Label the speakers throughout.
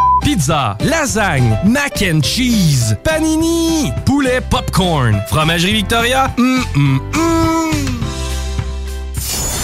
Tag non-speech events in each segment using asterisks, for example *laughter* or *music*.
Speaker 1: Pizza, lasagne, mac and cheese, panini, poulet popcorn. Fromagerie Victoria, mm. hum, hum,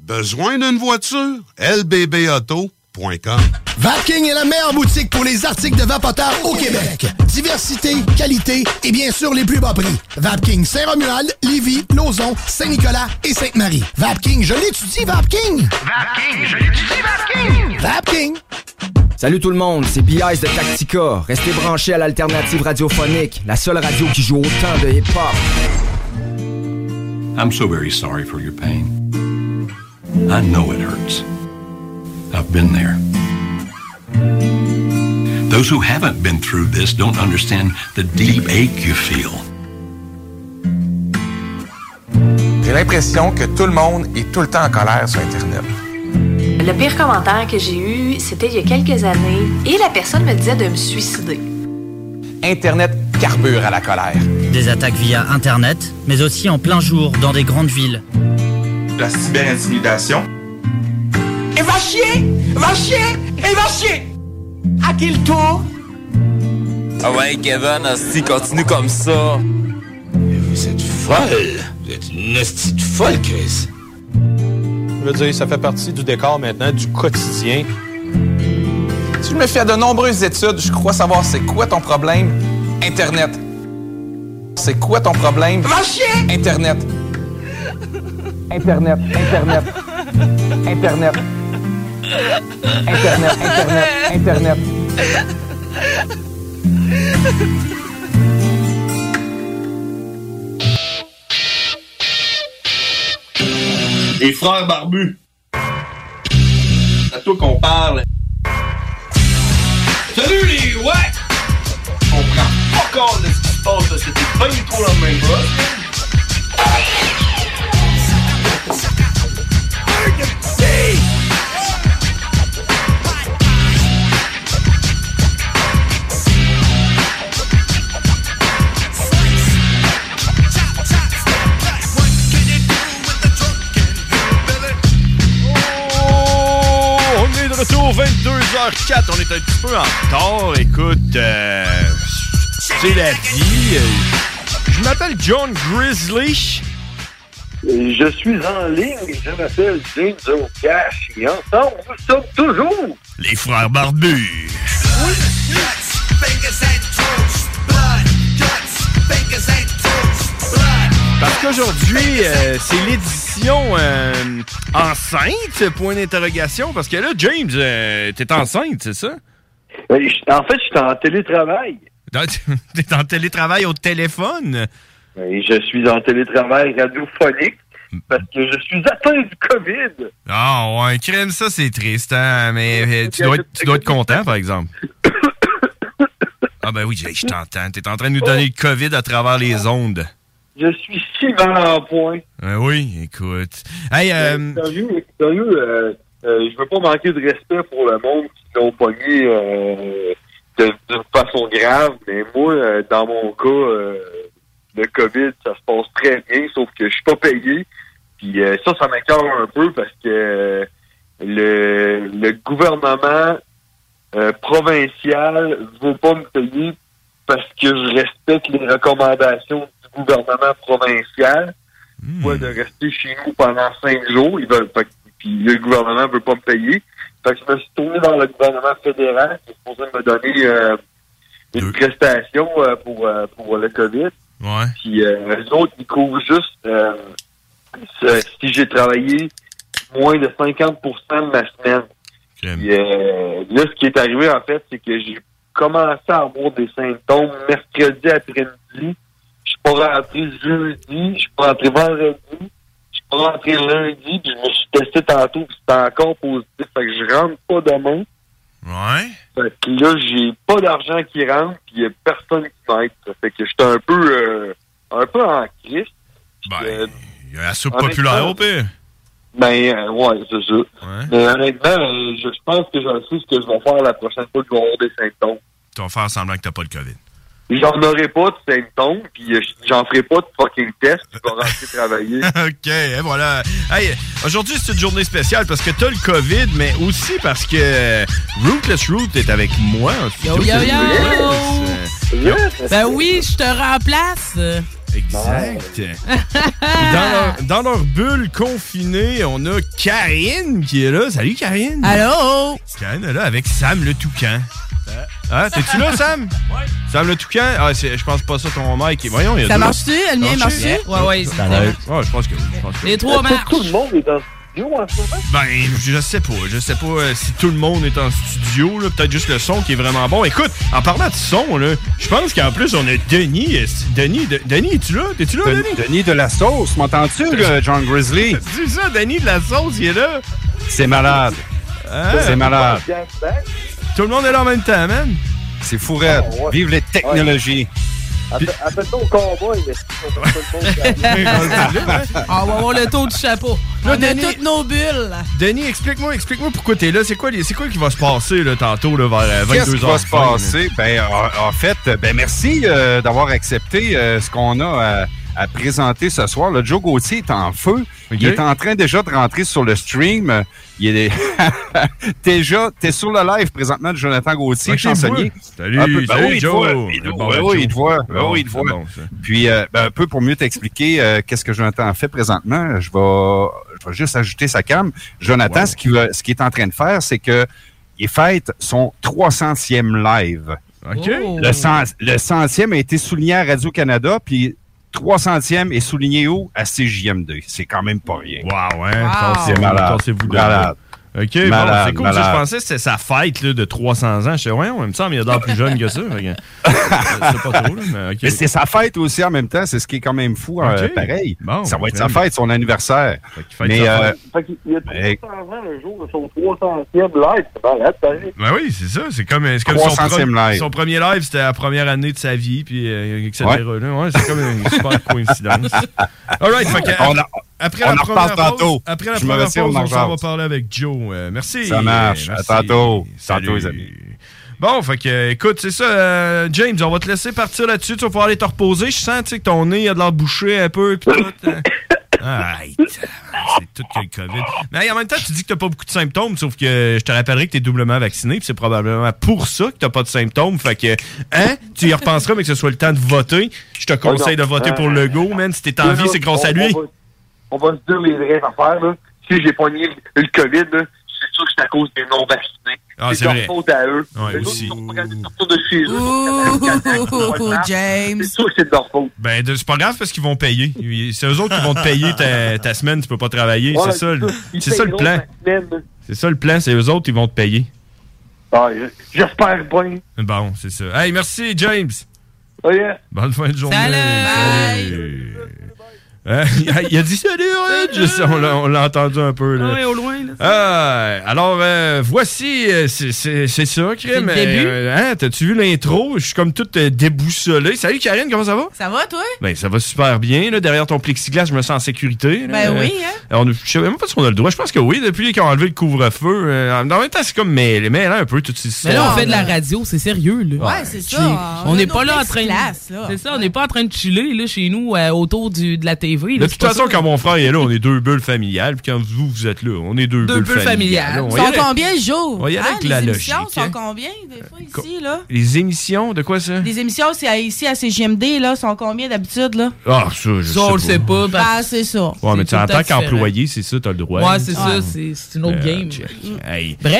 Speaker 2: Besoin d'une voiture? lbbauto.com
Speaker 3: Vapking est la meilleure boutique pour les articles de vapoteurs au Québec. Diversité, qualité et bien sûr les plus bas prix. Vapking Saint-Romuald, Lévis, Lauson, Saint-Nicolas et Sainte-Marie. Vapking, je l'étudie, Vapking!
Speaker 4: Vapking, je l'étudie, Vapking.
Speaker 3: Vapking!
Speaker 5: Salut tout le monde, c'est B.I.S. de Tactica. Restez branchés à l'alternative radiophonique, la seule radio qui joue autant de hip-hop.
Speaker 6: I'm so very sorry for your pain. I know it hurts. I've been there. Those who haven't been through this don't understand the deep ache you feel.
Speaker 7: J'ai l'impression que tout le monde est tout le temps en colère sur Internet.
Speaker 8: Le pire commentaire que j'ai eu, c'était il y a quelques années, et la personne me disait de me suicider.
Speaker 7: Internet carbure à la colère.
Speaker 9: Des attaques via Internet, mais aussi en plein jour dans des grandes villes.
Speaker 7: La cyberintimidation.
Speaker 10: Et va chier, va chier, et va chier. À qui le tour
Speaker 11: Ah ouais, Kevin, si continue comme ça.
Speaker 12: Vous êtes folle. Vous êtes une hostie de folle, Chris.
Speaker 13: Je veux dire, ça fait partie du décor maintenant, du quotidien.
Speaker 14: Si je me fie à de nombreuses études, je crois savoir c'est quoi ton problème. Internet. C'est quoi ton problème? Va chier! Internet. Internet. Internet. Internet. Internet. Internet. Internet.
Speaker 15: Les frères barbus. C'est à toi qu'on parle. Salut les ouais! On prend pas compte de ce qui se passe, là. c'était bien trop la même
Speaker 16: Oh, on est de retour 22h04. On est un petit peu en retard. Écoute, euh, c'est la vie. Euh, Je m'appelle John Grizzly.
Speaker 11: Je suis en ligne et je m'appelle James O'Cash. Et ensemble, nous sommes toujours
Speaker 16: Les frères barbus. Parce qu'aujourd'hui, euh, c'est l'édition euh, enceinte, point d'interrogation. Parce que là, James, euh, t'es enceinte, c'est ça?
Speaker 11: En fait, Euh, je suis en télétravail.
Speaker 16: *laughs* T'es en télétravail au téléphone?
Speaker 11: Et je suis en télétravail radiophonique parce que je suis atteint du COVID.
Speaker 16: Ah ouais, crème, ça c'est triste, hein? mais euh, tu, dois être, tu dois être content, par
Speaker 11: *coughs*
Speaker 16: exemple. Ah ben oui, je je t'entends. T'es en train de nous donner le COVID à travers les ondes.
Speaker 11: Je suis si mal en point.
Speaker 16: Ben oui, écoute. Hey, euh,
Speaker 11: Euh, Sérieux, sérieux euh, euh, je veux pas manquer de respect pour le monde qui l'ont pogné euh, de- d'une façon grave, mais moi, euh, dans mon cas, euh, le COVID, ça se passe très bien, sauf que je suis pas payé. Puis euh, ça, ça m'écœure un peu parce que euh, le, le gouvernement euh, provincial veut pas me payer parce que je respecte les recommandations du gouvernement provincial soit de rester chez nous pendant cinq jours. Ils veulent, fait que- puis le gouvernement veut pas me payer. Fait que je me suis tourné dans le gouvernement fédéral qui est supposé me donner euh, une prestation euh, pour, euh, pour le COVID.
Speaker 16: Ouais.
Speaker 11: Puis euh, eux autres, ils couvrent juste euh, ce- si j'ai travaillé moins de 50 de ma semaine. Puis, euh, là, ce qui est arrivé, en fait, c'est que j'ai commencé à avoir des symptômes mercredi après-midi. Je suis pas rentré jeudi, je suis pas rentré vendredi, je suis pas rentré lundi, puis je me suis testé tantôt, puis c'était encore positif. Fait que je rentre pas demain.
Speaker 16: Ouais.
Speaker 11: Fait que là, j'ai pas d'argent qui rentre, puis il y a personne qui m'aide. Ça Fait que j'étais un peu, euh, un peu en crise.
Speaker 16: Ben,
Speaker 11: il
Speaker 16: y a la soupe populaire au pire.
Speaker 11: Ben, euh, ouais, c'est ça. Mais honnêtement, euh, je je pense que j'en sais ce que je vais faire la prochaine fois que je vais avoir des symptômes.
Speaker 16: Tu vas faire semblant que t'as pas le COVID.
Speaker 11: J'en aurai pas de symptômes, puis euh, j'en ferai pas de fucking test, puis je vais rentrer *laughs* travailler.
Speaker 16: *laughs* OK, et voilà. Hey, aujourd'hui, c'est une journée spéciale parce que t'as le COVID, mais aussi parce que euh, Rootless Root est avec moi. en studio.
Speaker 17: Yo, yo,
Speaker 16: Salut,
Speaker 17: yo!
Speaker 16: Rootless. Euh, yo.
Speaker 17: Ben oui, je te remplace.
Speaker 16: Exact. Puis dans, leur, dans leur bulle confinée, on a Karine qui est là. Salut, Karine.
Speaker 17: Allô?
Speaker 16: Karine est là avec Sam le Toucan. Ah, t'es-tu là, Sam? Oui. Sam le Toucan? Ah, c'est- je pense pas ça ton mic. Voyons, il y a
Speaker 17: Ça
Speaker 16: deux-
Speaker 17: marche-tu? Le mien marche-tu?
Speaker 16: Yeah.
Speaker 17: Ouais, ouais,
Speaker 16: Ça
Speaker 17: ça
Speaker 16: marche. Ouais, je pense que oui. je pense que oui.
Speaker 17: Les trois marches.
Speaker 11: le monde est dans le studio en ce moment?
Speaker 16: Ben, je sais pas. Je sais pas euh, si tout le monde est en studio. là. Peut-être juste le son qui est vraiment bon. Écoute, en parlant de son, là, je pense qu'en plus, on a Denis. euh, Denis, de- Denis, es-tu là? T'es-tu là, Denis?
Speaker 18: Denis de la sauce, m'entends-tu, le John
Speaker 16: *laughs*
Speaker 18: Grizzly?
Speaker 16: C'est ça, Denis de la sauce, il est là.
Speaker 18: C'est malade.
Speaker 16: Hein?
Speaker 18: C'est malade.
Speaker 16: Tout le monde est là en même temps, man.
Speaker 18: C'est
Speaker 11: Ah,
Speaker 18: fourrette. Vive les technologies.
Speaker 11: Appelle-toi au cowboy, mais
Speaker 17: Ah, on va avoir le taux du chapeau. On
Speaker 16: Là,
Speaker 17: a
Speaker 16: Denis-
Speaker 17: toutes nos bulles.
Speaker 16: Denis, explique-moi, explique-moi pourquoi t'es là. C'est quoi, les- c'est quoi qui va se passer là, tantôt là, vers euh, 22h?
Speaker 18: Qu'est-ce qui va se passer? Ben, en, en fait, ben merci euh, d'avoir accepté euh, ce qu'on a à, à présenter ce soir. Le Joe Gauthier est en feu. Il est en train déjà de rentrer sur le stream. Il est *laughs* déjà, t'es sur le live présentement de Jonathan Gauthier,
Speaker 16: Ok,
Speaker 18: chansonnier.
Speaker 16: moi. Salut,
Speaker 18: Un peu- ben
Speaker 16: salut,
Speaker 18: oui, il te
Speaker 16: Joe. Ah,
Speaker 18: voit. Il te
Speaker 16: Bon,
Speaker 18: voit. Ben
Speaker 16: Joe.
Speaker 18: oui, il te voit. Ben
Speaker 16: Bon,
Speaker 18: oui, il te
Speaker 16: c'est
Speaker 18: voit.
Speaker 16: bon, ça.
Speaker 18: Puis, euh, ben, un peu pour mieux t'expliquer euh, qu'est-ce que Jonathan fait présentement, je vais, je vais juste ajouter sa cam. Jonathan, ce qu'il va- ce qu'il est en train de faire, c'est que il fête son 300e live. Le, cent- le centième a été souligné à Radio-Canada, puis 300e est souligné où? À CJMD. C'est quand même pas rien.
Speaker 16: Wow, hein?
Speaker 18: C'est
Speaker 16: Pensez-vous-
Speaker 18: malade.
Speaker 16: pensez-vous de-
Speaker 18: Malade.
Speaker 16: OK, bon,
Speaker 18: Malade,
Speaker 16: c'est cool.
Speaker 18: malade.
Speaker 16: ça, Je pensais que c'était sa fête là, de 300 ans. Je sais, ouais, il me semble, il a l'air plus jeune que ça. fait
Speaker 18: *laughs*
Speaker 16: que- c'est pas trop, là, mais OK.
Speaker 18: Mais c'est sa fête aussi en même temps, c'est ce qui est quand même fou, euh,
Speaker 16: Ok.
Speaker 18: pareil.
Speaker 16: Bon, ben
Speaker 18: ça va être sa
Speaker 16: j'aime.
Speaker 18: fête, son anniversaire.
Speaker 16: fête
Speaker 18: Mais
Speaker 16: sa
Speaker 18: euh,
Speaker 16: fête.
Speaker 11: Fait qu'il y a
Speaker 18: Ben-
Speaker 11: 300 ans le jour de son 300e live. C'est malade, pareil.
Speaker 16: Ben oui, c'est ça. C'est comme, c'est comme son,
Speaker 18: 300e
Speaker 16: pre-
Speaker 18: live.
Speaker 16: son premier live, c'était la première année de sa vie, puis euh, etc.
Speaker 18: Ouais.
Speaker 16: Là, ouais, c'est comme une
Speaker 18: *laughs*
Speaker 16: super coïncidence. All right, fait que, euh,
Speaker 18: On en-
Speaker 16: après
Speaker 18: on
Speaker 16: la
Speaker 18: en
Speaker 16: première
Speaker 18: reparle
Speaker 16: pause-
Speaker 18: tantôt.
Speaker 16: Après la
Speaker 18: Je me
Speaker 16: première
Speaker 18: retire,
Speaker 16: pause,
Speaker 18: on en
Speaker 16: on s'en va
Speaker 18: reparle.
Speaker 16: parler avec Joe. Euh, merci.
Speaker 18: ça marche. À
Speaker 16: Merci.
Speaker 18: tantôt.
Speaker 16: Salut.
Speaker 18: Tantôt, les amis.
Speaker 16: Bon, fait que, euh, écoute, c'est ça, euh, James, on va te laisser partir là-dessus. Tu vas pouvoir aller te reposer. Je sens, tu sais, que ton nez a de l'air bouché un peu, puis tout. hein. Aïe, c'est tout que le COVID. Mais en même temps, tu dis que t'as pas beaucoup de symptômes, sauf que je te rappellerai que t'es doublement vacciné, puis c'est probablement pour ça que t'as pas de symptômes. Fait que, hein, tu y repenseras, mais que ce soit le temps de voter. Je te conseille de voter pour le go, man. Si t'es en vie, c'est grâce à lui.
Speaker 11: euh, On va, on va se dire les vraies affaires. Là. Si j'ai pogné le COVID, là, c'est sûr que c'est à cause des non-vaccinés.
Speaker 16: Ah, c'est
Speaker 11: leur
Speaker 16: vrai.
Speaker 11: faute à eux.
Speaker 16: Ouais,
Speaker 11: Les autres,
Speaker 16: aussi.
Speaker 11: ils sont pas capables de sortir de chez eux. *laughs* James. C'est sûr que c'est de leur faute.
Speaker 16: Ben, de- c'est pas grave parce qu'ils vont payer. Ils- C'est eux autres qui vont te payer ta, ta semaine, tu peux pas travailler.
Speaker 11: Ouais,
Speaker 16: c'est ça, le-
Speaker 11: Ils
Speaker 16: c'est ça le
Speaker 11: payeront
Speaker 16: plan.
Speaker 11: la semaine, là.
Speaker 16: C'est ça le plan, c'est eux autres qui vont te payer.
Speaker 11: Ah, J'espère bien. Oh,
Speaker 16: Bon, c'est ça. Hey, merci, James. Bonne fin de journée. Salut. Hein, *laughs* il a dit salut, Orange. Je sais, on l'a- on l'a entendu un peu.
Speaker 12: Ah
Speaker 16: Là.
Speaker 17: Ah Ouais, au loin, là.
Speaker 16: Euh, alors, euh, voici, euh, c'est- c'est c'est ça, Crème.
Speaker 17: le début.
Speaker 16: Euh, hein, T'as-tu vu l'intro? Je suis comme tout euh, déboussolé. Salut, Karine, comment ça va?
Speaker 17: Ça va, toi?
Speaker 16: Ben, ça va super bien. Là. Derrière ton plexiglas, je me sens en sécurité. là.
Speaker 17: Ben
Speaker 16: Euh,
Speaker 17: oui, hein?
Speaker 16: alors, on- je sais même pas si on a le droit. Je pense que oui, depuis qu'on a enlevé le couvre-feu. euh, en même temps, c'est comme mêlé, mêlant un peu toutes ces
Speaker 12: Mais là, on fait de la
Speaker 16: histoires-là.
Speaker 12: radio, c'est sérieux, là.
Speaker 16: Ouais,
Speaker 17: Ah, ben. c'est
Speaker 12: Chill.
Speaker 17: ça.
Speaker 12: On
Speaker 17: On
Speaker 12: n'est
Speaker 17: a
Speaker 12: pas
Speaker 17: nos
Speaker 12: là en train
Speaker 17: plexiglas,
Speaker 12: de.
Speaker 17: là.
Speaker 12: C'est ça, on n'est pas en train de chiller, là, chez nous, euh, autour du, de la TV.
Speaker 16: De
Speaker 12: là,
Speaker 16: toute
Speaker 12: c'est pas
Speaker 16: façon,
Speaker 12: ça.
Speaker 16: quand mon frère est là, on est deux bulles familiales. Puis quand vous, vous êtes là, on est deux,
Speaker 12: Deux bulles familiales.
Speaker 16: là. On va y
Speaker 17: Ils sont
Speaker 16: aller.
Speaker 17: combien le jour?
Speaker 16: On va y aller
Speaker 17: Hein,
Speaker 16: avec
Speaker 17: les
Speaker 16: la
Speaker 17: émissions
Speaker 16: logique, hein.
Speaker 17: sont combien, des fois, ici, là?
Speaker 16: Les émissions, de quoi ça?
Speaker 17: Les émissions c'est à- ici à CGMD, là, sont combien d'habitude, là?
Speaker 16: Ah, ça, je sais
Speaker 17: pas. Ah, c'est ça.
Speaker 16: ben, Ouais, mais tu en
Speaker 12: tout le
Speaker 16: tant
Speaker 12: temps différent.
Speaker 16: qu'employé, c'est ça, t'as le droit.
Speaker 12: Ouais, c'est ça,
Speaker 16: Ah.
Speaker 12: c'est c'est une autre
Speaker 16: Euh,
Speaker 12: game.
Speaker 16: check. Hey.
Speaker 17: Bref!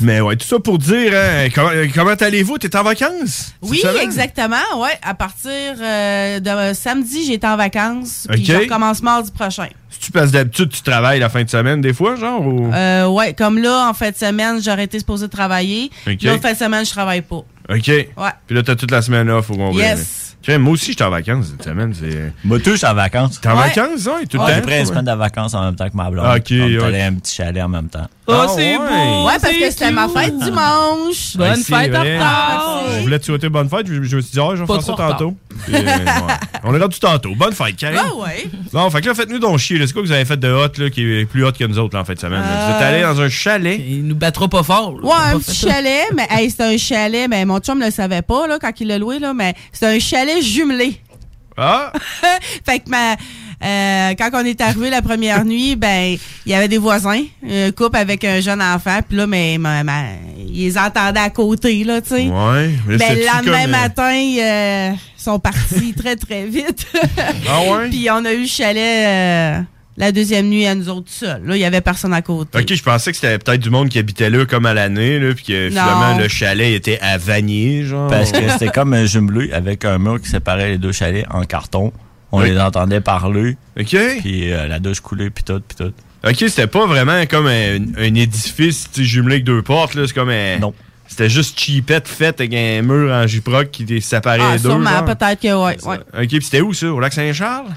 Speaker 16: Mais ouais, tout ça pour dire, hein, *laughs* comment, euh, comment allez-vous? T'es en vacances?
Speaker 17: Oui,
Speaker 16: cette semaine?
Speaker 17: exactement. Ouais, à partir euh, de euh, samedi, j'étais en vacances. Puis
Speaker 16: Ok.
Speaker 17: je recommence mardi prochain.
Speaker 16: Si tu passes d'habitude, tu travailles la fin de semaine, des fois, genre? Ou...
Speaker 17: Euh, ouais, comme là, en fin de semaine, j'aurais été supposé travailler.
Speaker 16: Ok.
Speaker 17: L'autre fin de semaine, je travaille pas.
Speaker 16: OK. Puis là, t'as toute la semaine off, au complet.
Speaker 17: Yes.
Speaker 16: Tiens, moi aussi, j'étais en vacances cette semaine. c'est... Moi,
Speaker 19: tous, je suis en vacances.
Speaker 16: T'es en vacances, hein, tout le
Speaker 19: Ouais,
Speaker 16: temps?
Speaker 19: J'ai pris une
Speaker 16: ouais.
Speaker 19: semaine de vacances en même temps que ma blonde.
Speaker 16: Ok,
Speaker 19: On est
Speaker 16: ouais.
Speaker 19: allé à un petit chalet en même temps.
Speaker 16: Ah, ouais.
Speaker 17: Ouais, parce que c'était ma fête dimanche.
Speaker 16: Ouais, c'est vrai. Je voulais te souhaiter bonne fête. Je, je me suis dit, ah, je vais
Speaker 17: Pas
Speaker 16: faire ça
Speaker 17: trop retard.
Speaker 16: tantôt. Puis, euh, *laughs* ouais. On est rendu tantôt. Bonne fête, Karine.
Speaker 17: Ah ouais.
Speaker 16: Bon, fait que là, faites-nous donc chier. là. C'est quoi que vous avez fait de hot, là, qui est plus hot que nous autres, là, en fin de semaine? là? Vous êtes
Speaker 17: Euh,
Speaker 16: allé dans un chalet. Il nous battra pas fort,
Speaker 17: Ouais, un petit chalet, mais hey, c'est un chalet, mais mon chum le savait pas là, quand il l'a loué, là, mais c'est un chalet jumelé.
Speaker 16: Ah!
Speaker 17: fait que ma, euh, quand on est arrivé la première nuit, ben il y avait des voisins, un couple avec un jeune enfant, puis là, mais ma- ma- ils les entendaient à côté, là, tu sais.
Speaker 16: Ouais. mais
Speaker 17: Ben,
Speaker 16: c'est-tu
Speaker 17: le lendemain
Speaker 16: comme, euh,
Speaker 17: matin, euh, ils sont partis *laughs* très, très vite.
Speaker 16: Ah ouais?
Speaker 17: Puis on a eu le chalet euh, la deuxième nuit à nous autres seuls. Là, il y avait personne à côté.
Speaker 16: Ok, je pensais que c'était peut-être du monde qui habitait là comme à l'année, là, puis que
Speaker 17: Non.
Speaker 16: finalement le chalet était à Vanier, genre.
Speaker 19: Parce que c'était comme un jumelé avec un mur qui séparait les deux chalets en carton. On les entendait parler.
Speaker 16: *laughs* OK.
Speaker 19: Puis euh, la douche coulait, puis tout, puis tout.
Speaker 16: Ok, c'était pas vraiment comme un, un édifice tu sais, jumelé avec deux portes, là. C'est comme un. Non. C'était juste cheapette faite avec un mur en gyproc qui les séparait
Speaker 17: Ah,
Speaker 16: les deux.
Speaker 17: sûrement,
Speaker 16: genre.
Speaker 17: peut-être que ouais. ouais.
Speaker 16: Ok, puis c'était où ça Au lac Saint-Charles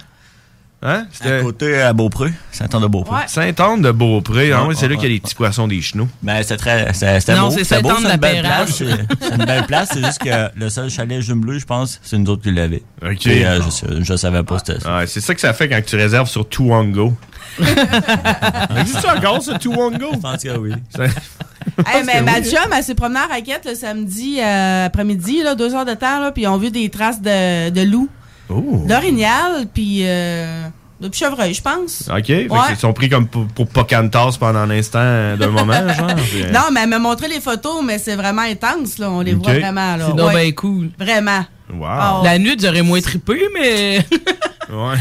Speaker 16: Hein C'était.
Speaker 19: À côté à Beaupré, Saint-Anne
Speaker 16: *laughs*
Speaker 19: de Beaupré.
Speaker 16: Ouais. Saint-Anne de Beaupré, hein,
Speaker 19: Ouais,
Speaker 16: ouais, c'est
Speaker 19: ouais,
Speaker 16: là qu'il y a
Speaker 19: ouais,
Speaker 16: les petits poissons des chenous.
Speaker 19: Ben, c'était très. C'était c'était Non, beau. c'est c'était beau, Saint-Anne c'est une de belle Pérave. place. C'est c'est une belle place. C'est juste que le seul chalet jumelé, je pense, c'est nous autres qui l'avait.
Speaker 16: OK.
Speaker 19: Et, euh, je, sais- je savais pas c'était ça.
Speaker 16: Ouais, c'est ça que ça fait quand tu réserves sur Tuongo. Existe encore ce Tuongo? Je
Speaker 19: pense que oui.
Speaker 17: Hey, mais ma chum, elle s'est promenée en raquette le samedi euh, après-midi, là, deux heures de temps, là, puis on vu des traces de, de loups,
Speaker 16: Oh.
Speaker 17: d'orignal, puis euh, de chevreuil, je pense.
Speaker 16: OK, fait que
Speaker 17: Ouais.
Speaker 16: ils sont pris comme pour, pour Pocantas pendant un instant euh,
Speaker 12: *laughs*
Speaker 16: d'un moment,
Speaker 17: *laughs*
Speaker 16: genre. puis, euh,
Speaker 17: Non, mais elle m'a montré les photos, mais c'est vraiment intense, là. On les
Speaker 16: Ok.
Speaker 17: voit vraiment, là.
Speaker 16: C'est donc
Speaker 17: Ouais.
Speaker 16: ben
Speaker 12: cool.
Speaker 17: Vraiment.
Speaker 16: Wow.
Speaker 17: Ah ouais.
Speaker 12: La nuit, j'aurais moins trippé, mais. *laughs*
Speaker 16: Ouais.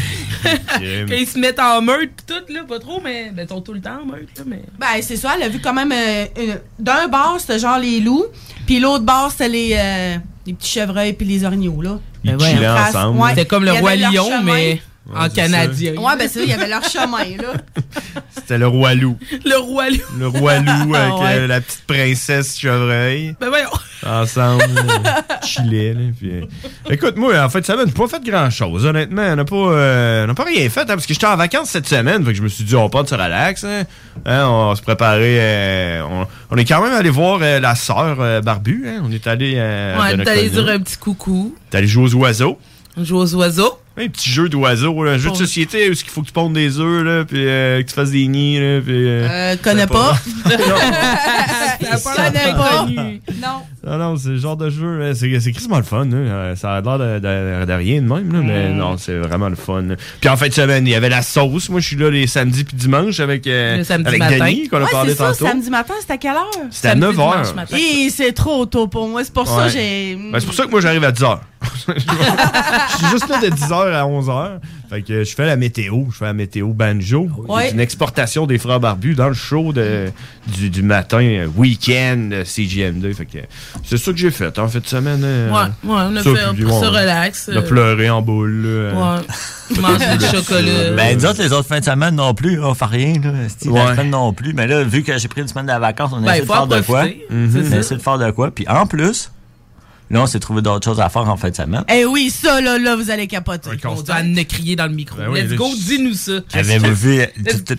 Speaker 12: Quand ils se mettent en meute pis tout, là, pas trop, mais ben, ils sont tout le temps en meute, là, mais...
Speaker 17: Ben, c'est ça, elle a vu quand même. euh, une- D'un bar, c'était genre les loups, puis l'autre bar, c'était les, euh, les petits chevreuils puis les orignaux, là.
Speaker 12: Ben ouais,
Speaker 16: chillaient
Speaker 12: en face,
Speaker 16: ensemble.
Speaker 12: ouais. C'était comme le
Speaker 17: Il y
Speaker 12: roi
Speaker 17: avait leur
Speaker 12: lion,
Speaker 17: chemin.
Speaker 12: mais en canadien.
Speaker 17: Ouais, ben c'est ça, il y avait leur chemin, là.
Speaker 16: C'était le roi loup.
Speaker 12: Le roi lion. *laughs*
Speaker 16: Le roi loup avec
Speaker 12: Ah ouais.
Speaker 16: euh, la petite princesse chevreuil.
Speaker 12: Ben voyons.
Speaker 16: Ensemble,
Speaker 12: *laughs*
Speaker 16: euh, chillait. là, puis, euh. Écoute, moi, en fait, ça semaine, j'ai pas fait grand-chose, honnêtement. On n'a pas, euh, on a pas rien fait, hein, parce que j'étais en vacances cette semaine. Fait que je me suis dit, on part se relax. hein. Hein, on se préparait. euh, on, on est quand même allé voir euh, la sœur euh, Barbu. hein. On est allé.
Speaker 19: Ah,
Speaker 16: euh, de
Speaker 19: ben,
Speaker 12: Ouais,
Speaker 16: notre
Speaker 12: t'allais
Speaker 16: côté.
Speaker 12: dire un petit coucou.
Speaker 16: T'es allé jouer aux oiseaux.
Speaker 12: Jouer aux oiseaux.
Speaker 16: Un petit jeu d'oiseaux, là, un jeu de
Speaker 12: Bon.
Speaker 16: société où il faut que tu pondes des œufs, là, puis euh, que tu fasses des nids. Là, puis, euh,
Speaker 17: Euh, connais
Speaker 16: c'est
Speaker 17: pas. *laughs*
Speaker 12: pas l'air connu.
Speaker 17: Non.
Speaker 16: Ah Non, non, c'est le genre de jeu. hein, C'est c'est quasiment le fun. là. Euh, Ça a l'air de, de- de rien de même, là,
Speaker 17: Euh.
Speaker 16: mais non, c'est vraiment le fun. là. Puis en fin de semaine, il y avait la sauce. Moi, je suis là les samedis puis dimanches avec, euh,
Speaker 17: Le samedi
Speaker 16: avec
Speaker 17: matin.
Speaker 16: Denis, qu'on a
Speaker 17: Ouais,
Speaker 16: parlé
Speaker 17: c'est ça,
Speaker 16: tantôt.
Speaker 17: samedi matin, c'était à quelle heure?
Speaker 16: C'était à Samedi, 9 heures. dimanche matin.
Speaker 17: Et c'est trop tôt pour moi. C'est pour ça
Speaker 16: Ouais.
Speaker 17: que j'ai.
Speaker 16: Ben, c'est pour ça que moi, j'arrive à 10h. *laughs* je
Speaker 19: *laughs*
Speaker 16: suis juste là de 10h à 11h. Fait que euh, je fais la météo. Je fais la météo banjo.
Speaker 17: Ouais.
Speaker 16: C'est Une exportation des frères barbus dans le show de, du, du matin, euh, week-end, euh, CGM2. Fait que euh, c'est ça que j'ai fait en fin de semaine. euh,
Speaker 12: Ouais, ouais, on a
Speaker 16: ça,
Speaker 12: fait
Speaker 16: puis,
Speaker 12: pour
Speaker 19: hein.
Speaker 16: ouais,
Speaker 12: se relax.
Speaker 16: On a
Speaker 12: euh,
Speaker 16: pleuré en boule. euh, là.
Speaker 12: Ouais. *laughs* Manger
Speaker 19: *laughs*
Speaker 12: du chocolat.
Speaker 19: euh,
Speaker 12: euh,
Speaker 19: Ben, disons que les autres fins de semaine non plus, on fait rien, là. Style,
Speaker 16: Ouais.
Speaker 19: La semaine non plus. Mais là, vu que j'ai pris une semaine de vacances, on a
Speaker 12: Ben,
Speaker 19: essayé de
Speaker 12: faut
Speaker 19: faire
Speaker 12: en
Speaker 19: de quoi.
Speaker 12: profiter,
Speaker 16: Mhm.
Speaker 12: c'est
Speaker 19: On
Speaker 12: ça.
Speaker 19: a essayé de faire de quoi. Puis en plus, là, on s'est trouvé d'autres choses à faire en fin de semaine.
Speaker 17: Eh oui, ça, là, là, vous allez capoter.
Speaker 12: On doit Anne crier dans le micro.
Speaker 19: Ben oui,
Speaker 12: Let's
Speaker 19: là,
Speaker 12: go,
Speaker 19: je-
Speaker 12: dis-nous ça.
Speaker 19: Avez-vous vu euh,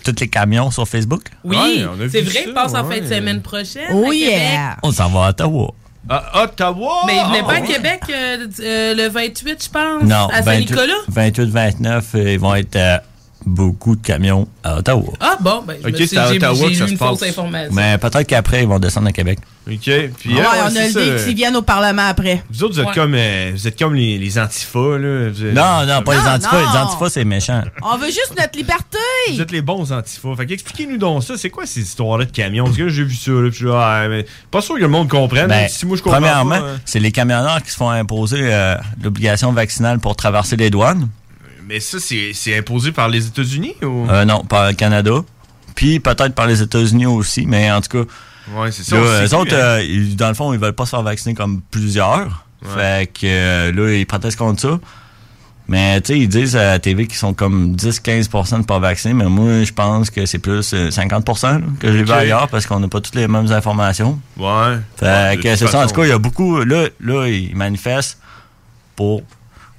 Speaker 19: tous les camions sur Facebook?
Speaker 12: Euh, Oui, c'est vrai, passe en fin de semaine prochaine.
Speaker 17: Oh
Speaker 12: à Québec.
Speaker 19: On s'en va à Ottawa.
Speaker 16: À Ottawa!
Speaker 12: Mais il venait pas
Speaker 19: Ah
Speaker 12: à
Speaker 19: ouais.
Speaker 12: Québec euh, euh, le 28, je pense,
Speaker 19: Non,
Speaker 12: à
Speaker 19: 28,
Speaker 12: Saint-Nicolas.
Speaker 19: 28, 29, euh, ils vont être euh, beaucoup de camions à Ottawa.
Speaker 12: Ah bon, ben, je me
Speaker 19: Ok,
Speaker 12: suis
Speaker 19: c'est à
Speaker 12: j'ai-
Speaker 19: Ottawa
Speaker 12: j'ai
Speaker 19: que ça
Speaker 12: lu
Speaker 19: se
Speaker 12: une fausse
Speaker 19: passe.
Speaker 12: information.
Speaker 19: Mais peut-être qu'après, ils vont descendre à Québec.
Speaker 16: OK. Puis,
Speaker 17: ouais,
Speaker 16: euh, ouais,
Speaker 17: on a
Speaker 16: c'est
Speaker 17: le
Speaker 16: ça.
Speaker 17: dé qu'ils viennent au Parlement après.
Speaker 16: Vous autres, vous êtes,
Speaker 17: Ouais.
Speaker 16: comme, euh, vous êtes comme les, les antifas. Là. Vous êtes-
Speaker 19: Non, non, pas les
Speaker 17: Non,
Speaker 19: antifas.
Speaker 17: non.
Speaker 19: Les antifas, c'est méchant.
Speaker 17: On veut juste notre liberté.
Speaker 16: Vous êtes les bons antifas. Fait qu'expliquez-nous donc ça. C'est quoi ces histoires-là de camions? Parce que là, j'ai vu ça. Là, puis je suis là, ah, mais pas sûr que le monde comprenne.
Speaker 19: Ben,
Speaker 16: même si moi, je comprends
Speaker 19: premièrement,
Speaker 16: pas, hein.
Speaker 19: c'est les camionneurs qui se font imposer euh, l'obligation vaccinale pour traverser les douanes.
Speaker 16: Mais ça, c'est c'est imposé par les États-Unis? Ou...
Speaker 19: Euh, non, par le Canada. Puis peut-être par les États-Unis aussi, mais en tout cas.
Speaker 16: Ouais, c'est ça,
Speaker 19: là,
Speaker 16: on sait
Speaker 19: eux
Speaker 16: plus,
Speaker 19: autres,
Speaker 16: hein.
Speaker 19: euh, ils- dans le fond, ils veulent pas se faire vacciner comme plusieurs.
Speaker 16: Ouais.
Speaker 19: Fait que euh, là, ils protestent contre ça. Mais tu sais, ils disent à la TV qu'ils sont comme 10-15 de pas vaccinés, mais moi, je pense que c'est plus euh, 50 là, que j'ai vu
Speaker 16: Ok.
Speaker 19: ailleurs parce qu'on n'a pas toutes les mêmes informations.
Speaker 16: Ouais.
Speaker 19: Fait
Speaker 16: Ouais, de
Speaker 19: que
Speaker 16: toute
Speaker 19: c'est ça. En
Speaker 16: façon.
Speaker 19: tout cas, il y a beaucoup. Là, là, ils manifestent pour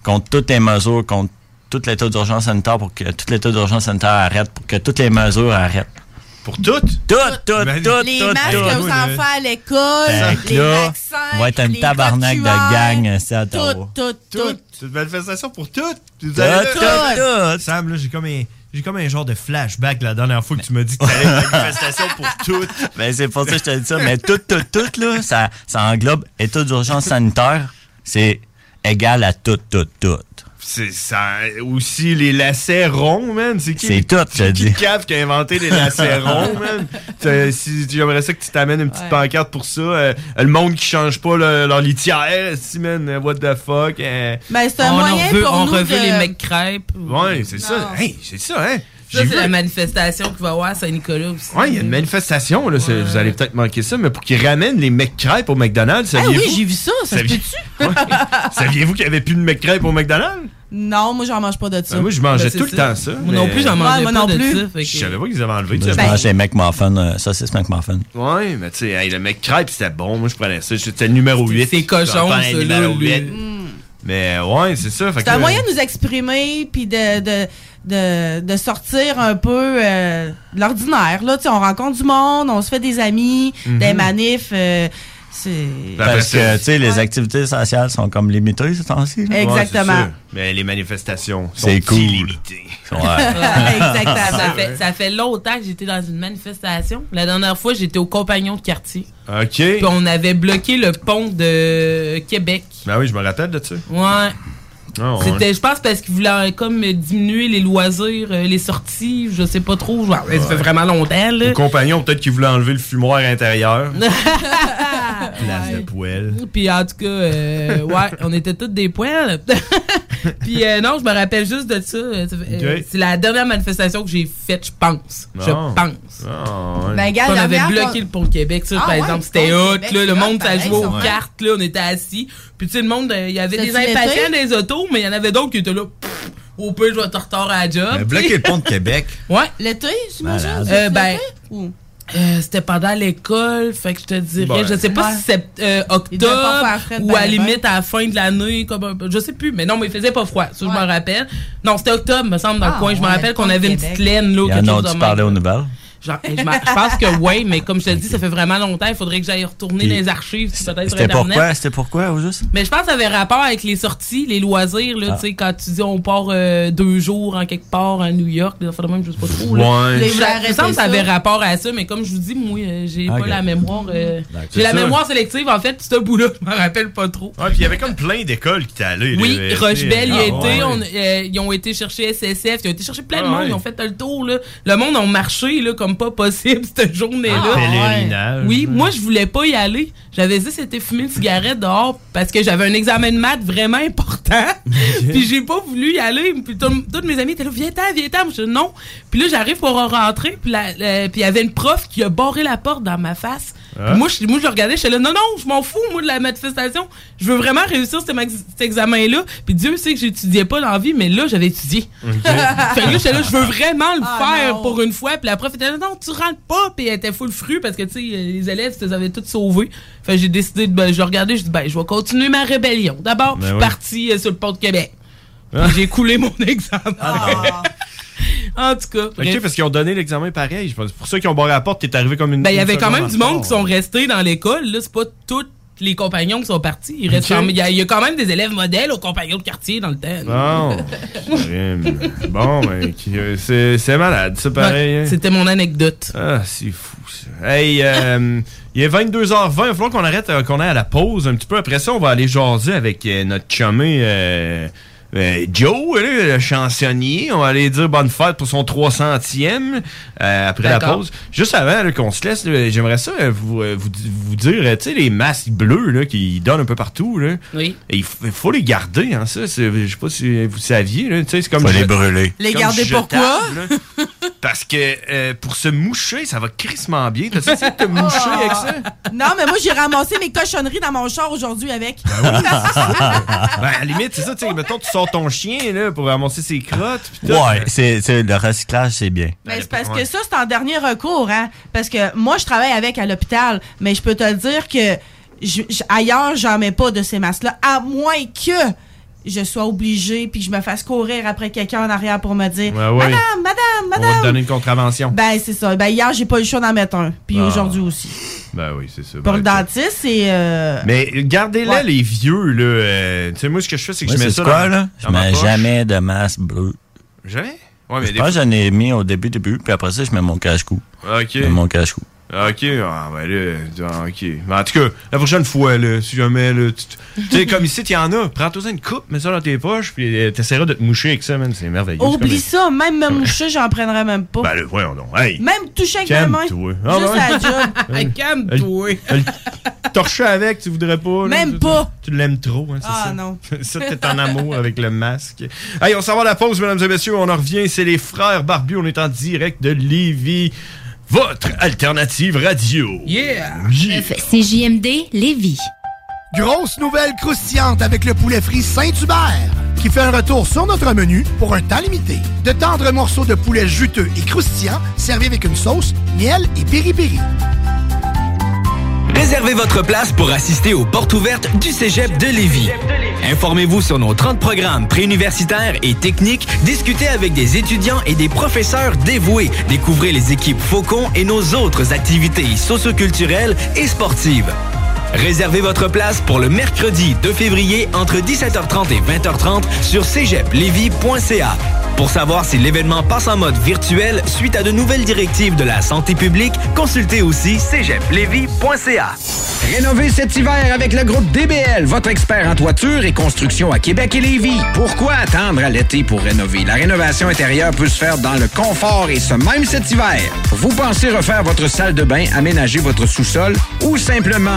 Speaker 19: contre toutes les mesures, contre tout l'état d'urgence sanitaire, pour que tout l'état d'urgence sanitaire arrête, pour que toutes les mesures arrêtent.
Speaker 16: Pour toutes?
Speaker 19: Toutes, toutes, toutes,
Speaker 17: Les
Speaker 19: toutes,
Speaker 17: masques
Speaker 19: toutes.
Speaker 17: aux enfants à l'école,
Speaker 19: Fait que
Speaker 17: les
Speaker 19: là,
Speaker 17: vaccins.
Speaker 19: on va être un
Speaker 17: les
Speaker 19: tabarnak de
Speaker 17: rotuailles,
Speaker 19: gang, euh, c'est à Ottawa.
Speaker 17: Tout, tout, tout.
Speaker 16: Toutes. C'est une manifestation pour toutes.
Speaker 19: Toutes, toutes,
Speaker 16: Sam, là, j'ai comme un. J'ai comme un genre de flashback la dernière fois que tu m'as dit que t'allais à
Speaker 19: *laughs*
Speaker 16: une manifestation pour toutes.
Speaker 19: Ben, c'est pour ça que je te dis ça. Mais tout, tout, tout, là, ça, ça englobe état d'urgence sanitaire, c'est égal à tout, tout, tout.
Speaker 16: C'est ça. Aussi, les lacets ronds, man. C'est qui?
Speaker 19: C'est tout, je
Speaker 16: C'est qui
Speaker 19: dis.
Speaker 16: le cave qui a inventé les
Speaker 19: *laughs*
Speaker 16: lacets ronds, man? T'as- Si, J'aimerais ça que tu t'amènes une petite pancarte pour ça. euh, le monde qui change pas le- leur litière, si, man. euh, What the fuck? euh.
Speaker 17: Ben, c'est un
Speaker 12: On en
Speaker 17: moyen
Speaker 12: veut-
Speaker 17: pour
Speaker 12: on
Speaker 17: nous
Speaker 12: reveut
Speaker 17: de-
Speaker 12: les mecs crêpes.
Speaker 16: Ouais, c'est ça.
Speaker 12: Non.
Speaker 16: Hey, c'est ça, hein?
Speaker 12: Ça,
Speaker 16: J'ai
Speaker 12: c'est
Speaker 16: vu-
Speaker 12: la manifestation qu'il va y avoir à Saint-Nicolas aussi.
Speaker 16: Ouais, il y a une manifestation, là, c'est- vous allez peut-être manquer ça, mais pour qu'ils ramènent les McCripes au McDonald's,
Speaker 17: Ah
Speaker 16: saviez-vous?
Speaker 17: oui, j'ai vu ça. Ça se
Speaker 16: Saviez-
Speaker 17: peut-tu?
Speaker 16: Saviez-vous qu'il n'y avait plus de McCripes au McDonald's?
Speaker 17: Non, moi, j'en mange pas de ça.
Speaker 16: Ben, moi, je mangeais tout le
Speaker 19: Ah,
Speaker 16: temps ça.
Speaker 12: Moi non plus, j'en mangeais Ouais, moi pas non de plus. ça, fait que-
Speaker 16: Je savais pas qu'ils avaient enlevé.
Speaker 19: Ben,
Speaker 16: ça.
Speaker 19: je mange les McMuffins, euh, saucisses McMuffin.
Speaker 16: Ouais, mais tu sais, hey, le McCripe, c'était bon. Moi, je prenais ça. C'était le numéro 8.
Speaker 12: C'est cochon, ça, là, lui.
Speaker 16: Mais ouais, c'est ça. fait
Speaker 17: C'est
Speaker 16: que
Speaker 17: un
Speaker 16: là-
Speaker 17: moyen de nous exprimer puis de, de, de, de sortir un peu euh, de l'ordinaire. Là, Tu sais, on rencontre du monde, on se fait des amis,
Speaker 19: Mhm.
Speaker 17: des manifs. euh, c'est...
Speaker 16: Ben,
Speaker 19: Parce que,
Speaker 17: *laughs*
Speaker 19: tu sais, les activités sociales sont comme limitées ce temps-ci. là.
Speaker 17: Exactement.
Speaker 16: Ouais, c'est sûr. Mais les manifestations sont
Speaker 19: C'est cool.
Speaker 16: illimitées.
Speaker 12: *laughs* Exactement. Ça fait, ça fait longtemps que j'étais dans une manifestation. La dernière fois, j'étais au compagnon de quartier.
Speaker 16: OK.
Speaker 12: Puis on avait bloqué le pont de Québec.
Speaker 16: Ben oui, je me rappelle de ça.
Speaker 12: Ouais.
Speaker 16: Ah, ouais.
Speaker 12: C'était, je pense, parce qu'ils voulaient euh, comme euh, diminuer les loisirs, euh, les sorties, je sais pas trop. Genre, Ça fait vraiment longtemps, là.
Speaker 16: Mon compagnon, peut-être qu'il voulait enlever le
Speaker 12: *laughs*
Speaker 16: fumoir intérieur. Place de poêle.
Speaker 12: Puis en tout cas, euh, ouais, on était tous des poils. *laughs* Puis euh, non, je me rappelle juste de ça. Euh,
Speaker 20: Ok.
Speaker 12: C'est la dernière manifestation que j'ai faite, je pense. Je
Speaker 20: Bon.
Speaker 12: pense.
Speaker 20: Ah, ouais.
Speaker 12: Ben, gars, on
Speaker 20: la
Speaker 12: avait
Speaker 20: merde,
Speaker 12: bloqué
Speaker 20: on-
Speaker 12: le pont Québec, ça,
Speaker 20: Ah,
Speaker 12: par
Speaker 20: ouais,
Speaker 12: exemple.
Speaker 20: le
Speaker 12: C'était
Speaker 20: pont
Speaker 12: hot,
Speaker 20: Québec,
Speaker 12: là.
Speaker 20: c'est
Speaker 12: Le
Speaker 20: hot,
Speaker 12: monde, ça
Speaker 20: pareil,
Speaker 12: jouait aux
Speaker 20: ça, ouais.
Speaker 12: cartes, là. On était assis. Puis, tu sais, le monde, euh, il y avait
Speaker 20: Ça,
Speaker 12: des
Speaker 20: tu l'étais?
Speaker 12: impatients des autos, mais il y en avait d'autres qui étaient là. Pff, Au peu, je vais te retard à la job.
Speaker 20: Ben,
Speaker 21: Mais bloquer le pont de Québec.
Speaker 12: Ouais.
Speaker 17: L'été,
Speaker 21: j'imagine? Malade.
Speaker 12: Euh,
Speaker 17: L'été?
Speaker 12: ben, euh, *laughs* c'était pendant l'école, fait que je te dirais,
Speaker 21: Ouais.
Speaker 12: je sais pas
Speaker 17: Ouais.
Speaker 12: si c'est euh,
Speaker 17: Il devait pas
Speaker 12: octobre
Speaker 17: faire frais de
Speaker 12: ou
Speaker 17: ben,
Speaker 12: à la
Speaker 17: ben.
Speaker 12: limite à la fin de l'année, comme un- je sais plus, mais non, mais il faisait pas froid, ça je me rappelle. Non, c'était octobre, me semble, dans
Speaker 21: Ah,
Speaker 12: le coin, je me
Speaker 21: ouais,
Speaker 12: rappelle
Speaker 21: le
Speaker 12: qu'on
Speaker 21: pont
Speaker 12: avait une
Speaker 21: Québec.
Speaker 12: petite laine, là, ou
Speaker 19: Il y
Speaker 12: quelque
Speaker 19: en
Speaker 12: chose de
Speaker 19: a-tu
Speaker 12: même.
Speaker 19: parlé aux nouvelles?
Speaker 12: Genre, hey, je, m'en- je pense que oui, mais comme je te le dis, ça fait vraiment longtemps, il faudrait que j'aille retourner dans les archives, puis peut-être sur
Speaker 19: C'était
Speaker 12: Internet.
Speaker 19: pourquoi? C'était pourquoi, au juste?
Speaker 12: Mais je pense que ça avait rapport avec les sorties, les loisirs, là,
Speaker 19: Ah.
Speaker 12: tu sais, quand tu dis on part euh, deux jours en quelque part à New York, des affaires de même, je sais pas trop.
Speaker 19: Ouais.
Speaker 12: Là.
Speaker 19: Les
Speaker 12: Je-
Speaker 17: gens
Speaker 12: il me semble que ça avait
Speaker 17: arrêtaient ça.
Speaker 12: rapport à ça, mais comme je vous dis, moi, euh, j'ai
Speaker 16: Ok.
Speaker 12: pas la mémoire. euh,
Speaker 16: D'accord.
Speaker 12: j'ai la
Speaker 16: C'est ça.
Speaker 12: mémoire sélective, en fait, puis ce bout-là, je m'en rappelle pas trop.
Speaker 16: Ouais, puis il y avait comme plein d'écoles qui étaient allées.
Speaker 12: Oui,
Speaker 16: là,
Speaker 12: Rochebelle, il y a
Speaker 16: Ah,
Speaker 12: été,
Speaker 16: ouais.
Speaker 12: on- euh, ils ont été chercher SSF, ils ont été chercher plein de
Speaker 16: Ah,
Speaker 12: monde,
Speaker 16: ouais.
Speaker 12: ils ont fait le tour. Là. Le monde a marché là, comme pas possible *laughs* cette journée-là.
Speaker 16: Ah, ouais. Pèlerinage.
Speaker 12: Oui, moi, je voulais pas y aller. J'avais dit c'était fumer une cigarette dehors parce que j'avais un examen de maths vraiment important. Puis j'ai pas voulu y aller. Puis tout- tous mes amis étaient là, viens-t'en, viens-t'en. Moi, Je dis non. Puis là, j'arrive pour rentrer. Puis la- euh, puis il y avait une prof qui a barré la porte dans ma face. Puis
Speaker 19: Ah.
Speaker 12: moi, je, moi, je le regardais, j'étais là, non, non, je m'en fous, moi, de la manifestation. Je veux vraiment réussir ce max- cet examen-là. Puis Dieu sait que j'étudiais pas dans la vie, mais là, j'avais étudié. *laughs* fait que là, j'étais là, je veux vraiment le
Speaker 17: Ah,
Speaker 12: faire
Speaker 17: non.
Speaker 12: Oh. pour une fois. Puis la prof était là, non, tu rentres pas. Puis elle était full fru parce que, tu sais, les élèves, ils les avaient tous sauvés. Fait que j'ai décidé de, ben, je regardais, je dis, ben, je vais continuer ma rébellion. D'abord,
Speaker 16: Ben
Speaker 12: je suis
Speaker 16: oui.
Speaker 12: parti euh, sur le pont de Québec.
Speaker 16: Ah.
Speaker 12: Puis J'ai coulé mon examen. en tout cas, bref.
Speaker 16: Ok, parce qu'ils ont donné l'examen pareil. je pense. Pour ceux qui ont barré la porte, t'es arrivé comme une.
Speaker 12: Ben, il y
Speaker 16: une
Speaker 12: avait quand
Speaker 16: seconde
Speaker 12: même
Speaker 16: en
Speaker 12: du monde qui
Speaker 16: retard.
Speaker 12: sont restés dans l'école. Là, c'est pas tous les compagnons qui sont partis. Il reste
Speaker 16: Ok.
Speaker 12: quand même- il y, a- il y a quand même des élèves modèles aux compagnons de quartier dans le temps.
Speaker 16: Bon.
Speaker 12: *laughs*
Speaker 16: Crime. bon, ben, qui- euh, c'est c'est malade, ça, pareil. hein.
Speaker 12: C'était mon anecdote.
Speaker 16: Ah, c'est fou, ça. Hey, euh, il est 22h20. Il va falloir qu'on arrête, euh, qu'on aille à la pause un petit peu. Après ça, on va aller jaser avec euh, notre chumé euh, euh, Joe, là, le chansonnier. On va aller dire bonne fête pour son 300e euh, après la
Speaker 19: D'accord.
Speaker 16: pause. Juste avant là, qu'on se laisse, là, j'aimerais ça euh, vous, euh, vous, di- vous dire, euh, tu sais, les masques bleus là, qui donnent un peu partout. Là.
Speaker 12: Oui.
Speaker 16: Et il f- il faut les garder, hein, ça. c'est- Je sais pas si vous saviez. Là, tu sais, c'est comme
Speaker 19: Faut les
Speaker 16: je-
Speaker 19: brûler.
Speaker 17: Les
Speaker 16: comme
Speaker 17: garder pourquoi?
Speaker 16: jetable, là. *laughs* Parce que euh, pour se moucher, ça va crissement bien. T'as essayé de te moucher avec
Speaker 19: *laughs*
Speaker 16: ça?
Speaker 17: Non, mais moi, j'ai ramassé mes cochonneries dans mon char aujourd'hui avec.
Speaker 19: Ah
Speaker 16: *laughs* Ben, à la limite, c'est ça, tu sais, mettons, tu sors ton chien là, pour ramasser ses crottes. pis tout.
Speaker 19: Ouais, c'est, c'est- le recyclage, c'est bien.
Speaker 16: Ben,
Speaker 17: Mais Ben, c'est parce
Speaker 16: ouais.
Speaker 17: que ça, c'est en dernier recours, hein. Parce que moi, je travaille avec à l'hôpital, mais je peux te le dire que je- je- ailleurs, j'en mets pas de ces masques-là, à moins que je sois obligée puis que je me fasse courir après quelqu'un en arrière pour me dire
Speaker 16: Ouais, ouais.
Speaker 17: Madame, madame,
Speaker 16: Ben On va te
Speaker 17: madame.
Speaker 16: donner une contravention.
Speaker 17: Ben, c'est ça. Ben, hier, j'ai pas eu le choix d'en mettre un. Puis
Speaker 16: Ah.
Speaker 17: aujourd'hui aussi.
Speaker 16: Ben oui, c'est ça.
Speaker 17: Pour
Speaker 16: ben,
Speaker 17: le dentiste, c'est. euh,
Speaker 16: Mais gardez-les,
Speaker 17: Ouais.
Speaker 16: les vieux. là. euh, tu sais, moi, ce que je fais, c'est que
Speaker 19: Ouais,
Speaker 16: je mets
Speaker 19: c'est
Speaker 16: ça
Speaker 19: quoi,
Speaker 16: dans-
Speaker 19: là? Je
Speaker 16: dans ma
Speaker 19: mets
Speaker 16: poche.
Speaker 19: jamais de masque bleu.
Speaker 16: Jamais? Ouais, mais
Speaker 19: je
Speaker 16: des
Speaker 19: pense que
Speaker 16: fois-
Speaker 19: j'en ai mis au début, début, puis après ça, je mets mon cache-cou.
Speaker 16: Ok.
Speaker 19: Je mets mon cache-cou.
Speaker 16: Ok, ah, ben là, ah, ok. Mais en tout cas, la prochaine fois, là, si jamais, là, tu-
Speaker 17: *laughs*
Speaker 16: tu tu sais, comme ici, il y en a, prends-toi une coupe, mets ça dans tes poches, puis euh, t'essaieras de te moucher avec ça, man, c'est merveilleux. c'est
Speaker 17: Oublie
Speaker 16: comme-
Speaker 17: ça. Même me moucher, j'en prendrais même pas.
Speaker 16: Ben là, voyons donc, hey!
Speaker 17: Même toucher avec ma main.
Speaker 16: Calme-toi. Ah,
Speaker 17: Juste à
Speaker 16: *laughs* ouais.
Speaker 17: la job.
Speaker 12: Calme-toi.
Speaker 16: Torcher avec, tu voudrais pas. là,
Speaker 17: Même
Speaker 16: tu-
Speaker 17: pas.
Speaker 16: Tu l'aimes trop, hein, c'est
Speaker 17: Ah,
Speaker 16: ça?
Speaker 17: non.
Speaker 16: *laughs* ça, t'es en amour avec le masque. Hey, on s'en va à la pause, mesdames et messieurs, on en revient, c'est les frères Barbu, on est en direct de Lévis, votre alternative radio.
Speaker 12: Yeah!
Speaker 22: CJMD Lévis.
Speaker 3: Grosse nouvelle croustillante avec le poulet frit Saint-Hubert qui fait un retour sur notre menu pour un temps limité. De tendres morceaux de poulet juteux et croustillants servis avec une sauce, miel et piri-piri.
Speaker 23: Réservez votre place pour assister aux portes ouvertes du Cégep de Lévis. Informez-vous sur nos 30 programmes préuniversitaires et techniques, discutez avec des étudiants et des professeurs dévoués, découvrez les équipes Faucon et nos autres activités socioculturelles et sportives. Réservez votre place pour le mercredi 2 février entre 17h30 et 20h30 sur cégeplevy.ca. Pour savoir si l'événement passe en mode virtuel suite à de nouvelles directives de la santé publique, consultez aussi cégeplevy.ca.
Speaker 14: Rénovez cet hiver avec le groupe DBL, votre expert en toiture et construction à Québec et Lévis. Pourquoi attendre à l'été pour rénover? La rénovation intérieure peut se faire dans le confort et ce même cet hiver. Vous pensez refaire votre salle de bain, aménager votre sous-sol ou simplement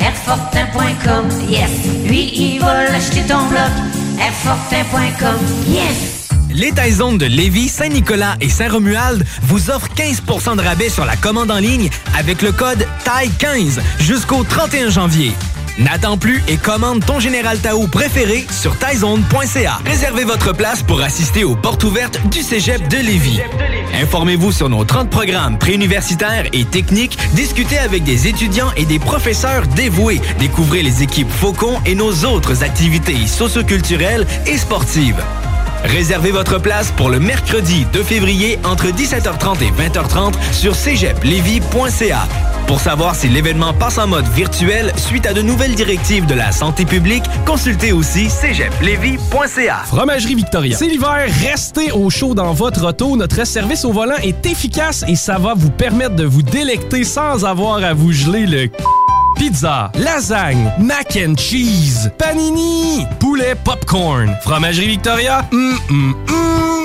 Speaker 24: Airfortin.com, yes. Lui, il va l'acheter ton bloc, Airfortin.com, yes.
Speaker 23: Les Taizones de Lévis, Saint-Nicolas et Saint-Romuald vous offrent 15 de rabais sur la commande en ligne avec le code TAI15 jusqu'au 31 janvier. N'attends plus et commande ton Général Tao préféré sur taizone.ca. Réservez votre place pour assister aux portes ouvertes du Cégep de Lévis. Informez-vous sur nos 30 programmes préuniversitaires et techniques, discutez avec des étudiants et des professeurs dévoués, découvrez les équipes Faucon et nos autres activités socioculturelles et sportives. Réservez votre place pour le mercredi 2 février entre 17h30 et 20h30 sur cégeplevy.ca. Pour savoir si l'événement passe en mode virtuel suite à de nouvelles directives de la santé publique, consultez aussi cégeplevy.ca.
Speaker 1: Fromagerie Victoria. C'est l'hiver, restez au chaud dans votre auto. Notre service au volant est efficace et ça va vous permettre de vous délecter sans avoir à vous geler le c- Pizza, lasagne, mac and cheese, panini, poulet popcorn. Fromagerie Victoria, hum, hum, hum.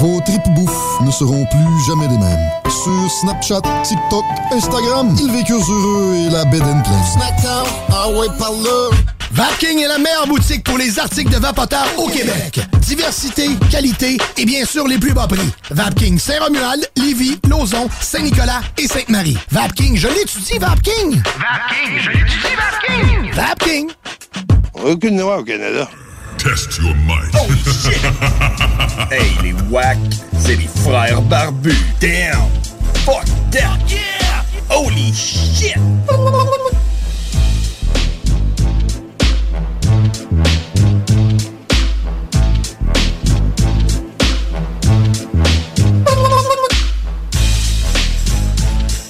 Speaker 25: Vos tripes bouffes ne seront plus jamais les mêmes. Sur Snapchat, TikTok, Instagram, ils vécurent heureux et la bed and place.
Speaker 3: Snackdown, ah ouais, par là. Vapking est la meilleure boutique pour les articles de vapoteurs au Québec. Diversité, qualité et bien sûr les plus bas prix. Vapking Saint-Romuald, Lévis, Lauson, Saint-Nicolas et Sainte-Marie. Vapking, je l'étudie, Vapking!
Speaker 10: Vapking, je l'étudie, Vapking.
Speaker 3: Vapking!
Speaker 2: Aucune loi au Canada.
Speaker 26: Test your might.
Speaker 16: Oh,
Speaker 2: *laughs* hey, les wack, c'est les frères barbus. Damn! Fuck that! Yeah! Holy shit!
Speaker 27: Oh,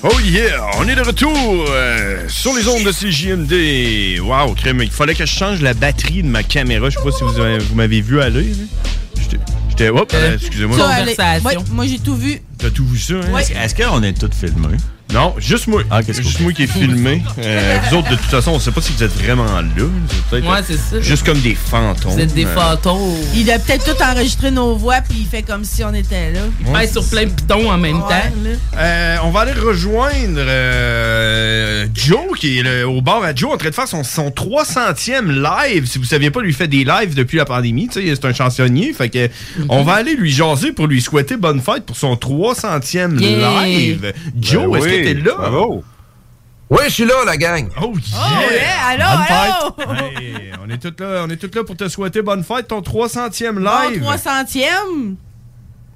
Speaker 16: Oh yeah! On est de retour euh, sur les ondes de CJMD. Wow, crème. Il fallait que je change la batterie de ma caméra. Je sais pas si vous, avez- vous m'avez vu aller. là. J'étais- J'étais. Hop, euh, excusez-moi.
Speaker 17: Ça, allez, ouais, moi, j'ai tout vu.
Speaker 16: T'as tout vu ça, hein?
Speaker 17: Ouais.
Speaker 16: Est-ce qu'on est tous filmés? Ah, Non, juste moi. juste moi qui est filmé. Euh, vous autres, de toute façon, on sait pas si vous êtes vraiment là. Vous êtes peut-être,
Speaker 17: Ouais,
Speaker 16: euh,
Speaker 17: c'est ça.
Speaker 16: Juste comme des fantômes. euh,
Speaker 17: Vous êtes des
Speaker 12: fantômes.
Speaker 17: Il a peut-être tout enregistré nos voix, puis il fait comme si on était là.
Speaker 16: Il pèse sur plein de
Speaker 12: pitons en même
Speaker 16: Euh, on va aller rejoindre euh, Joe qui est le- au bar à Joe en train de faire son, son 300e live. Si vous saviez pas, lui fait des lives depuis la pandémie. Tu sais, c'est un chansonnier. Fait que on va aller lui jaser pour lui souhaiter bonne fête pour son 300e
Speaker 2: Yeah.
Speaker 16: live. Joe,
Speaker 2: Ben
Speaker 16: est-ce
Speaker 2: oui,
Speaker 16: que t'es là?
Speaker 2: Oui, je suis là, la gang.
Speaker 16: Oh,
Speaker 2: yeah!
Speaker 17: Allô, oh!
Speaker 16: Bonne fête. Hey, on est tous là, on est tous là pour te souhaiter bonne fête ton 300e
Speaker 17: Bon,
Speaker 16: live.
Speaker 17: 300e.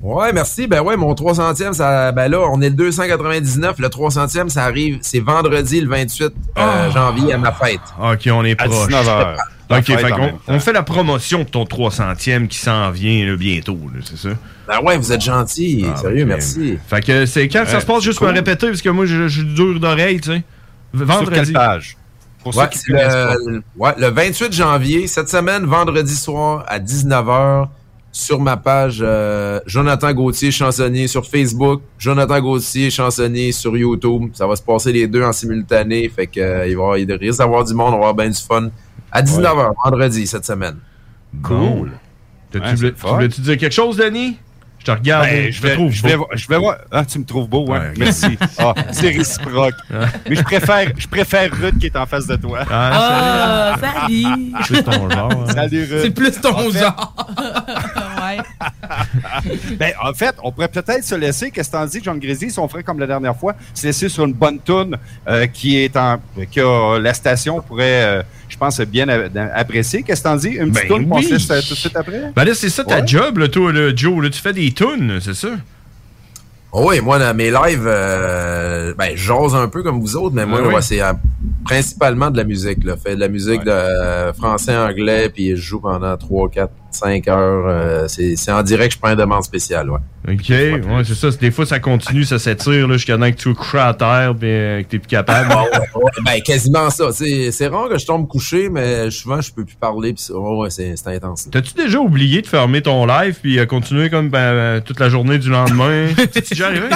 Speaker 27: Ouais, merci. Ben ouais, mon 300e, ça, ben là, on est le 299. Le 300e, ça arrive, c'est vendredi le 28 euh,
Speaker 16: Ah.
Speaker 27: janvier à ma fête.
Speaker 16: OK, on est
Speaker 27: À
Speaker 16: proche.
Speaker 27: 19 heures.
Speaker 16: OK,
Speaker 27: La fête
Speaker 16: fait
Speaker 27: en
Speaker 16: qu'on-
Speaker 27: même temps.
Speaker 16: on, fait la promotion de ton 300e qui s'en vient là, bientôt, là, c'est ça? Ah,
Speaker 27: Ben ouais, vous êtes gentil. Sérieux, merci.
Speaker 16: Fait que c'est quand ça se passe, juste pour répéter, parce que moi, je je suis dur d'oreille, tu sais. Vendredi.
Speaker 27: quelle page? Ouais, c'est le, le- ouais, le 28 janvier, cette semaine, vendredi soir à 19h, sur ma page euh, Jonathan Gauthier chansonnier sur Facebook, Jonathan Gauthier chansonnier sur YouTube. Ça va se passer les deux en simultané, fait que euh, il va y avoir- il risque d'avoir du monde, on va avoir bien du fun à 19h vendredi cette semaine.
Speaker 16: Cool. T'as-
Speaker 27: Ouais,
Speaker 16: tu
Speaker 27: c'est
Speaker 16: voulais-
Speaker 27: le
Speaker 16: tu
Speaker 27: fun.
Speaker 16: voulais-tu dire quelque chose, Denis? Je te regarde.
Speaker 18: Ben,
Speaker 16: je,
Speaker 18: je
Speaker 16: te
Speaker 18: vais-
Speaker 16: trouve
Speaker 18: je vais
Speaker 16: beau.
Speaker 18: vo- je vais voir- Ah, tu me trouves beau, hein?
Speaker 16: Ouais,
Speaker 18: Merci. Ah, c'est
Speaker 16: *laughs*
Speaker 18: réciproque. Mais je préfère, je préfère Ruth qui est en face de toi.
Speaker 16: Ah,
Speaker 12: salut. Ah,
Speaker 18: salut.
Speaker 16: C'est ton genre, hein.
Speaker 18: Salut, Ruth.
Speaker 12: C'est plus ton
Speaker 18: En fait-
Speaker 12: genre.
Speaker 18: *laughs* Ben, en fait, on pourrait peut-être se laisser, qu'est-ce que t'en dis, John Grizzly, si on ferait comme la dernière fois, se laisser sur une bonne toune euh, qui est en. que euh, la station pourrait, euh, je pense, bien a- apprécier. Qu'est-ce que t'en dis? Une petite
Speaker 16: Ben
Speaker 18: toune qu'on se
Speaker 16: oui.
Speaker 18: laisse euh, tout de suite après?
Speaker 16: Ben là, c'est ça ta
Speaker 18: Ouais.
Speaker 16: job, là, toi, là, Joe. Là, tu fais des tunes, c'est ça?
Speaker 27: Oh oui, moi, dans mes lives, euh, ben, j'ose un peu comme vous autres, mais moi,
Speaker 16: Ah oui?
Speaker 27: ouais, c'est euh, principalement de la musique. Là. Fait de la musique de, euh, français, anglais, puis je joue pendant 3, 4, 5 heures. euh, c'est c'est en direct, je prends une demande spéciale. Ouais.
Speaker 16: OK, ouais, c'est ça. C'est- Des fois, ça continue, ça s'étire là, jusqu'à temps que tu couches à terre et que t'es plus capable.
Speaker 27: Ouais, ouais, ben, quasiment ça. C'est c'est rare que je tombe couché, mais souvent, je peux plus parler. Puis ça, ouais, ouais, c'est c'est intense. là.
Speaker 16: T'as-tu déjà oublié de fermer ton live puis euh, continuer comme ben, euh, toute la journée
Speaker 27: *laughs*
Speaker 16: du lendemain? C'est déjà arrivé?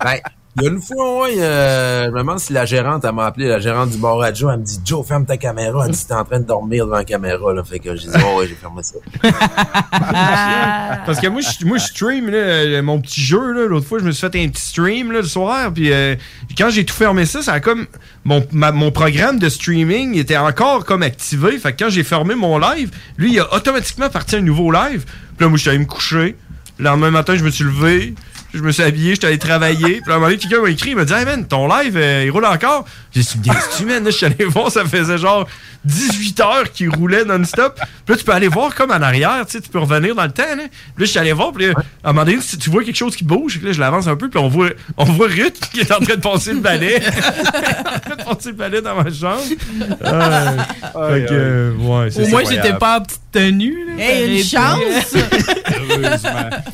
Speaker 27: Ben, il y a une fois, ouais, euh, je me demande si la gérante, elle m'a appelé, la gérante du bar à Joe, elle me dit Joe, ferme ta caméra. Elle dit T'es en train de dormir devant la caméra. Là. Fait que j'ai dit oh, ouais, j'ai fermé ça.
Speaker 16: Parce que moi, je, moi, je stream là, euh, mon petit jeu. là. L'autre fois, je me suis fait un petit stream là, le soir. Puis euh, quand j'ai tout fermé ça, ça a comme. Mon, ma- mon programme de streaming était encore comme activé. Fait que quand j'ai fermé mon live, lui, il a automatiquement parti un nouveau live. Puis là, moi, je suis allé me coucher. Le lendemain matin, je me suis levé. Je me suis habillé, je suis allé travailler. Puis à un moment donné, quelqu'un m'a écrit, il m'a dit Hey man, ton live, euh, il roule encore. J'ai dit Bien, tu man, là, je suis allé *laughs* voir, ça faisait genre 18 heures qu'il roulait non-stop. Puis là, tu peux aller voir comme en arrière, tu sais, tu peux revenir dans le temps. Là, Puis là je suis allé voir, puis là, à un moment donné, si tu vois quelque chose qui bouge, puis là, je l'avance un peu, puis on voit, on voit Ruth qui est en train de passer
Speaker 17: *laughs*
Speaker 16: le balai. en train de passer le balai dans ma chambre. Euh, fait que, euh, ouais, c'est
Speaker 12: Au moins,
Speaker 16: incroyable.
Speaker 12: j'étais pas en petite tenue. Là,
Speaker 17: Hey, une
Speaker 12: Ça aurait été-
Speaker 17: chance!
Speaker 16: *laughs*
Speaker 18: Heureusement.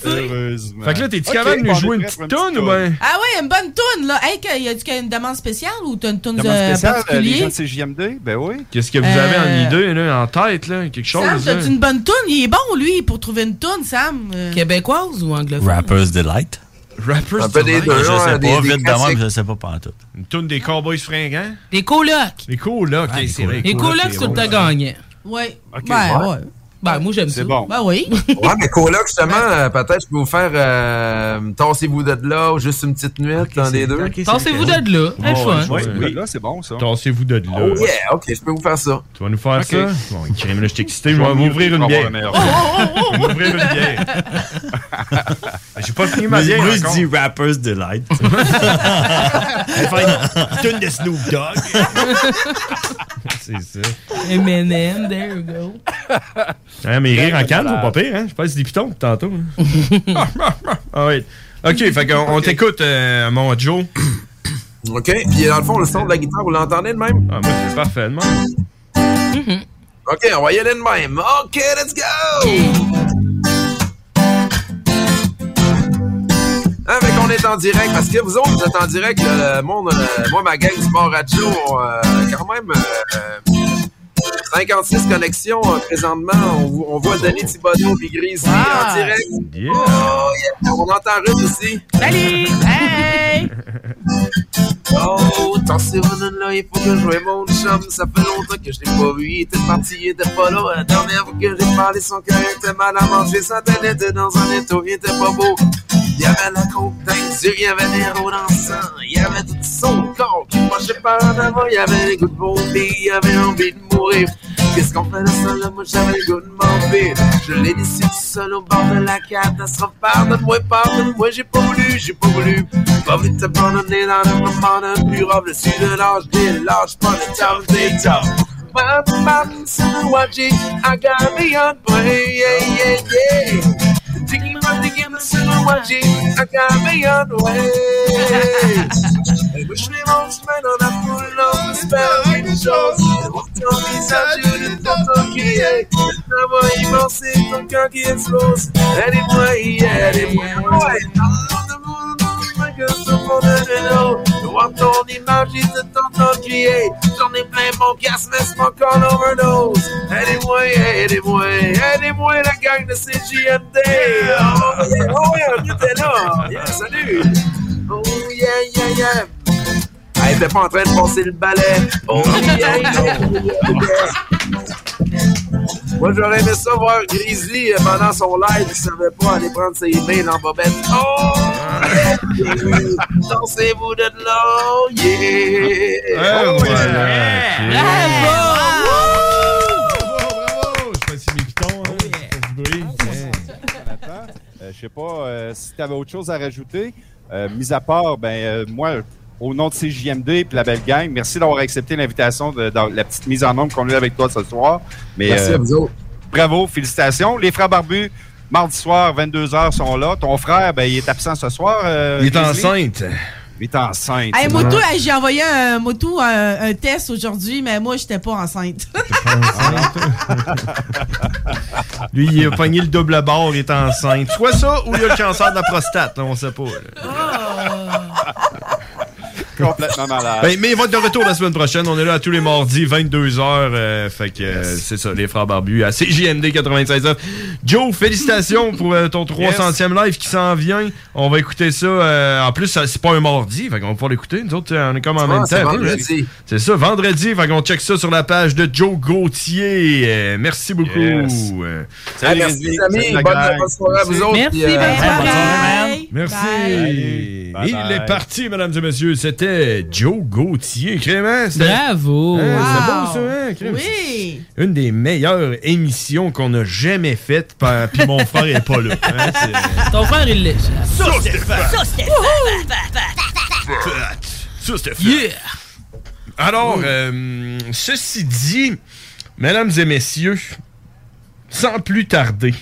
Speaker 18: Heureusement.
Speaker 16: Fait que là, t'es-tu
Speaker 18: Ok,
Speaker 16: capable de
Speaker 18: bon,
Speaker 16: nous
Speaker 18: on
Speaker 16: jouer
Speaker 18: est
Speaker 16: une
Speaker 18: prêt
Speaker 16: petite
Speaker 18: pour
Speaker 16: toune ou ben.
Speaker 17: Ah oui, une bonne toune, là. Hey, que- y a-tu qu'il y a une demande spéciale ou t'as une toune
Speaker 18: Demande
Speaker 17: euh,
Speaker 18: spéciale, euh, les gens
Speaker 17: particulière?
Speaker 18: de CJMD, ben oui.
Speaker 16: Qu'est-ce que vous
Speaker 17: Euh,
Speaker 16: avez en idée, là, en tête, là, quelque chose? hein.
Speaker 17: Sam,
Speaker 16: là?
Speaker 17: t'as-tu une bonne toune? Il est bon, lui, pour trouver une toune, Sam. Euh,
Speaker 12: Québécoise ou anglophone?
Speaker 19: Rapper's Delight.
Speaker 16: Rapper's Delight.
Speaker 19: Je sais pas,
Speaker 16: des- des
Speaker 19: vite de
Speaker 16: classiques.
Speaker 19: même, je sais pas pantoute.
Speaker 16: Une toune des Cowboys fringants?
Speaker 12: Des colocs.
Speaker 16: Les colocs, hey, c'est vrai.
Speaker 12: Les colocs, c'est tout le temps gagnant.
Speaker 17: Ouais.
Speaker 27: ouais.
Speaker 12: Ben, ouais. Ben, moi, j'aime ça. C'est
Speaker 27: bon.
Speaker 17: Ben oui.
Speaker 12: *laughs*
Speaker 27: Ouais, mais coloc, justement, euh, peut-être je peux vous faire euh, Tassez-vous de là ou juste une petite nuit, l'un des deux.
Speaker 12: Tassez-vous de là. Hey, fun.
Speaker 18: Oui,
Speaker 16: Ouais.
Speaker 18: oui. Là, c'est bon, ça.
Speaker 16: Tassez-vous de là.
Speaker 27: Oh yeah, ok, je peux vous faire ça.
Speaker 16: Tu vas nous faire
Speaker 27: Ok.
Speaker 16: ça? Bon, crème, là, je t'ai excité. Je
Speaker 18: Je
Speaker 16: vais
Speaker 18: vais
Speaker 16: m'ouvrir une
Speaker 18: avoir
Speaker 16: bière.
Speaker 18: un meilleur.
Speaker 16: *laughs* Je vais m'ouvrir une bière. *laughs* Ben, J'ai pas fini ma
Speaker 19: Mais
Speaker 16: bière
Speaker 19: moi, je
Speaker 16: encore.
Speaker 19: dis
Speaker 16: *laughs*
Speaker 19: Rapper's Delight.
Speaker 16: Je vais faire *laughs* une toune de Snoop Dogg. c'est ça.
Speaker 12: M&M, there you go.
Speaker 16: Hein, mais rire en calme,
Speaker 12: malade.
Speaker 16: c'est pas pire. Hein? Je passe des pitons depuis tantôt. hein.
Speaker 12: *laughs*
Speaker 16: ah ouais. OK, fait qu'on on t'écoute, euh, mon Joe.
Speaker 27: OK, puis dans le fond, le son de la guitare, vous l'entendez de même?
Speaker 16: Ah, moi, c'est parfaitement.
Speaker 20: Mm-hmm.
Speaker 27: OK, on va y aller de même. OK, let's go! Hein, fait qu'on est en direct, parce que vous autres, vous êtes en direct. là, le monde, euh, moi, ma gang du Bar Radio, on, euh, quand même... euh, 56 connexions euh, présentement. On, vo- on voit Denis Thibodeau puis Grizzly en direct. Oh, yeah. On entend Ruth aussi.
Speaker 17: Salut! Hey!
Speaker 16: *laughs*
Speaker 27: Oh, t'en sais Ronan là, il faut que je joue mon chum. Ça fait longtemps que je l'ai pas vu. Il était parti, il était pas là. La dernière fois que j'ai parlé, son cœur était mal à manger. Sa tête était dans un étau, il était pas beau. Il y avait la côte d'Azur, il y avait des rôles en sang. Il y avait tout son corps qui penchait par en avant. Il y avait les goûts de bomber, il y avait envie de mourir. Qu'est-ce qu'on fait de ça là? Moi j'avais le goût de m'enfuir. Je l'ai laissé tout seul au bord de la catastrophe. Pardonne-moi, pardonne-moi, j'ai pas voulu, j'ai pas voulu. Pas voulu te pardonner dans le moment le plus grave. Je suis de l'âge des lâche pas le temps des temps. Bam, bam, so watch it. I got me on play, yeah, yeah, yeah. Thinking about the
Speaker 10: him instead of watching a million ways. I wish we most men on a full of spelling shows. Ton visage de ton qui est, ta voix immense et ton cœur qui explose. Elle est moi, elle est moi. que ce fond de vélo. Loin de ton image, il te t'entend crier. J'en ai plein mon gaz, mais c'est encore l'overdose. Aidez-moi, aidez-moi, aidez-moi la gang de CJMD. Oh, yeah, oh, yeah, tout est là. Yeah, salut. Oh, yeah, yeah, yeah.
Speaker 27: Ah,
Speaker 10: Elle était pas en train de passer le balai. Oh, yeah, yeah, yeah. Moi, j'aurais aimé ça voir Grizzly euh, pendant son live, il savait pas aller prendre ses mains dans Bobette. Oh! yeah, yeah. Dansez-vous de là, oh, yeah! Oh, yeah.
Speaker 18: Euh, je sais pas euh, si tu avais autre chose à rajouter. Euh, mis à part, ben euh, moi, au nom de CJMD et la belle gang, merci d'avoir accepté l'invitation de, dans la petite mise en ombre qu'on a eu avec toi ce soir. Mais, euh,
Speaker 11: Merci à vous autres.
Speaker 18: Bravo, félicitations. Les frères barbus, mardi soir, 22h, sont là. Ton frère, ben, il est absent ce soir. euh,
Speaker 16: Il est
Speaker 18: Grizzly.
Speaker 16: enceinte.
Speaker 18: Il est enceinte.
Speaker 17: Hey, Motu, hey, j'ai envoyé un Motu un, un test aujourd'hui, mais moi, j'étais pas enceinte. *laughs*
Speaker 16: Lui, il a pogné le double bord, il est enceinte. Soit ça ou il a le cancer de la prostate, là, on sait pas. là.
Speaker 18: Complètement malade.
Speaker 16: Ben, mais il va être de retour la semaine prochaine. On est là à tous les mardis, 22h. euh, fait que euh, c'est ça, les frères barbus à CJMD 96.9. Joe, félicitations pour euh, ton 300e live qui s'en vient. On va écouter ça. euh, en plus, ça- c'est pas un mardi, fait qu'on va pouvoir l'écouter. Nous autres, euh, on est comme en
Speaker 10: Ah,
Speaker 16: même
Speaker 10: c'est
Speaker 16: temps.
Speaker 10: vendredi.
Speaker 16: C'est ça, vendredi. Fait qu'on check ça sur la page de Joe Gauthier. Euh, merci beaucoup.
Speaker 18: Yes.
Speaker 16: Euh,
Speaker 10: Ah, merci, les amis.
Speaker 16: Salut, la
Speaker 10: Bonne-
Speaker 16: gang.
Speaker 10: bonne soirée à vous autres, Merci, puis, euh, bye bonne bye. soirée, man.
Speaker 16: Merci.
Speaker 10: Bye.
Speaker 16: Il
Speaker 10: Bye bye.
Speaker 16: est parti, mesdames et messieurs. C'était Joe Gauthier. Crément, c'était-
Speaker 12: Bravo.
Speaker 16: Hein, c'était bon,
Speaker 12: Wow.
Speaker 16: ça, hein, Crème?
Speaker 17: Oui.
Speaker 16: Une des meilleures émissions qu'on a jamais faites, pa- puis mon frère est pas là. hein, c'est-
Speaker 12: Ton frère, il l'est.
Speaker 16: Bah. Ça, c'était fait. Alors, euh, ceci dit, mesdames et messieurs, sans plus tarder,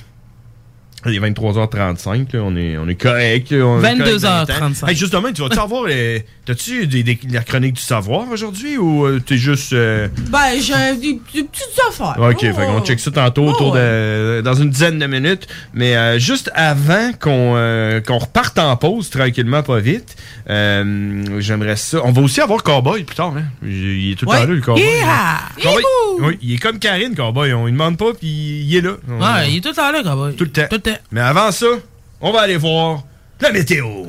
Speaker 16: il est 23h35, là, on, est, on est correct. on est correct dans le temps.
Speaker 12: 22h35.
Speaker 16: Hey, justement, tu vas-tu avoir. euh, T'as-tu des- des- la chronique du savoir aujourd'hui ou euh, t'es juste. euh,
Speaker 17: ben, j'ai des, des petites affaires.
Speaker 12: Ah, ben
Speaker 16: Ok, fait qu'on check ça tantôt autour de, dans une dizaine de minutes. Mais euh, juste avant qu'on euh, qu'on reparte en pause tranquillement, pas vite, euh, j'aimerais ça. On va aussi avoir Cowboy plus tard. Hein? Il est tout le temps
Speaker 12: Ouais.
Speaker 16: là, le Cowboy.
Speaker 12: Yeeha!
Speaker 16: Cowboy-
Speaker 12: Yihou!
Speaker 16: oui, il est comme Karine, Cowboy. On lui demande pas, puis il est là. On-
Speaker 12: Ouais, il est tout le temps là, cowboy.
Speaker 16: Tout le temps. Mais avant ça, on va aller voir la météo.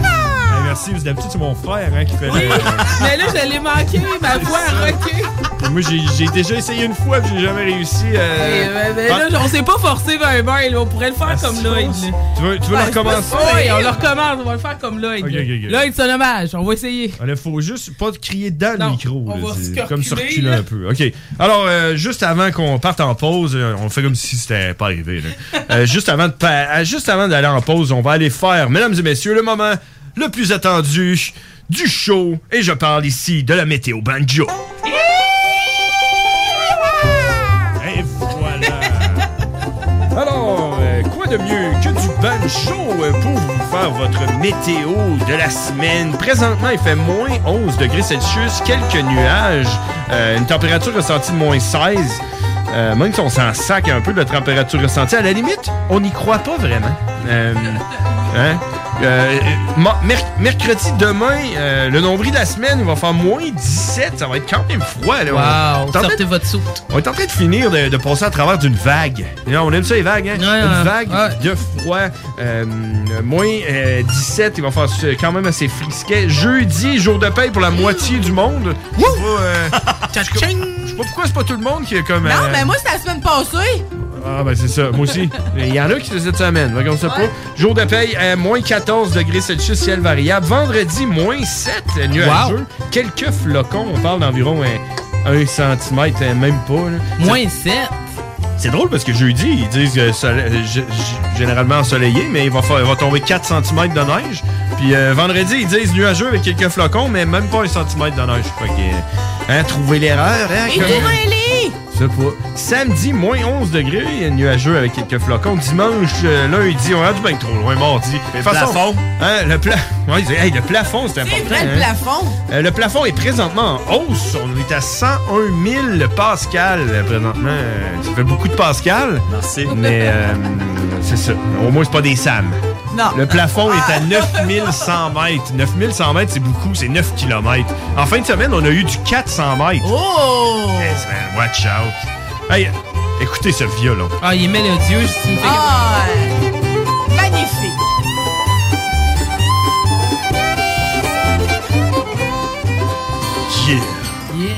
Speaker 16: Hey, merci, vous êtes d'habitude, c'est mon frère hein, qui fait
Speaker 12: Oui.
Speaker 16: le-
Speaker 12: Mais là, je l'ai manqué, ma voix a rocké.
Speaker 16: Moi, j'ai j'ai déjà essayé une fois, puis j'ai jamais réussi.
Speaker 12: Eh,
Speaker 16: Euh...
Speaker 12: ben, ben, là, on s'est pas forcé vers ben, là, on pourrait le
Speaker 16: Ah,
Speaker 12: faire comme Lloyd. là.
Speaker 16: Tu veux, tu veux
Speaker 12: Ouais,
Speaker 16: le recommencer?
Speaker 12: c'est pas- Ouais, on le recommence, on va le faire comme Lloyd.
Speaker 16: Ok, ok, ok.
Speaker 12: Lloyd, c'est un hommage, on va essayer.
Speaker 16: Il faut juste pas te crier dans le micro.
Speaker 12: on
Speaker 16: là,
Speaker 12: va
Speaker 16: c'est
Speaker 12: se
Speaker 16: comme se
Speaker 12: reculer,
Speaker 16: reculer
Speaker 12: là.
Speaker 16: un peu. OK. Alors, euh, juste avant qu'on parte en pause, euh, on fait comme si c'était pas arrivé. là.
Speaker 12: *laughs*
Speaker 16: Euh, juste avant de pa- euh, juste avant d'aller en pause, on va aller faire, mesdames et messieurs, le moment le plus attendu du show. Et je parle ici de la météo banjo. Et voilà. Alors, euh, quoi de mieux que du banjo euh, pour vous faire votre météo de la semaine? Présentement, il fait moins 11 degrés Celsius, quelques nuages, euh, une température ressentie de moins 16. Euh, même si on s'en sac un peu de la température ressentie, à la limite, on n'y croit pas vraiment. Euh, hein? Euh, ma- merc- mercredi demain, euh, le nombril de la semaine il va faire moins 17. Ça va être quand même froid. Là.
Speaker 12: Wow,
Speaker 16: T'en fais-
Speaker 12: sortez votre soute.
Speaker 16: on est en train de finir de, de passer à travers d'une vague. Et là, on aime ça, les vagues, hein?
Speaker 12: ouais,
Speaker 16: Une vague de froid. Euh, moins euh, 17, il va faire euh, quand même assez frisquet. Jeudi, jour de paye pour la moitié du monde. Je sais pas,
Speaker 12: *laughs*
Speaker 16: euh, je sais pas- je sais pas pourquoi c'est pas tout le monde qui est comme...
Speaker 17: Non,
Speaker 16: euh,
Speaker 17: mais moi, c'était la semaine passée.
Speaker 16: ah, ben c'est ça, moi aussi. Il y en a qui c'est cette semaine, donc on sait pas. Jour de paye, euh, moins 14 degrés Celsius, ciel variable. Vendredi, moins 7 euh, nuageux. Quelques flocons, on parle d'environ 1 cm, euh, même pas. là.
Speaker 12: Moins 7.
Speaker 16: C'est drôle parce que jeudi, ils disent euh, sole- euh, g- g- généralement ensoleillé, mais il va, fa- il va tomber 4 cm de neige. Puis euh, vendredi, ils disent nuageux avec quelques flocons, mais même pas 1 cm de neige. Fait que, euh, hein, trouver l'erreur, hein,
Speaker 17: Et
Speaker 16: comme-
Speaker 17: tout les
Speaker 16: sais pas. Samedi, moins 11 degrés, nuageux avec quelques flocons. Dimanche, euh, lundi, on a du bien trop loin, mardi.
Speaker 19: Le
Speaker 16: De toute façon,
Speaker 19: plafond.
Speaker 16: hein, le, pla- *laughs* Ouais, c'est- hey, le plafond, c'est important.
Speaker 17: C'est vrai, le
Speaker 16: hein.
Speaker 17: plafond.
Speaker 16: Euh, le plafond est présentement en hausse. On est à 101 000 pascal euh, présentement. Euh, Ça fait beaucoup de pascal. Merci. Mais euh, c'est ça. Au moins, c'est pas des SAM.
Speaker 17: Non.
Speaker 16: Le plafond est à 9100 mètres. 9100 mètres, c'est beaucoup, c'est 9 km. En fin de semaine, on a eu du 400 mètres.
Speaker 17: Oh!
Speaker 16: Yes, man, watch out. Hey, écoutez ce violon.
Speaker 12: Ah, il est mélodieux, si tu me fais-
Speaker 17: Ah, ouais. magnifique.
Speaker 16: Yeah.
Speaker 12: Yeah.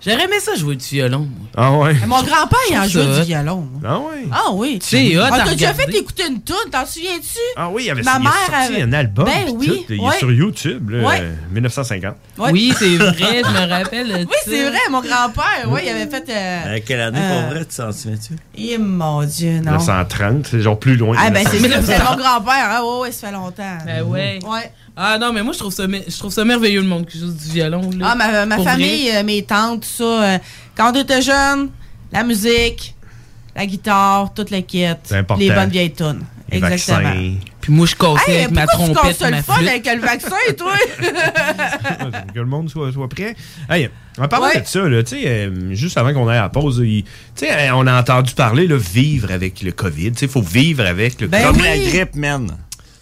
Speaker 12: J'aurais aimé ça jouer du violon. moi.
Speaker 16: Ah ouais?
Speaker 17: Mon grand-père, il en
Speaker 12: Je
Speaker 17: jouait
Speaker 12: trouve ça
Speaker 17: du
Speaker 12: hot.
Speaker 17: violon.
Speaker 16: Ah ouais?
Speaker 17: Ah oui.
Speaker 12: Tu sais, hot
Speaker 17: On
Speaker 12: à
Speaker 17: t'a déjà
Speaker 12: regarder.
Speaker 17: fait écouter une toune, t'en souviens-tu?
Speaker 16: Ah oui, il avait
Speaker 17: Ma
Speaker 16: il a
Speaker 17: mère
Speaker 16: sorti
Speaker 17: avait-
Speaker 16: un album.
Speaker 17: Ben
Speaker 16: pis
Speaker 17: oui,
Speaker 16: tout. Il
Speaker 17: ouais.
Speaker 16: est sur YouTube, là,
Speaker 17: Ouais.
Speaker 16: euh, 1950.
Speaker 17: Ouais.
Speaker 12: Oui,
Speaker 17: *laughs*
Speaker 12: c'est vrai, je me rappelle. de
Speaker 17: Oui,
Speaker 12: ça.
Speaker 17: c'est vrai, mon grand-père, ouais, il avait fait. euh,
Speaker 19: quelle année
Speaker 17: Euh,
Speaker 19: pour vrai, tu t'en souviens-tu?
Speaker 17: Eh mon Dieu, non.
Speaker 16: 1930, c'est genre plus loin.
Speaker 17: Ah, ben c'est ça,
Speaker 16: 1950.
Speaker 17: c'est mon grand-père, hein? Ouais, ouais, ça fait longtemps.
Speaker 12: Ben ouais.
Speaker 17: Ouais.
Speaker 12: Ah non, mais moi, je trouve ça, mé- je trouve ça merveilleux, le monde qui joue du violon. là.
Speaker 17: Ah, ma, ma
Speaker 12: Pour vrai.
Speaker 17: famille, euh, mes tantes, tout ça. euh, quand on était jeunes, la musique, la guitare, toute la kit.
Speaker 12: C'est important.
Speaker 17: Les bonnes vieilles tunes. Exactement.
Speaker 12: Puis moi, je cassais
Speaker 17: Hey,
Speaker 12: avec ma
Speaker 17: pourquoi tu
Speaker 12: trompette.
Speaker 17: casses ça le
Speaker 12: ma
Speaker 17: fun
Speaker 12: flûte.
Speaker 17: avec le vaccin, toi?
Speaker 16: que le monde soit, soit prêt. Hey, en parlant
Speaker 17: Ouais.
Speaker 16: de ça, là, tu sais, euh, juste avant qu'on aille à la pause, il- tu sais, euh, on a entendu parler là, vivre avec le COVID. Il faut vivre avec le
Speaker 19: Ben
Speaker 16: COVID.
Speaker 19: Comme oui. la grippe, man.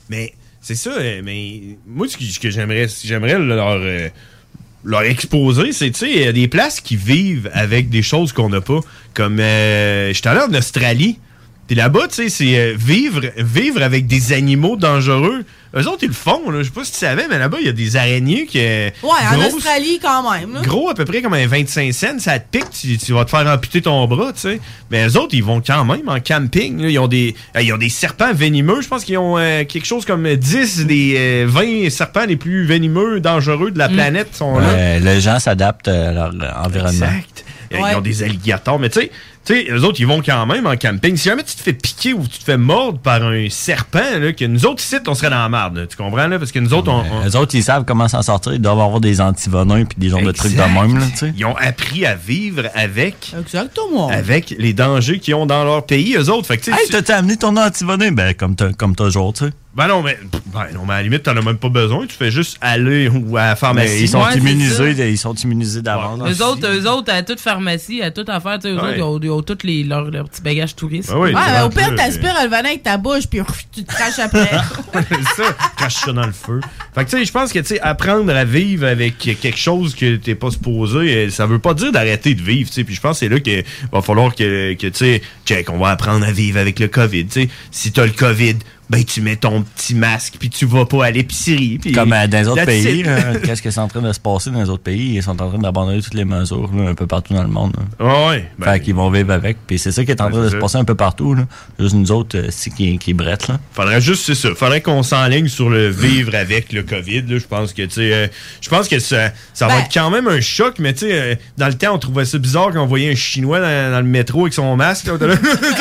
Speaker 16: Mais c'est ça, euh, mais moi, ce que, ce que j'aimerais j'aimerais leur, euh, leur exposer, c'est tu sais, il y a des places qui vivent avec des choses qu'on n'a pas. Comme euh, j'étais allé en Australie. Puis là-bas, tu sais, c'est euh, vivre, vivre avec des animaux dangereux. Eux autres, ils le font. là. Je sais pas si tu savais, mais là-bas, il y a des araignées qui. euh, Ouais,
Speaker 17: Ouais, en Australie quand même. là.
Speaker 16: Gros, à peu près comme un 25 cents, ça te pique, tu, tu vas te faire amputer ton bras, tu sais. Mais eux autres, ils vont quand même en camping. là. Ils, ont des, euh, ils ont des serpents venimeux. Je pense qu'ils ont euh, quelque chose comme 10 des euh, 20 serpents les plus venimeux, dangereux de la planète sont là.
Speaker 19: Euh, les gens s'adaptent à leur euh, environnement.
Speaker 16: Exact. Euh, Ils ont des alligators. Mais tu sais, tu sais, eux autres, ils vont quand même en camping. Si jamais tu te fais piquer ou tu te fais mordre par un serpent, là, que nous autres ici, on serait dans la merde. là. Tu comprends, là? Parce que nous autres, on- on,
Speaker 19: Les autres, ils savent comment s'en sortir. Ils doivent avoir des antivenins puis des genres de trucs de
Speaker 16: Exact.
Speaker 19: même. Là, tu sais.
Speaker 16: Ils ont appris à vivre avec.
Speaker 17: Exactement.
Speaker 16: Avec les dangers qu'ils ont dans leur pays, eux autres. Fait que, tu sais,
Speaker 19: Hey,
Speaker 16: tu-
Speaker 19: t'as-tu amené ton antivenin? Ben, comme t'as- comme toujours, tu sais.
Speaker 16: ben non, mais, ben non, mais à la limite, t'en as même pas besoin. Tu fais juste aller ou à la pharmacie.
Speaker 19: Mais ils sont
Speaker 12: Ouais,
Speaker 19: immunisés,
Speaker 12: c'est ça.
Speaker 19: ils sont immunisés d'avance.
Speaker 16: Ah,
Speaker 12: Eux autres, euh, eux autres, à toute pharmacie, à toute affaire, tu sais, eux
Speaker 19: Ouais.
Speaker 12: autres, ils ont, ils ont tous les, leurs, leurs petits bagages touristes.
Speaker 16: Ouais, ouais,
Speaker 17: Ouais, mais au pire,
Speaker 16: Ouais.
Speaker 17: t'aspires le venin avec ta bouche, puis ouf, tu te craches après.
Speaker 16: *laughs* C'est ça, crache ça dans le feu. Fait que, tu sais, je pense que, tu sais, apprendre à vivre avec quelque chose que t'es pas supposé, euh, ça veut pas dire d'arrêter de vivre, tu sais. Puis je pense que c'est là qu'il va falloir que, que, tu sais, check, on va apprendre à vivre avec le COVID, tu sais. Si t'as le COVID, ben, tu mets ton petit masque, puis tu vas pas à l'épicerie. puis-
Speaker 19: Comme euh, dans les autres
Speaker 16: That's
Speaker 19: pays,
Speaker 16: it. *laughs*
Speaker 19: là, *laughs* qu'est-ce qui est en train de se passer dans les autres pays? Ils sont en train d'abandonner toutes les mesures là, un peu partout dans le monde.
Speaker 16: là.
Speaker 19: fait qu'ils vont vivre avec. Puis c'est ça qui est
Speaker 16: ben,
Speaker 19: en train de se passer un peu partout. Là. Juste nous autres, euh, ici, qui, qui brettent. Là.
Speaker 16: Faudrait juste, c'est ça. Faudrait qu'on s'enligne sur le vivre avec le COVID. là. Je pense que, tu sais, euh, je pense que ça, ça va
Speaker 19: Ben-
Speaker 16: être quand même un choc, mais tu sais, euh, dans le temps, on trouvait ça bizarre quand on voyait un Chinois dans, dans le métro avec son masque. là. *laughs* On était là,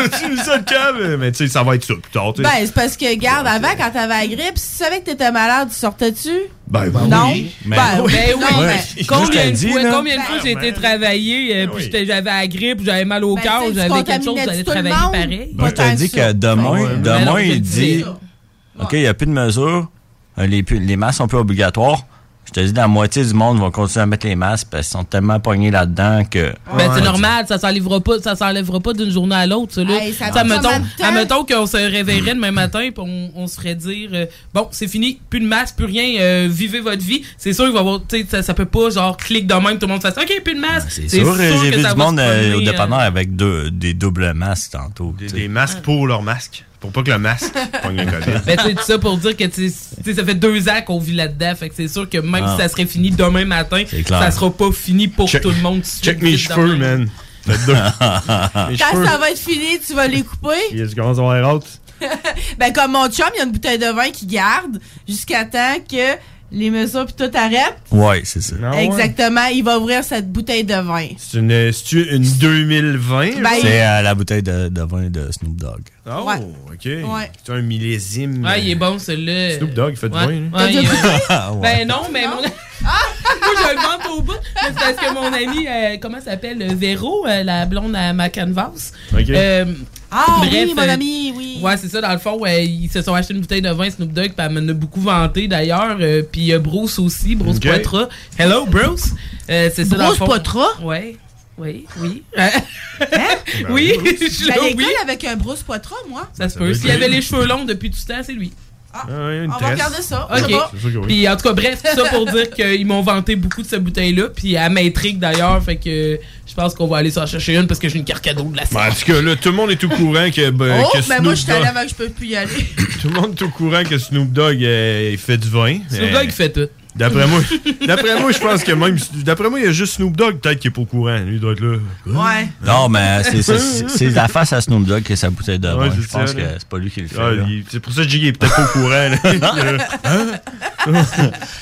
Speaker 16: T'as-tu vu ça, le câble? Mais tu sais, ça va être ça plus tard. tu sais.
Speaker 17: ben, c'est parce que, garde, avant, quand t'avais la grippe, si tu savais que t'étais malade, tu sortais-tu?
Speaker 16: Ben,
Speaker 17: non.
Speaker 16: Mais-
Speaker 17: Ben,
Speaker 16: Oui.
Speaker 17: ben oui.
Speaker 16: Ouais.
Speaker 17: ben-
Speaker 16: Je te
Speaker 12: Combien
Speaker 16: le
Speaker 12: de
Speaker 16: dis,
Speaker 12: fois,
Speaker 16: là. Ben
Speaker 12: combien de fois j'ai été travailler, euh, puis j'étais- j'avais la grippe, j'avais mal au
Speaker 17: Ben,
Speaker 12: cœur,
Speaker 17: tu sais, tu
Speaker 12: j'avais quelque chose,
Speaker 17: contaminais-tu
Speaker 12: j'allais
Speaker 17: tout le
Speaker 12: travailler
Speaker 17: monde? Ben,
Speaker 12: pareil.
Speaker 16: Ben,
Speaker 19: Moi, je te dis que demain,
Speaker 12: Ben non,
Speaker 19: demain
Speaker 12: je
Speaker 19: il
Speaker 12: le dis.
Speaker 19: dit OK, il n'y a plus de mesures. euh, Les, pu- les masques sont plus obligatoires. Je te dis, la moitié du monde va continuer à mettre les masques parce qu'ils sont tellement pognés là-dedans que.
Speaker 12: Ben, c'est normal, ça s'enlèvera pas, ça s'enlèvera pas d'une journée à l'autre, ça, là.
Speaker 17: Hey, ça
Speaker 12: Ça,
Speaker 17: prend
Speaker 12: mettons,
Speaker 17: combien de temps?
Speaker 12: admettons qu'on se réveillerait demain matin, puis on, on se ferait dire, euh, bon, c'est fini, plus de masque, plus rien, euh, vivez votre vie. C'est sûr qu'il va y avoir, tu sais, ça, ça peut pas, genre, clic de même, tout le monde fasse, OK, plus de masque.
Speaker 19: C'est sûr, euh, j'ai
Speaker 12: que ça
Speaker 19: vu du
Speaker 12: va se
Speaker 19: monde euh,
Speaker 12: promener,
Speaker 19: au
Speaker 12: euh, *laughs*
Speaker 19: dépanneur avec deux- des doubles masques tantôt.
Speaker 16: Des, des masques pour leur masque. Pour pas que le masque
Speaker 19: *laughs*
Speaker 16: pogne le COVID.
Speaker 12: Ben, tu sais, tout ça pour dire que tu sais, tu sais, ça fait deux ans qu'on vit là-dedans. Fait que c'est sûr que même
Speaker 16: Ah.
Speaker 12: si ça serait fini demain matin,
Speaker 16: clair.
Speaker 12: ça sera pas fini pour tout le monde. tout de suite,
Speaker 16: Check mes
Speaker 12: vite
Speaker 16: cheveux,
Speaker 12: demain.
Speaker 16: man.
Speaker 12: *laughs*
Speaker 16: Faites deux. Mes
Speaker 17: Quand
Speaker 16: cheveux.
Speaker 17: ça va être fini, tu vas les couper.
Speaker 16: Yes, je commence à avoir hâte.
Speaker 17: ben, comme mon chum, il y a une bouteille de vin qui garde jusqu'à temps que les mesures puis tout arrête.
Speaker 19: Ouais, c'est ça.
Speaker 16: Ah
Speaker 17: Exactement, il va ouvrir cette bouteille de vin.
Speaker 16: C'est une, c'est-tu une 2020.
Speaker 17: Ben,
Speaker 19: C'est euh, la bouteille de, de vin de Snoop Dogg.
Speaker 16: Oh,
Speaker 17: Ouais.
Speaker 16: ok. C'est un millésime.
Speaker 12: Ah, il est bon, celui-là.
Speaker 16: Snoop Dogg, il fait du hein.
Speaker 12: Ouais.
Speaker 16: vin, là.
Speaker 12: Ouais, il est-
Speaker 19: Ah, ouais.
Speaker 12: Ben non, Ben mais mon... *laughs* Moi, je le vante au bout. Mais c'est parce que mon amie, euh, comment elle s'appelle euh, Véro, euh, la blonde à ma canvas.
Speaker 17: Ok. Ah oui, mon
Speaker 12: amie, oui. Ouais, c'est ça. Dans le fond, ouais, ils se sont achetés une bouteille de vin Snoop Dogg, puis elle m'en a beaucoup vanté d'ailleurs. Euh, puis il y a Bruce aussi, Bruce
Speaker 27: Ok.
Speaker 12: Poitras. Hello, Bruce. Euh, c'est ça, dans le
Speaker 17: Bruce
Speaker 12: fond.
Speaker 17: Poitras? Hein?
Speaker 12: Ouais. Oui, oui. *laughs* ben oui, *laughs* je suis
Speaker 17: J'étais
Speaker 12: là,
Speaker 17: à l'école
Speaker 12: oui.
Speaker 17: Ben, avec un Bruce Poitras, moi.
Speaker 12: Ça se peut. S'il avait les cheveux longs depuis tout le temps, c'est lui.
Speaker 17: Ah, on va tresse. regarder ça. Je sais
Speaker 12: Ok.
Speaker 17: pas. C'est sûr que oui.
Speaker 12: Puis en tout cas, bref, tout ça pour dire qu'ils m'ont vanté beaucoup de cette bouteille-là. Puis à m'intrigue d'ailleurs, fait que je pense qu'on va aller s'en chercher une parce que j'ai une carte cadeau de la
Speaker 16: Ben, en tout cas, là, tout le monde est au courant que, ben,
Speaker 17: oh,
Speaker 16: que
Speaker 17: ben moi, je suis
Speaker 16: Snoop
Speaker 17: allée
Speaker 16: Dogg-
Speaker 17: avant que je peux plus y *laughs* aller.
Speaker 16: tout le monde est au courant que Snoop Dogg euh, il fait du vin.
Speaker 12: Snoop
Speaker 16: Euh,
Speaker 12: Dogg fait tout.
Speaker 16: D'après moi, d'après moi, je pense que même, d'après moi, il y a juste Snoop Dogg peut-être qui est pas au courant. Lui il doit être là.
Speaker 17: Ouais.
Speaker 19: Non, mais c'est- c'est c'est la face à Snoop Dogg qui est sa bouteille de vin.
Speaker 16: Ouais, c'est
Speaker 19: Je pense
Speaker 16: ça,
Speaker 19: que
Speaker 16: là.
Speaker 19: c'est pas lui qui le fait.
Speaker 16: Ah,
Speaker 19: là.
Speaker 16: il- c'est pour ça que Jiggy est peut-être pas au courant. là.
Speaker 19: *laughs*
Speaker 16: Hein?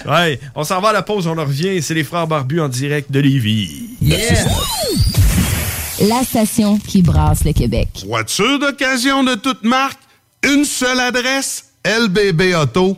Speaker 16: ouais, on s'en va à la pause, on en revient. C'est les frères barbus en direct de Lévis.
Speaker 8: La station qui brasse le Québec.
Speaker 2: Voiture d'occasion de toute marque, une seule adresse, lbbauto.com.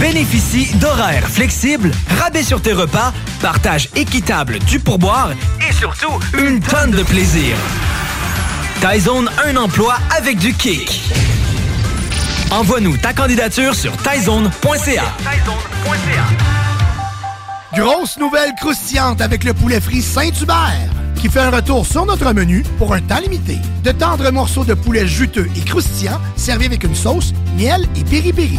Speaker 23: Bénéficie d'horaires flexibles, rabais sur tes repas, partage équitable du pourboire et surtout une tonne de plaisir. Tyzone, un emploi avec du kick. Envoie-nous ta candidature sur tyzone.ca.
Speaker 3: Grosse nouvelle croustillante avec le poulet frit Saint-Hubert qui fait un retour sur notre menu pour un temps limité. De tendres morceaux de poulet juteux et croustillants servis avec une sauce, miel et piri-piri.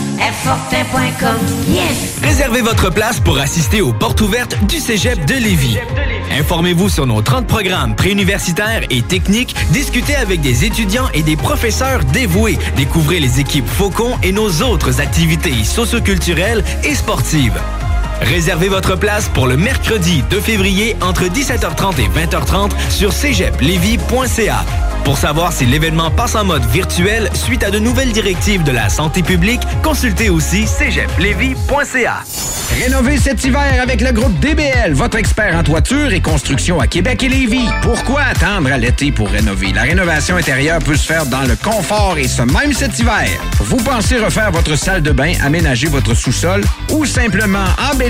Speaker 24: Airfortin.com, yes.
Speaker 23: Réservez votre place pour assister aux portes ouvertes du Cégep de Lévis. Informez-vous sur nos 30 programmes préuniversitaires et techniques, discutez avec des étudiants et des professeurs dévoués, découvrez les équipes Faucon et nos autres activités socioculturelles et sportives. Réservez votre place pour le mercredi 2 février entre 17h30 et 20h30 sur cégeplevy.ca. Pour savoir si l'événement passe en mode virtuel suite à de nouvelles directives de la santé publique, consultez aussi cégeplevy.ca.
Speaker 14: Rénover cet hiver avec le groupe DBL, votre expert en toiture et construction à Québec et Lévis. Pourquoi attendre à l'été pour rénover? La rénovation intérieure peut se faire dans le confort et ce même cet hiver. Vous pensez refaire votre salle de bain, aménager votre sous-sol ou simplement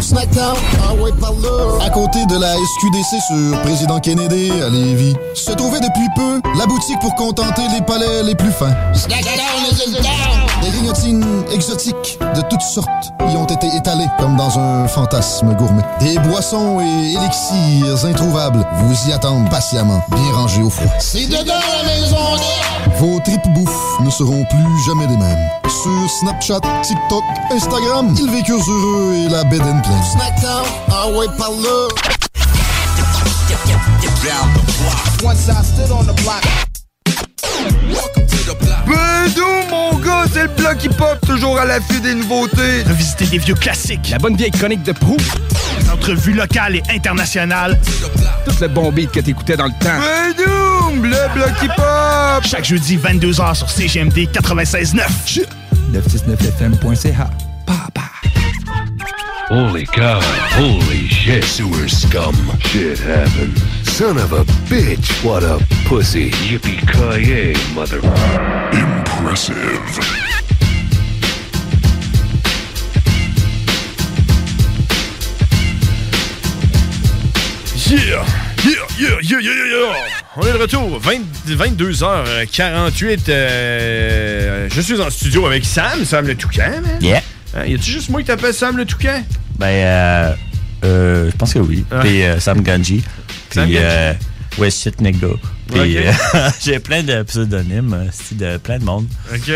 Speaker 25: Snackdown, ah ouais, par là. À côté de la SQDC sur Président Kennedy à Lévis, se trouvait depuis peu la boutique pour contenter les palais les plus fins.
Speaker 10: Snackdown is in town!
Speaker 25: Des grignotines exotiques de toutes sortes y ont été étalées comme dans un fantasme gourmet. Des boissons et élixirs introuvables vous y attendent patiemment, bien rangés au froid.
Speaker 10: C'est dedans la maison née!
Speaker 25: Vos tripes bouffes ne seront plus jamais les mêmes. Sur Snapchat, TikTok, Instagram, ils vécurent heureux et la bed and pleine.
Speaker 10: Snackdown, ah ouais, par là.
Speaker 28: Bedou, mon gars, c'est
Speaker 10: le bloc hip-hop, toujours à l'affût des nouveautés.
Speaker 14: Revisiter des vieux classiques. La bonne vieille chronique de Prou. Des entrevues locales et internationales. Tout le bon beat que t'écoutais dans le temps.
Speaker 10: Redoom, le bloc hip-hop.
Speaker 14: Chaque jeudi, 22h sur CGMD 96.9. 969fm.ca.
Speaker 6: Holy cow. Holy shit. Sewer scum. Shit happened. Son of a bitch. What a pussy. Yippee-ki-yay, mother... Impressive.
Speaker 16: Yeah! Yeah, yeah, yeah, yeah, yeah, yeah. On est de retour, 20 22h48. euh, je suis en studio avec Sam, Sam le Toucan. man.
Speaker 19: Yeah.
Speaker 16: Hein, y a-tu juste moi qui t'appelle Sam le Toucan?
Speaker 19: Ben, euh, euh, je pense que oui. Puis euh, Sam Ganji.
Speaker 16: Ah. *laughs* Sam
Speaker 19: Puis
Speaker 16: Ganji.
Speaker 19: euh, West Shit Nigga. Puis
Speaker 16: Ok.
Speaker 19: euh, *laughs* j'ai plein de pseudonymes, euh, c'est de plein de monde.
Speaker 16: Ok.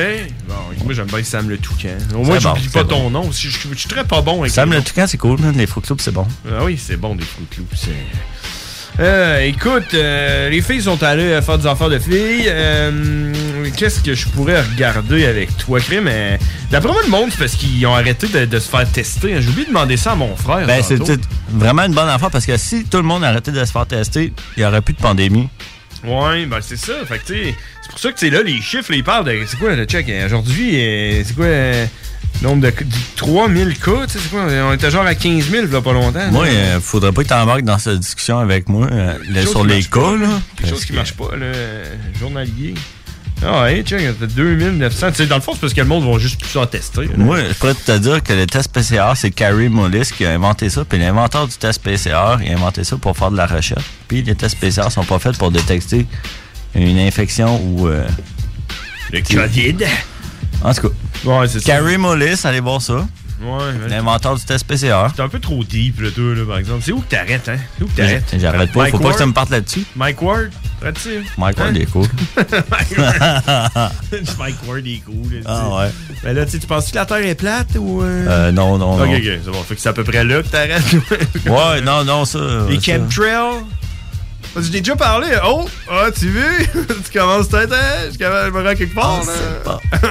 Speaker 16: Bon, moi j'aime bien Sam le Toucan. Au moins,
Speaker 19: C'est bon,
Speaker 16: j'oublie
Speaker 19: c'est
Speaker 16: pas
Speaker 19: bon.
Speaker 16: ton nom. Si Je je suis très pas bon avec
Speaker 19: Sam
Speaker 16: les
Speaker 19: le
Speaker 16: noms.
Speaker 19: Toucan, c'est cool, man. Les Fruit Loops, c'est bon.
Speaker 16: Ah oui, c'est bon des Fruit Loops. c'est- Euh, écoute, euh, les filles sont allées euh, faire des affaires de filles. Euh, Qu'est-ce que je pourrais regarder avec toi, Cré? Mais d'après moi, le monde, c'est parce qu'ils ont arrêté de, de se faire tester. hein. J'ai oublié de demander ça à mon frère.
Speaker 19: Ben, c'est
Speaker 16: tantôt.
Speaker 19: tout- vraiment une bonne affaire parce que si tout le monde arrêtait de se faire tester, il n'y aurait plus de pandémie.
Speaker 16: Ouais, ben c'est ça. Fait que, tu sais, c'est pour ça que, tu sais, là, les chiffres, là, ils parlent de. C'est quoi le check? hein, Aujourd'hui, euh, c'est quoi euh, le nombre de. 3000 cas, tu sais, c'est quoi? On était genre à 15 000, là, pas longtemps.
Speaker 19: Moi, euh,
Speaker 16: là.
Speaker 19: il faudrait pas que tu embarques dans cette discussion avec moi euh, le-
Speaker 16: Quelque chose
Speaker 19: sur
Speaker 16: qui
Speaker 19: les
Speaker 16: marche
Speaker 19: cas.
Speaker 16: pas,
Speaker 19: Là,
Speaker 16: Quelque chose qui marche pas, là. Journalier. Ah ouais, check, t'as 2900. Tu sais, dans le fond, c'est parce que le monde va juste plus s'en tester. là.
Speaker 19: Moi, je pourrais te dire que le test PCR, c'est Carrie Mullis qui a inventé ça. Puis l'inventeur du test PCR, il a inventé ça pour faire de la recherche. Puis les tests PCR sont pas faits pour détecter une infection ou. euh,
Speaker 16: Le
Speaker 19: qui-
Speaker 16: COVID.
Speaker 19: En tout cas. Carrie Mullis, allez voir ça.
Speaker 16: Ouais, mais-
Speaker 19: L'inventeur du test PCR.
Speaker 16: C'est un peu trop deep, le deux, là, par exemple. C'est où que t'arrêtes, hein? C'est où que t'arrêtes?
Speaker 19: J'arrête pas.
Speaker 16: Mike
Speaker 19: Faut pas que ça
Speaker 16: Ward?
Speaker 19: me parte là-dessus.
Speaker 16: Mike Ward,
Speaker 19: *laughs*
Speaker 16: arrête-tu?
Speaker 19: Mike Ward,
Speaker 16: Hein?
Speaker 19: il est cool.
Speaker 16: *laughs* Mike Ward, il est cool. là,
Speaker 19: Ah,
Speaker 16: tu sais. Mais là, tu sais, tu penses que la Terre est plate ou.
Speaker 19: Euh, non, non,
Speaker 16: Ok,
Speaker 19: non.
Speaker 16: ok, c'est bon. Fait que c'est à peu près là que t'arrêtes.
Speaker 19: Ouais, non, non, ça.
Speaker 16: Les
Speaker 19: Ah, ça.
Speaker 16: chemtrails. Parce que Je t'ai déjà parlé. Oh, ah, tu veux? *laughs* tu commences peut-être à... Je commence- je me rends quelque
Speaker 19: Ah,
Speaker 16: part.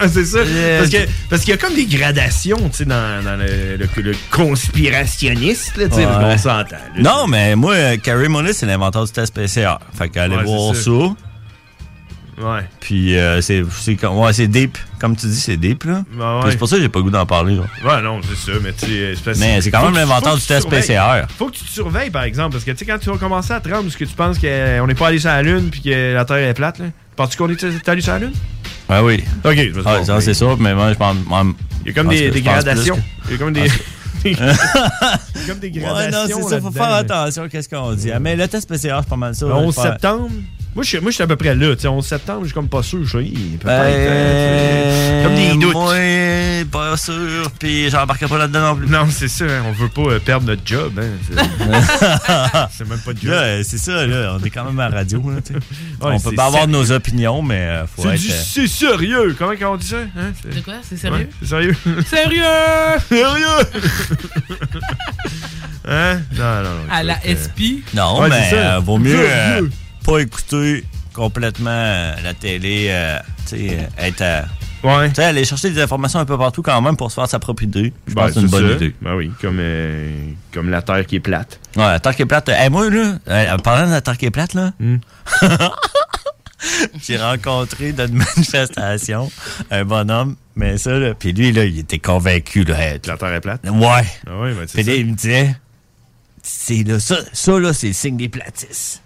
Speaker 16: là. *laughs* c'est ça.
Speaker 19: Euh,
Speaker 16: Parce que parce qu'il y a comme des gradations, tu sais, dans, dans le, le- le conspirationniste, là, tu sais, parce qu'on
Speaker 19: Ouais.
Speaker 16: s'entend. là.
Speaker 19: Non, mais moi, euh, Carrie Mullis, c'est l'inventeur du test PCR. Fait qu'allez
Speaker 16: Ouais,
Speaker 19: voir
Speaker 16: c'est
Speaker 19: ça.
Speaker 16: sûr. Ouais.
Speaker 19: Puis euh, c'est c'est comme- ouais, c'est deep. Comme tu dis, c'est deep, là.
Speaker 16: Ben ouais.
Speaker 19: Puis C'est pour ça que j'ai pas le goût d'en parler, là.
Speaker 16: Ouais, non, c'est ça, mais tu sais, parce-
Speaker 19: Mais c'est quand
Speaker 16: faut
Speaker 19: même
Speaker 16: que tu-
Speaker 19: l'inventeur
Speaker 16: faut
Speaker 19: du
Speaker 16: que
Speaker 19: test
Speaker 16: tu surveilles.
Speaker 19: PCR.
Speaker 16: Faut que tu te surveilles, par exemple, parce que tu sais, quand tu vas commencer à te rendre, parce que tu penses qu'on n'est pas allé sur la Lune puis que la Terre est plate, là. Penses-tu qu'on est est allé sur la Lune?
Speaker 19: Ah oui.
Speaker 16: Ok, je me suis
Speaker 19: Ah,
Speaker 16: trompé.
Speaker 19: ça, c'est ça, mais moi, je pense. Il
Speaker 16: y a comme des, des gradations. Il y a comme *laughs* des. comme des
Speaker 19: Ouais, non,
Speaker 16: gradations
Speaker 19: c'est ça. Faut
Speaker 16: là-dedans,
Speaker 19: faire
Speaker 16: là.
Speaker 19: attention qu'est-ce qu'on dit. Ah, Mais le test PCR, c'est pas mal ça.
Speaker 16: Le
Speaker 19: là,
Speaker 16: 11
Speaker 19: faire-
Speaker 16: septembre? Moi, je suis moi, je suis à peu près là. tu sais, 11 septembre, je suis comme pas sûr. Je suis Hi, peut-être, hein, euh, Comme des doutes.
Speaker 19: Ben, Moi, pas sûr, puis j'embarquerai pas là-dedans non plus.
Speaker 16: Non, c'est ça. hein, on veut pas euh, perdre notre job. hein,
Speaker 19: *laughs*
Speaker 16: c'est- Ah, c'est même pas de job.
Speaker 19: Là, euh, c'est ça, là. On est quand même à la radio, là,
Speaker 16: *laughs*
Speaker 19: tu sais. On
Speaker 16: c'est
Speaker 19: peut pas avoir
Speaker 16: sérieux.
Speaker 19: nos opinions, mais euh, faut
Speaker 16: C'est
Speaker 19: être.
Speaker 16: du-
Speaker 19: euh,
Speaker 16: c'est sérieux. Comment qu'on dit ça? Hein?
Speaker 12: De quoi? C'est sérieux?
Speaker 16: Ouais, c'est sérieux.
Speaker 12: *laughs* Sérieux!
Speaker 16: *laughs* Sérieux! hein? Non, non, non.
Speaker 12: À la
Speaker 19: écoute, euh,
Speaker 12: SP?
Speaker 19: Non,
Speaker 16: Ouais,
Speaker 19: mais
Speaker 16: c'est ça.
Speaker 19: euh, vaut mieux
Speaker 16: Vieux,
Speaker 19: euh,
Speaker 16: vieux.
Speaker 19: pas écouter complètement euh, la télé, euh, tu sais, euh, être à-
Speaker 16: Ouais.
Speaker 19: Tu sais, aller chercher des informations un peu partout quand même pour se faire sa propre idée. *laughs* Je
Speaker 16: Ben,
Speaker 19: pense que c'est une bonne
Speaker 16: ça.
Speaker 19: idée.
Speaker 16: Ben oui, comme, euh, comme la Terre qui est plate.
Speaker 19: Ouais, la Terre qui est plate. euh, hey, moi, là, euh, en parlant de la Terre qui est plate, là,
Speaker 16: Hmm.
Speaker 19: *laughs* j'ai rencontré dans une manifestation un bonhomme, mais ça, là, puis lui, là, il était convaincu. Là,
Speaker 16: la Terre est plate?
Speaker 19: Ouais.
Speaker 16: Ah ouais, ben,
Speaker 19: Puis
Speaker 16: c'est
Speaker 19: là,
Speaker 16: ça.
Speaker 19: il me disait, c'est là, ça, ça, là, c'est le signe
Speaker 16: *laughs*
Speaker 19: des platistes.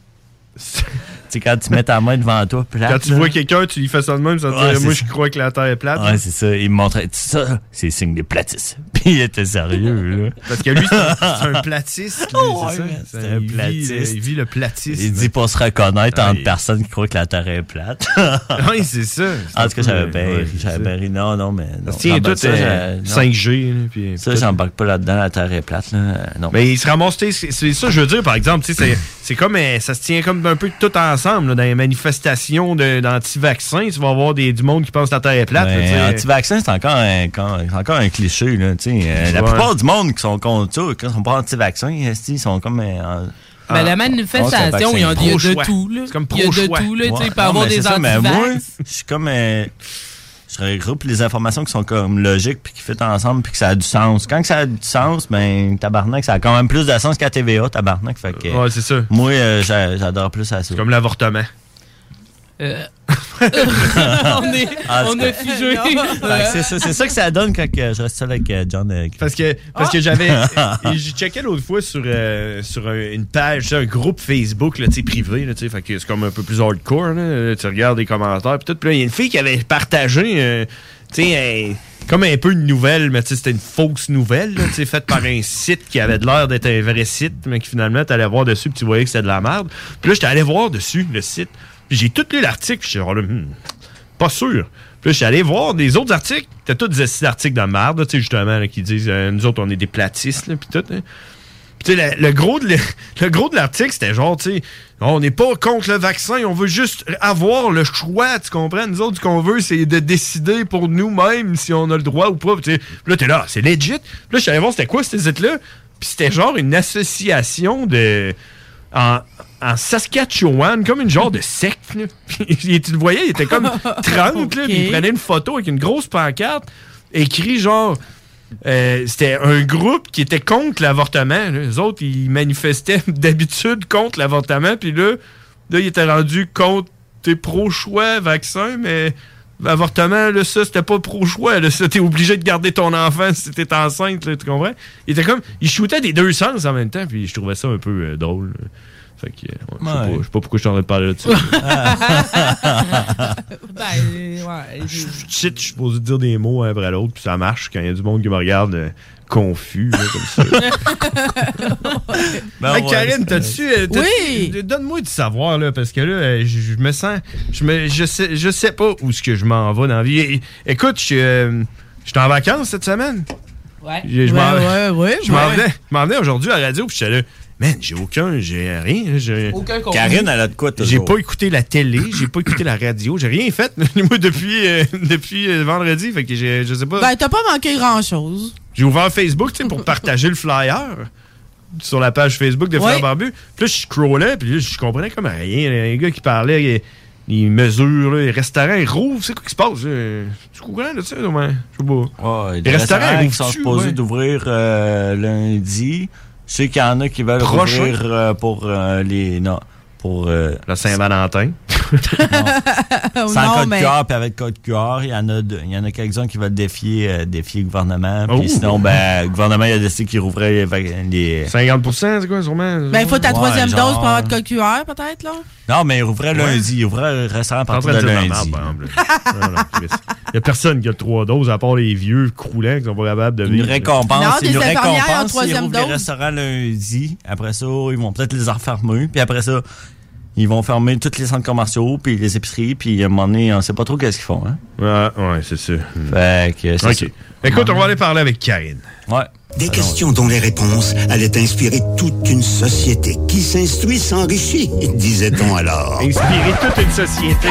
Speaker 19: tu sais, quand tu mets ta main devant toi, plate.
Speaker 16: Quand tu
Speaker 19: là.
Speaker 16: vois quelqu'un, tu lui fais ça de même, ça te
Speaker 19: Ouais,
Speaker 16: dit,
Speaker 19: c'est
Speaker 16: moi,
Speaker 19: ça.
Speaker 16: je crois que la Terre est plate.
Speaker 19: Ouais, c'est ça. Il me montrait ça, c'est le signe des platistes. *laughs* Puis il était sérieux, là.
Speaker 16: Parce que lui, c'est un-
Speaker 19: *laughs*
Speaker 16: c'est un platiste. lui,
Speaker 19: Oh, Ouais,
Speaker 16: c'est ça?
Speaker 19: man,
Speaker 16: C'est
Speaker 19: c'est
Speaker 16: un
Speaker 19: un
Speaker 16: il vit,
Speaker 19: platiste.
Speaker 16: euh, il vit le platiste.
Speaker 19: Il dit pour se reconnaître entre personnes qui croient que la Terre
Speaker 16: *laughs*
Speaker 19: est plate.
Speaker 16: Oui, c'est ça. C'est
Speaker 19: En
Speaker 16: un
Speaker 19: tout cas,
Speaker 16: peu,
Speaker 19: j'avais
Speaker 16: euh,
Speaker 19: bien
Speaker 16: ouais,
Speaker 19: ri, j'avais bien ri. Non, non, mais non.
Speaker 16: Ça tient
Speaker 19: J'embarque
Speaker 16: tout,
Speaker 19: ça,
Speaker 16: euh,
Speaker 19: j'ai- non.
Speaker 16: 5G, là, puis-
Speaker 19: Ça, j'embarque pas là-dedans, la Terre est plate, là. Euh, Non.
Speaker 16: Mais il se ramasse, tu sais, c'est c'est ça, que je veux dire, par exemple, tu sais, c'est- c'est comme, euh, ça se tient comme un peu tout ensemble, là, dans les manifestations de- d'anti-vaccins, tu vas avoir des, du monde qui pense que la Terre est plate. là, tu
Speaker 19: Mais
Speaker 16: sais.
Speaker 19: anti-vaccin, c'est encore un, quand- c'est encore un cliché. Là, tu sais. Euh, La
Speaker 16: Ouais.
Speaker 19: plupart du monde qui sont contre ça, qui sont pas anti-vaccin, esti, ils sont comme. euh, en-
Speaker 12: Ben, la
Speaker 19: en- contre le
Speaker 12: manifestation,
Speaker 19: vaccin.
Speaker 12: il y a, il y a de tout. Là. il y a de tout. Là, tu sais, il peut y
Speaker 19: Ouais.
Speaker 12: avoir
Speaker 19: Non, mais
Speaker 12: des
Speaker 19: c'est ça, mais
Speaker 12: antivax.
Speaker 19: moi, Je suis comme. euh, je regroupe les informations qui sont comme logiques, puis qui fit ensemble, puis que ça a du sens. Quand que ça a du sens, ben, tabarnak, ça a quand même plus de sens qu'à TVA, tabarnak. Fait que,
Speaker 16: Ouais, c'est ça.
Speaker 19: Moi, euh, j'a- j'adore plus ça. C'est
Speaker 16: comme l'avortement.
Speaker 12: Euh,
Speaker 17: *laughs*
Speaker 12: on est,
Speaker 19: Ah,
Speaker 12: on
Speaker 19: c'est-
Speaker 12: a figé.
Speaker 19: Fait que Ben, c'est ça, c'est ça que ça donne quand que je reste seul avec euh, John. euh, Ah!
Speaker 16: Parce que, parce que j'avais. *laughs* et j'ai checké l'autre fois sur, euh, sur un- une page, tu sais, un groupe Facebook là, tu sais, privé. Là, tu sais, fait que c'est comme un peu plus hardcore. là. Euh, tu regardes les commentaires. Puis tout. Puis là, il y a une fille qui avait partagé. euh, tu sais, un- comme un peu une nouvelle, mais tu sais, c'était une fausse nouvelle, là, tu sais, faite par un site qui avait de l'air d'être un vrai site, mais qui finalement, t'allais voir dessus, puis tu voyais que c'était de la merde. Puis là, j'étais allé voir dessus, le site. Puis j'ai tout lu l'article, puis j'étais genre là, Hmm, pas sûr. Puis là, je suis allé voir des autres articles. T'as tous des six articles de merde, là, tu sais, justement, là, qui disent euh, nous autres, on est des platistes, là, puis tout. hein. Puis tu sais, le, le gros de, le, *laughs* le gros de l'article, c'était genre, tu sais, on n'est pas contre le vaccin, on veut juste avoir le choix, tu comprends? Nous autres, ce qu'on veut, c'est de décider pour nous-mêmes si on a le droit ou pas. Puis tu sais, puis là, t'es là, ah, c'est legit. Puis là, je suis allé voir c'était quoi, cette site-là. Puis c'était genre une association de en, en Saskatchewan, comme une genre de secte. là. *laughs* Puis tu le voyais, il était comme 30, là, puis il prenait une photo avec une grosse pancarte, écrit genre. euh, c'était un groupe qui était contre l'avortement. là. Les autres, ils manifestaient *laughs* d'habitude contre l'avortement, puis là, là, ils étaient rendus contre t'es pro-choix, vaccin, mais avortement, là, ça, c'était pas pro-choix. Là, *laughs* ça, t'es obligé de garder ton enfant si t'es enceinte, là, tu comprends? Il était comme. Il shootait des deux sens en même temps, puis je trouvais ça un peu euh, drôle. là. Fait que, euh, ouais, je sais
Speaker 19: Ouais.
Speaker 16: pas- je sais pas, pourquoi je t'en ai parlé là-dessus.
Speaker 12: Ben, ouais, j'ai-
Speaker 16: Shit, je suis supposé dire des mots un après l'autre, puis ça marche quand il y a du monde qui me regarde euh, confus, là, comme ça.
Speaker 12: Ben
Speaker 16: Hey,
Speaker 29: Ben
Speaker 12: ouais,
Speaker 16: Karine,
Speaker 12: c'est-
Speaker 16: t'as-tu. euh, t'as- euh, Donne-moi du savoir, là, parce que là, euh, je je me sens. Je, me, je, sais, je sais pas où ce que je m'en vais dans la vie. É- Écoute, je suis euh, je suis en vacances cette semaine.
Speaker 12: Ouais.
Speaker 16: Je, je m'en
Speaker 12: Ouais, ouais, ouais,
Speaker 16: je m'en
Speaker 12: ouais.
Speaker 16: venais, je m'en venais aujourd'hui à la radio, puis j'étais là. Man, j'ai aucun, j'ai rien. j'ai-
Speaker 12: Aucun contenu. Karine, elle a de quoi,
Speaker 16: J'ai
Speaker 12: toujours.
Speaker 16: pas écouté la télé, j'ai pas écouté la radio, j'ai rien fait, *laughs* moi, depuis, euh, depuis euh, vendredi. Fait que j'ai- je sais pas.
Speaker 17: Ben, t'as pas manqué grand-chose.
Speaker 16: J'ai ouvert Facebook, tu sais, pour partager le flyer sur la page Facebook de Frère
Speaker 17: Ouais.
Speaker 16: Barbu. Puis là, je scrollais, puis là, je comprenais comme rien. Un gars qui parlait, il- il mesure, là, les restaurants, ils rouvrent. C'est quoi qui se passe? là? Tu comprends, là, tu sais, comment? Je sais pas.
Speaker 19: Ouais,
Speaker 16: Les
Speaker 19: des
Speaker 16: restaurants,
Speaker 19: restaurants qui
Speaker 16: ouvrent-tu,
Speaker 19: sont supposés
Speaker 16: ouais?
Speaker 19: d'ouvrir euh, lundi. Je sais qu'il y en a qui veulent
Speaker 16: Prochain.
Speaker 19: ouvrir euh, pour euh, les. Non. Pour. euh,
Speaker 16: le Saint-Valentin.
Speaker 17: *laughs*
Speaker 19: Sans
Speaker 17: Non,
Speaker 19: code
Speaker 17: mais-
Speaker 19: QR puis avec code QR, il y en a, deux- il y en a quelques-uns qui veulent défier, euh, défier le gouvernement.
Speaker 16: Oh.
Speaker 19: Puis sinon, ben, le gouvernement il a décidé qu'il rouvrait les. vac- les-
Speaker 16: 50 c'est quoi, sûrement?
Speaker 17: Ben, il faut ta
Speaker 19: Ouais,
Speaker 17: troisième
Speaker 19: genre-
Speaker 17: dose pour avoir de code QR, peut-être, là.
Speaker 19: Non, mais il rouvrait
Speaker 16: Ouais.
Speaker 19: lundi. Il rouvrait le restaurant à
Speaker 16: T'es en
Speaker 19: partir
Speaker 16: train
Speaker 19: de
Speaker 16: de dire de la merde,
Speaker 19: lundi.
Speaker 16: par exemple, là. Non, non, Chris. Il *laughs* y a personne qui a trois doses, à part les vieux croulants qui sont pas capables de
Speaker 19: Une
Speaker 16: vivre.
Speaker 19: *laughs* récompense,
Speaker 17: Non, des
Speaker 19: une
Speaker 17: infirmières en
Speaker 19: récompense. ils
Speaker 17: troisième
Speaker 19: rouvrent les
Speaker 17: dose.
Speaker 19: restaurants lundi. Après ça, ils vont peut-être les refermer. Puis après ça, ils vont fermer tous les centres commerciaux, puis les épiceries, puis à un moment donné, on sait pas trop qu'est-ce qu'ils font. Hein?
Speaker 16: Ouais, Ah, ouais, c'est sûr.
Speaker 19: Fait que c'est
Speaker 16: Ok.
Speaker 19: ça.
Speaker 16: Écoute, on va aller parler avec Karine.
Speaker 19: Ouais.
Speaker 30: Des questions dont les réponses allaient inspirer toute une société qui s'instruit s'enrichit, *laughs* disait-on alors.
Speaker 16: Inspirer toute une société.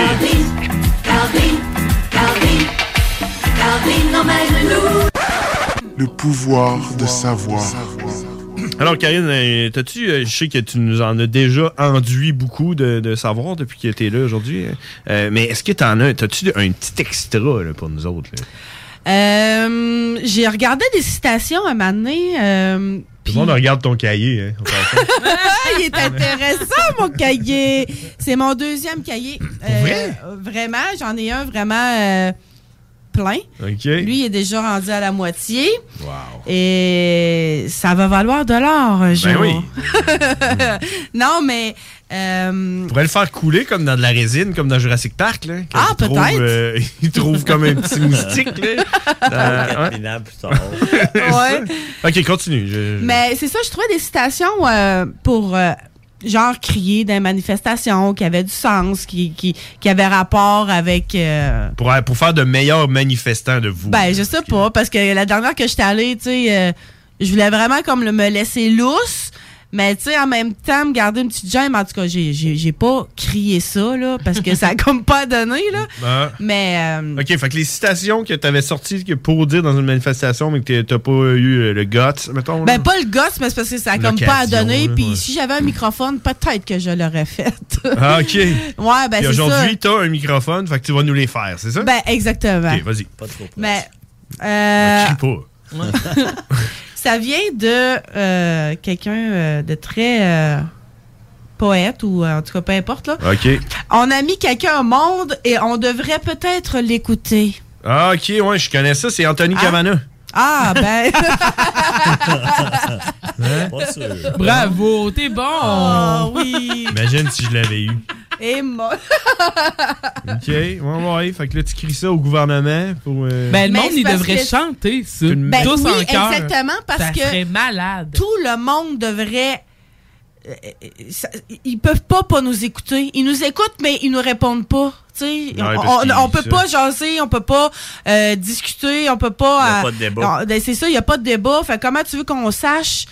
Speaker 21: Calvin, Calvin, Calvin, emmène-nous.
Speaker 2: Le pouvoir de savoir.
Speaker 16: Alors, Karine, euh, t'as-tu, euh, je sais que tu nous en as déjà enduit beaucoup de, de savoir depuis que t'es là aujourd'hui, hein. Euh, mais est-ce que t'en as, t'as-tu un petit extra là, pour nous autres? là?
Speaker 17: Euh, j'ai regardé des citations à un moment donné, euh,
Speaker 16: Tout le monde regarde ton cahier.
Speaker 17: *laughs*
Speaker 16: Hein,
Speaker 17: Il est intéressant, mon cahier. C'est mon deuxième cahier. Euh, Vraiment, j'en ai un vraiment euh, plein.
Speaker 16: OK.
Speaker 17: Lui, il est déjà rendu à la moitié. Et ça va valoir de l'or un jour.
Speaker 16: Ben oui.
Speaker 17: *laughs* non, mais... euh,
Speaker 16: On pourrait le faire couler comme dans de la résine, comme dans Jurassic Park. Là, quand
Speaker 17: Ah,
Speaker 16: il trouve,
Speaker 17: peut-être.
Speaker 16: euh, *laughs* il trouve comme
Speaker 17: *laughs*
Speaker 16: un petit moustique. *laughs* Là,
Speaker 19: Quatre
Speaker 16: minutes plus
Speaker 17: Ouais.
Speaker 16: OK, continue. je- je-
Speaker 17: Mais c'est ça, je trouvais des citations euh, pour euh, genre crier des manifestations qui avaient du sens, qui, qui, qui avaient rapport avec. euh,
Speaker 16: Pour, pour faire de meilleurs manifestants de vous.
Speaker 17: ben, je sais pas, parce que la dernière que j'étais allée, tu sais, euh, je voulais vraiment comme le, me laisser lousse. Mais tu sais, en même temps, me garder une petite gemme, en tout cas, j'ai- j'ai j'ai pas crié ça, là, parce que ça a comme pas donné, là.
Speaker 16: Ah.
Speaker 17: Mais euh,
Speaker 16: OK, fait que les citations que tu avais sorties que pour dire dans une manifestation, mais que t'as pas eu euh, le guts, mettons. là.
Speaker 17: ben pas le gosse, mais c'est parce que ça a comme pas à
Speaker 16: L'occasion,
Speaker 17: donner.
Speaker 16: là,
Speaker 17: Puis
Speaker 16: ouais.
Speaker 17: si j'avais un microphone, peut-être que je l'aurais fait.
Speaker 16: *laughs*
Speaker 17: *laughs*
Speaker 16: Ah, OK.
Speaker 17: Ouais, ben
Speaker 16: Puis
Speaker 17: c'est ça.
Speaker 16: aujourd'hui, t'as un microphone, fait que tu vas nous les faire, c'est ça?
Speaker 17: Ben exactement.
Speaker 16: OK, vas-y. Pas trop.
Speaker 17: Mais euh,
Speaker 16: pas.
Speaker 17: *laughs* ça vient de euh, quelqu'un euh, de très euh, poète ou euh, en tout cas peu importe là.
Speaker 16: OK.
Speaker 17: On a mis quelqu'un au monde et on devrait peut-être l'écouter.
Speaker 16: Ah, OK, ouais, je connais ça, c'est Anthony Cavana.
Speaker 17: Ah
Speaker 16: *laughs*
Speaker 17: ben *laughs*
Speaker 16: Hein?
Speaker 12: Bravo, t'es bon!
Speaker 17: Ah oui!
Speaker 16: Imagine si je l'avais eu.
Speaker 17: et moi.
Speaker 16: OK, ouais, ouais. Fait que là, tu cries ça au gouvernement pour. euh,
Speaker 12: Ben, le
Speaker 17: Mais
Speaker 12: monde,
Speaker 17: c'est
Speaker 12: il
Speaker 17: parce
Speaker 12: devrait
Speaker 17: que-
Speaker 12: chanter ça.
Speaker 17: Ben
Speaker 12: tous
Speaker 17: oui,
Speaker 12: en chœur.
Speaker 17: exactement, parce
Speaker 12: Ça
Speaker 17: que
Speaker 12: serait malade.
Speaker 17: tout le monde devrait. euh, euh, ça- ils peuvent pas pas nous écouter. Ils nous écoutent, mais ils nous répondent pas. Tu sais,
Speaker 12: parce
Speaker 17: on,
Speaker 12: qu'ils
Speaker 17: on- on
Speaker 12: vivent
Speaker 17: peut
Speaker 12: ça.
Speaker 17: pas jaser, on peut pas euh, discuter, on peut pas.
Speaker 10: Y a
Speaker 17: euh,
Speaker 10: pas de débat.
Speaker 17: non, ben, c'est ça, il y a pas de débat. Fait comment tu veux qu'on sache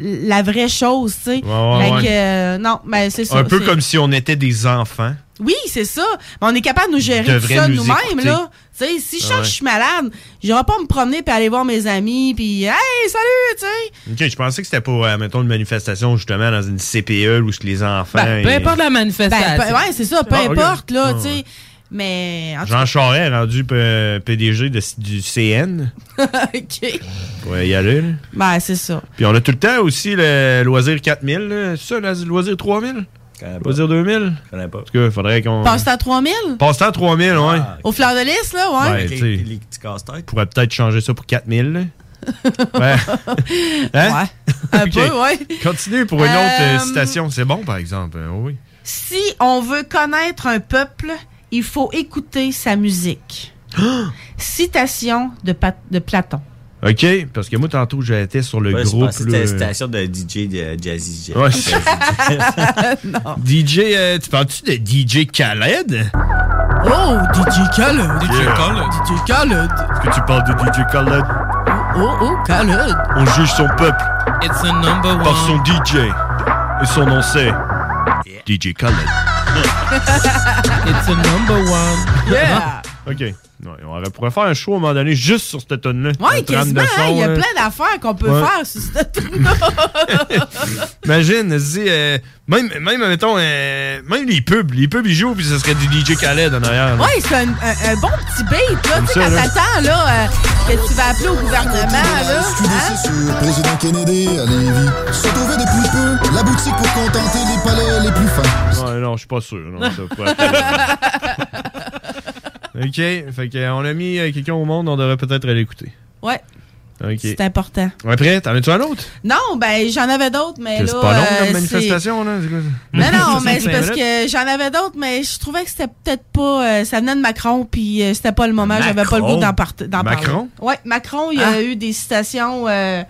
Speaker 17: la vraie chose, tu sais?
Speaker 16: ouais,
Speaker 17: Fait
Speaker 16: ouais.
Speaker 17: que, euh, non, mais c'est ça.
Speaker 16: un peu
Speaker 17: c'est-
Speaker 16: comme si on était des enfants.
Speaker 17: oui, c'est ça. Mais on est capable de nous gérer tout
Speaker 16: Devrait
Speaker 17: ça
Speaker 16: nous
Speaker 17: nous-mêmes,
Speaker 16: écouter.
Speaker 17: là. Tu sais, si je sens
Speaker 16: Ah ouais.
Speaker 17: que je suis malade, j'irai pas me promener puis aller voir mes amis puis hey, salut, tu sais.
Speaker 16: OK, je pensais que c'était pour, euh, mettons, une manifestation justement dans une CPE où ce que les enfants.
Speaker 17: Ben,
Speaker 12: Peu
Speaker 16: euh,
Speaker 12: importe la manifestation.
Speaker 17: Ben, peu- ouais, c'est ça, peu
Speaker 16: Ah, ok.
Speaker 17: importe, là,
Speaker 16: Ah,
Speaker 17: tu sais. Mais. en tout
Speaker 16: Jean Charest, rendu euh, PDG de- du CN.
Speaker 17: cas, *laughs* OK.
Speaker 16: Ouais, y aller, là.
Speaker 17: Ben, c'est ça.
Speaker 16: Puis on a tout le temps aussi le loisir 4000, là. C'est ça, le loisir 3000? Loisir 2000? Je connais pas. Parce que faudrait qu'on.
Speaker 17: Passe à 3000
Speaker 16: Passe-temps 3000, ouais.
Speaker 17: au fleur de lys, là, ouais.
Speaker 16: Ouais, Ben, tu sais. On pourrait peut-être changer ça pour 4000, là. ouais.
Speaker 17: Un
Speaker 16: *laughs* Ok.
Speaker 17: peu, ouais.
Speaker 16: Continue pour une autre euh,
Speaker 17: Euh,
Speaker 16: citation. C'est bon, par exemple. Euh, oui.
Speaker 17: Si on veut connaître un peuple, il faut écouter sa
Speaker 16: *gasps*
Speaker 17: musique. Citation de, Pat- de Platon.
Speaker 16: *laughs* OK, parce que moi, tantôt, j'étais sur le
Speaker 19: Ouais, c'est
Speaker 16: groupe.
Speaker 19: parce que c'était
Speaker 16: là. euh,
Speaker 19: la station de DJ de Jazzy Jet.
Speaker 16: Ouais, c'est- DJ, euh, tu parles-tu de DJ Khaled?
Speaker 17: Oh, DJ Khaled.
Speaker 16: DJ Khaled.
Speaker 17: DJ Khaled.
Speaker 16: Est-ce que tu parles de DJ Khaled?
Speaker 17: Oh, oh, Khaled.
Speaker 16: On juge son peuple.
Speaker 12: It's a number one.
Speaker 16: Par son DJ. Et son nom, c'est DJ Khaled.
Speaker 12: It's a number one.
Speaker 16: Yeah! *laughs* OK. Ouais, on pourrait faire un show à un moment donné juste sur cette tonne là
Speaker 17: Ouais, quasiment, hein, il y a plein d'affaires qu'on peut
Speaker 16: Ouais.
Speaker 17: faire sur cette tune-là.
Speaker 16: *laughs* Imagine, si, euh, même, même, mettons, euh, même les pubs, les pubs, ils jouent, puis ce serait du DJ Khaled en arrière. là.
Speaker 17: Ouais, c'est un, un- un bon petit beat, là.
Speaker 16: Ah, Comme
Speaker 17: Tu sais,
Speaker 16: ça,
Speaker 17: quand
Speaker 16: là.
Speaker 17: t'attends, là, euh, que tu vas appeler au gouvernement, là. hein?
Speaker 25: Le président Kennedy à Lévis se trouvait depuis peu la boutique pour contenter les palais les plus fins.
Speaker 16: Ouais, non, je suis pas sûr. non, ça pourrait *laughs* pas- OK, fait que, euh, on a mis euh, quelqu'un au monde, on devrait peut-être l'écouter.
Speaker 17: Ouais,
Speaker 16: OK.
Speaker 17: c'est important.
Speaker 16: Après, t'en as-tu un autre?
Speaker 17: Non, ben, j'en avais d'autres, mais
Speaker 16: Que
Speaker 17: là.
Speaker 16: c'est pas long, comme
Speaker 17: euh, c'est-
Speaker 16: manifestation, là?
Speaker 17: Non,
Speaker 16: *laughs*
Speaker 17: non, mais c'est
Speaker 16: 65
Speaker 17: parce
Speaker 16: minutes.
Speaker 17: que j'en avais d'autres, mais je trouvais que c'était peut-être pas. euh, ça venait de Macron, puis euh, c'était pas le moment, j'avais pas le
Speaker 16: Macron?
Speaker 17: goût d'en par- d'en parler.
Speaker 16: Macron? Ah.
Speaker 17: Ouais, Macron, il y a eu des citations. euh,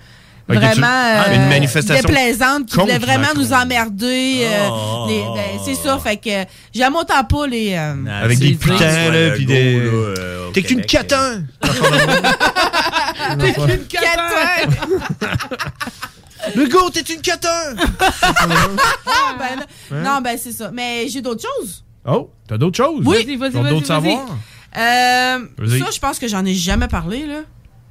Speaker 16: Ok, tu-
Speaker 17: vraiment
Speaker 16: Ah,
Speaker 17: euh,
Speaker 16: une manifestation
Speaker 17: déplaisantes qui voulaient
Speaker 16: contre
Speaker 17: vraiment
Speaker 16: Macron.
Speaker 17: nous emmerder euh,
Speaker 16: Oh.
Speaker 17: les- ben, c'est ça fait que j'aime autant pas les euh,
Speaker 16: Avec des putains, là, puis des. T'es qu'une catin!
Speaker 17: *laughs* T'es qu'une catin! *laughs*
Speaker 16: Le go, t'es une catin!
Speaker 17: Ben non.
Speaker 16: Hein?
Speaker 17: non, ben c'est ça. Mais j'ai d'autres choses.
Speaker 16: Oh, t'as d'autres choses?
Speaker 17: Oui,
Speaker 16: Ils ont
Speaker 17: vas-y, vas-y,
Speaker 16: d'autres
Speaker 17: vas-y.
Speaker 16: savoirs?
Speaker 17: Euh,
Speaker 16: Vas-y.
Speaker 17: ça, je pense que j'en ai jamais parlé, là.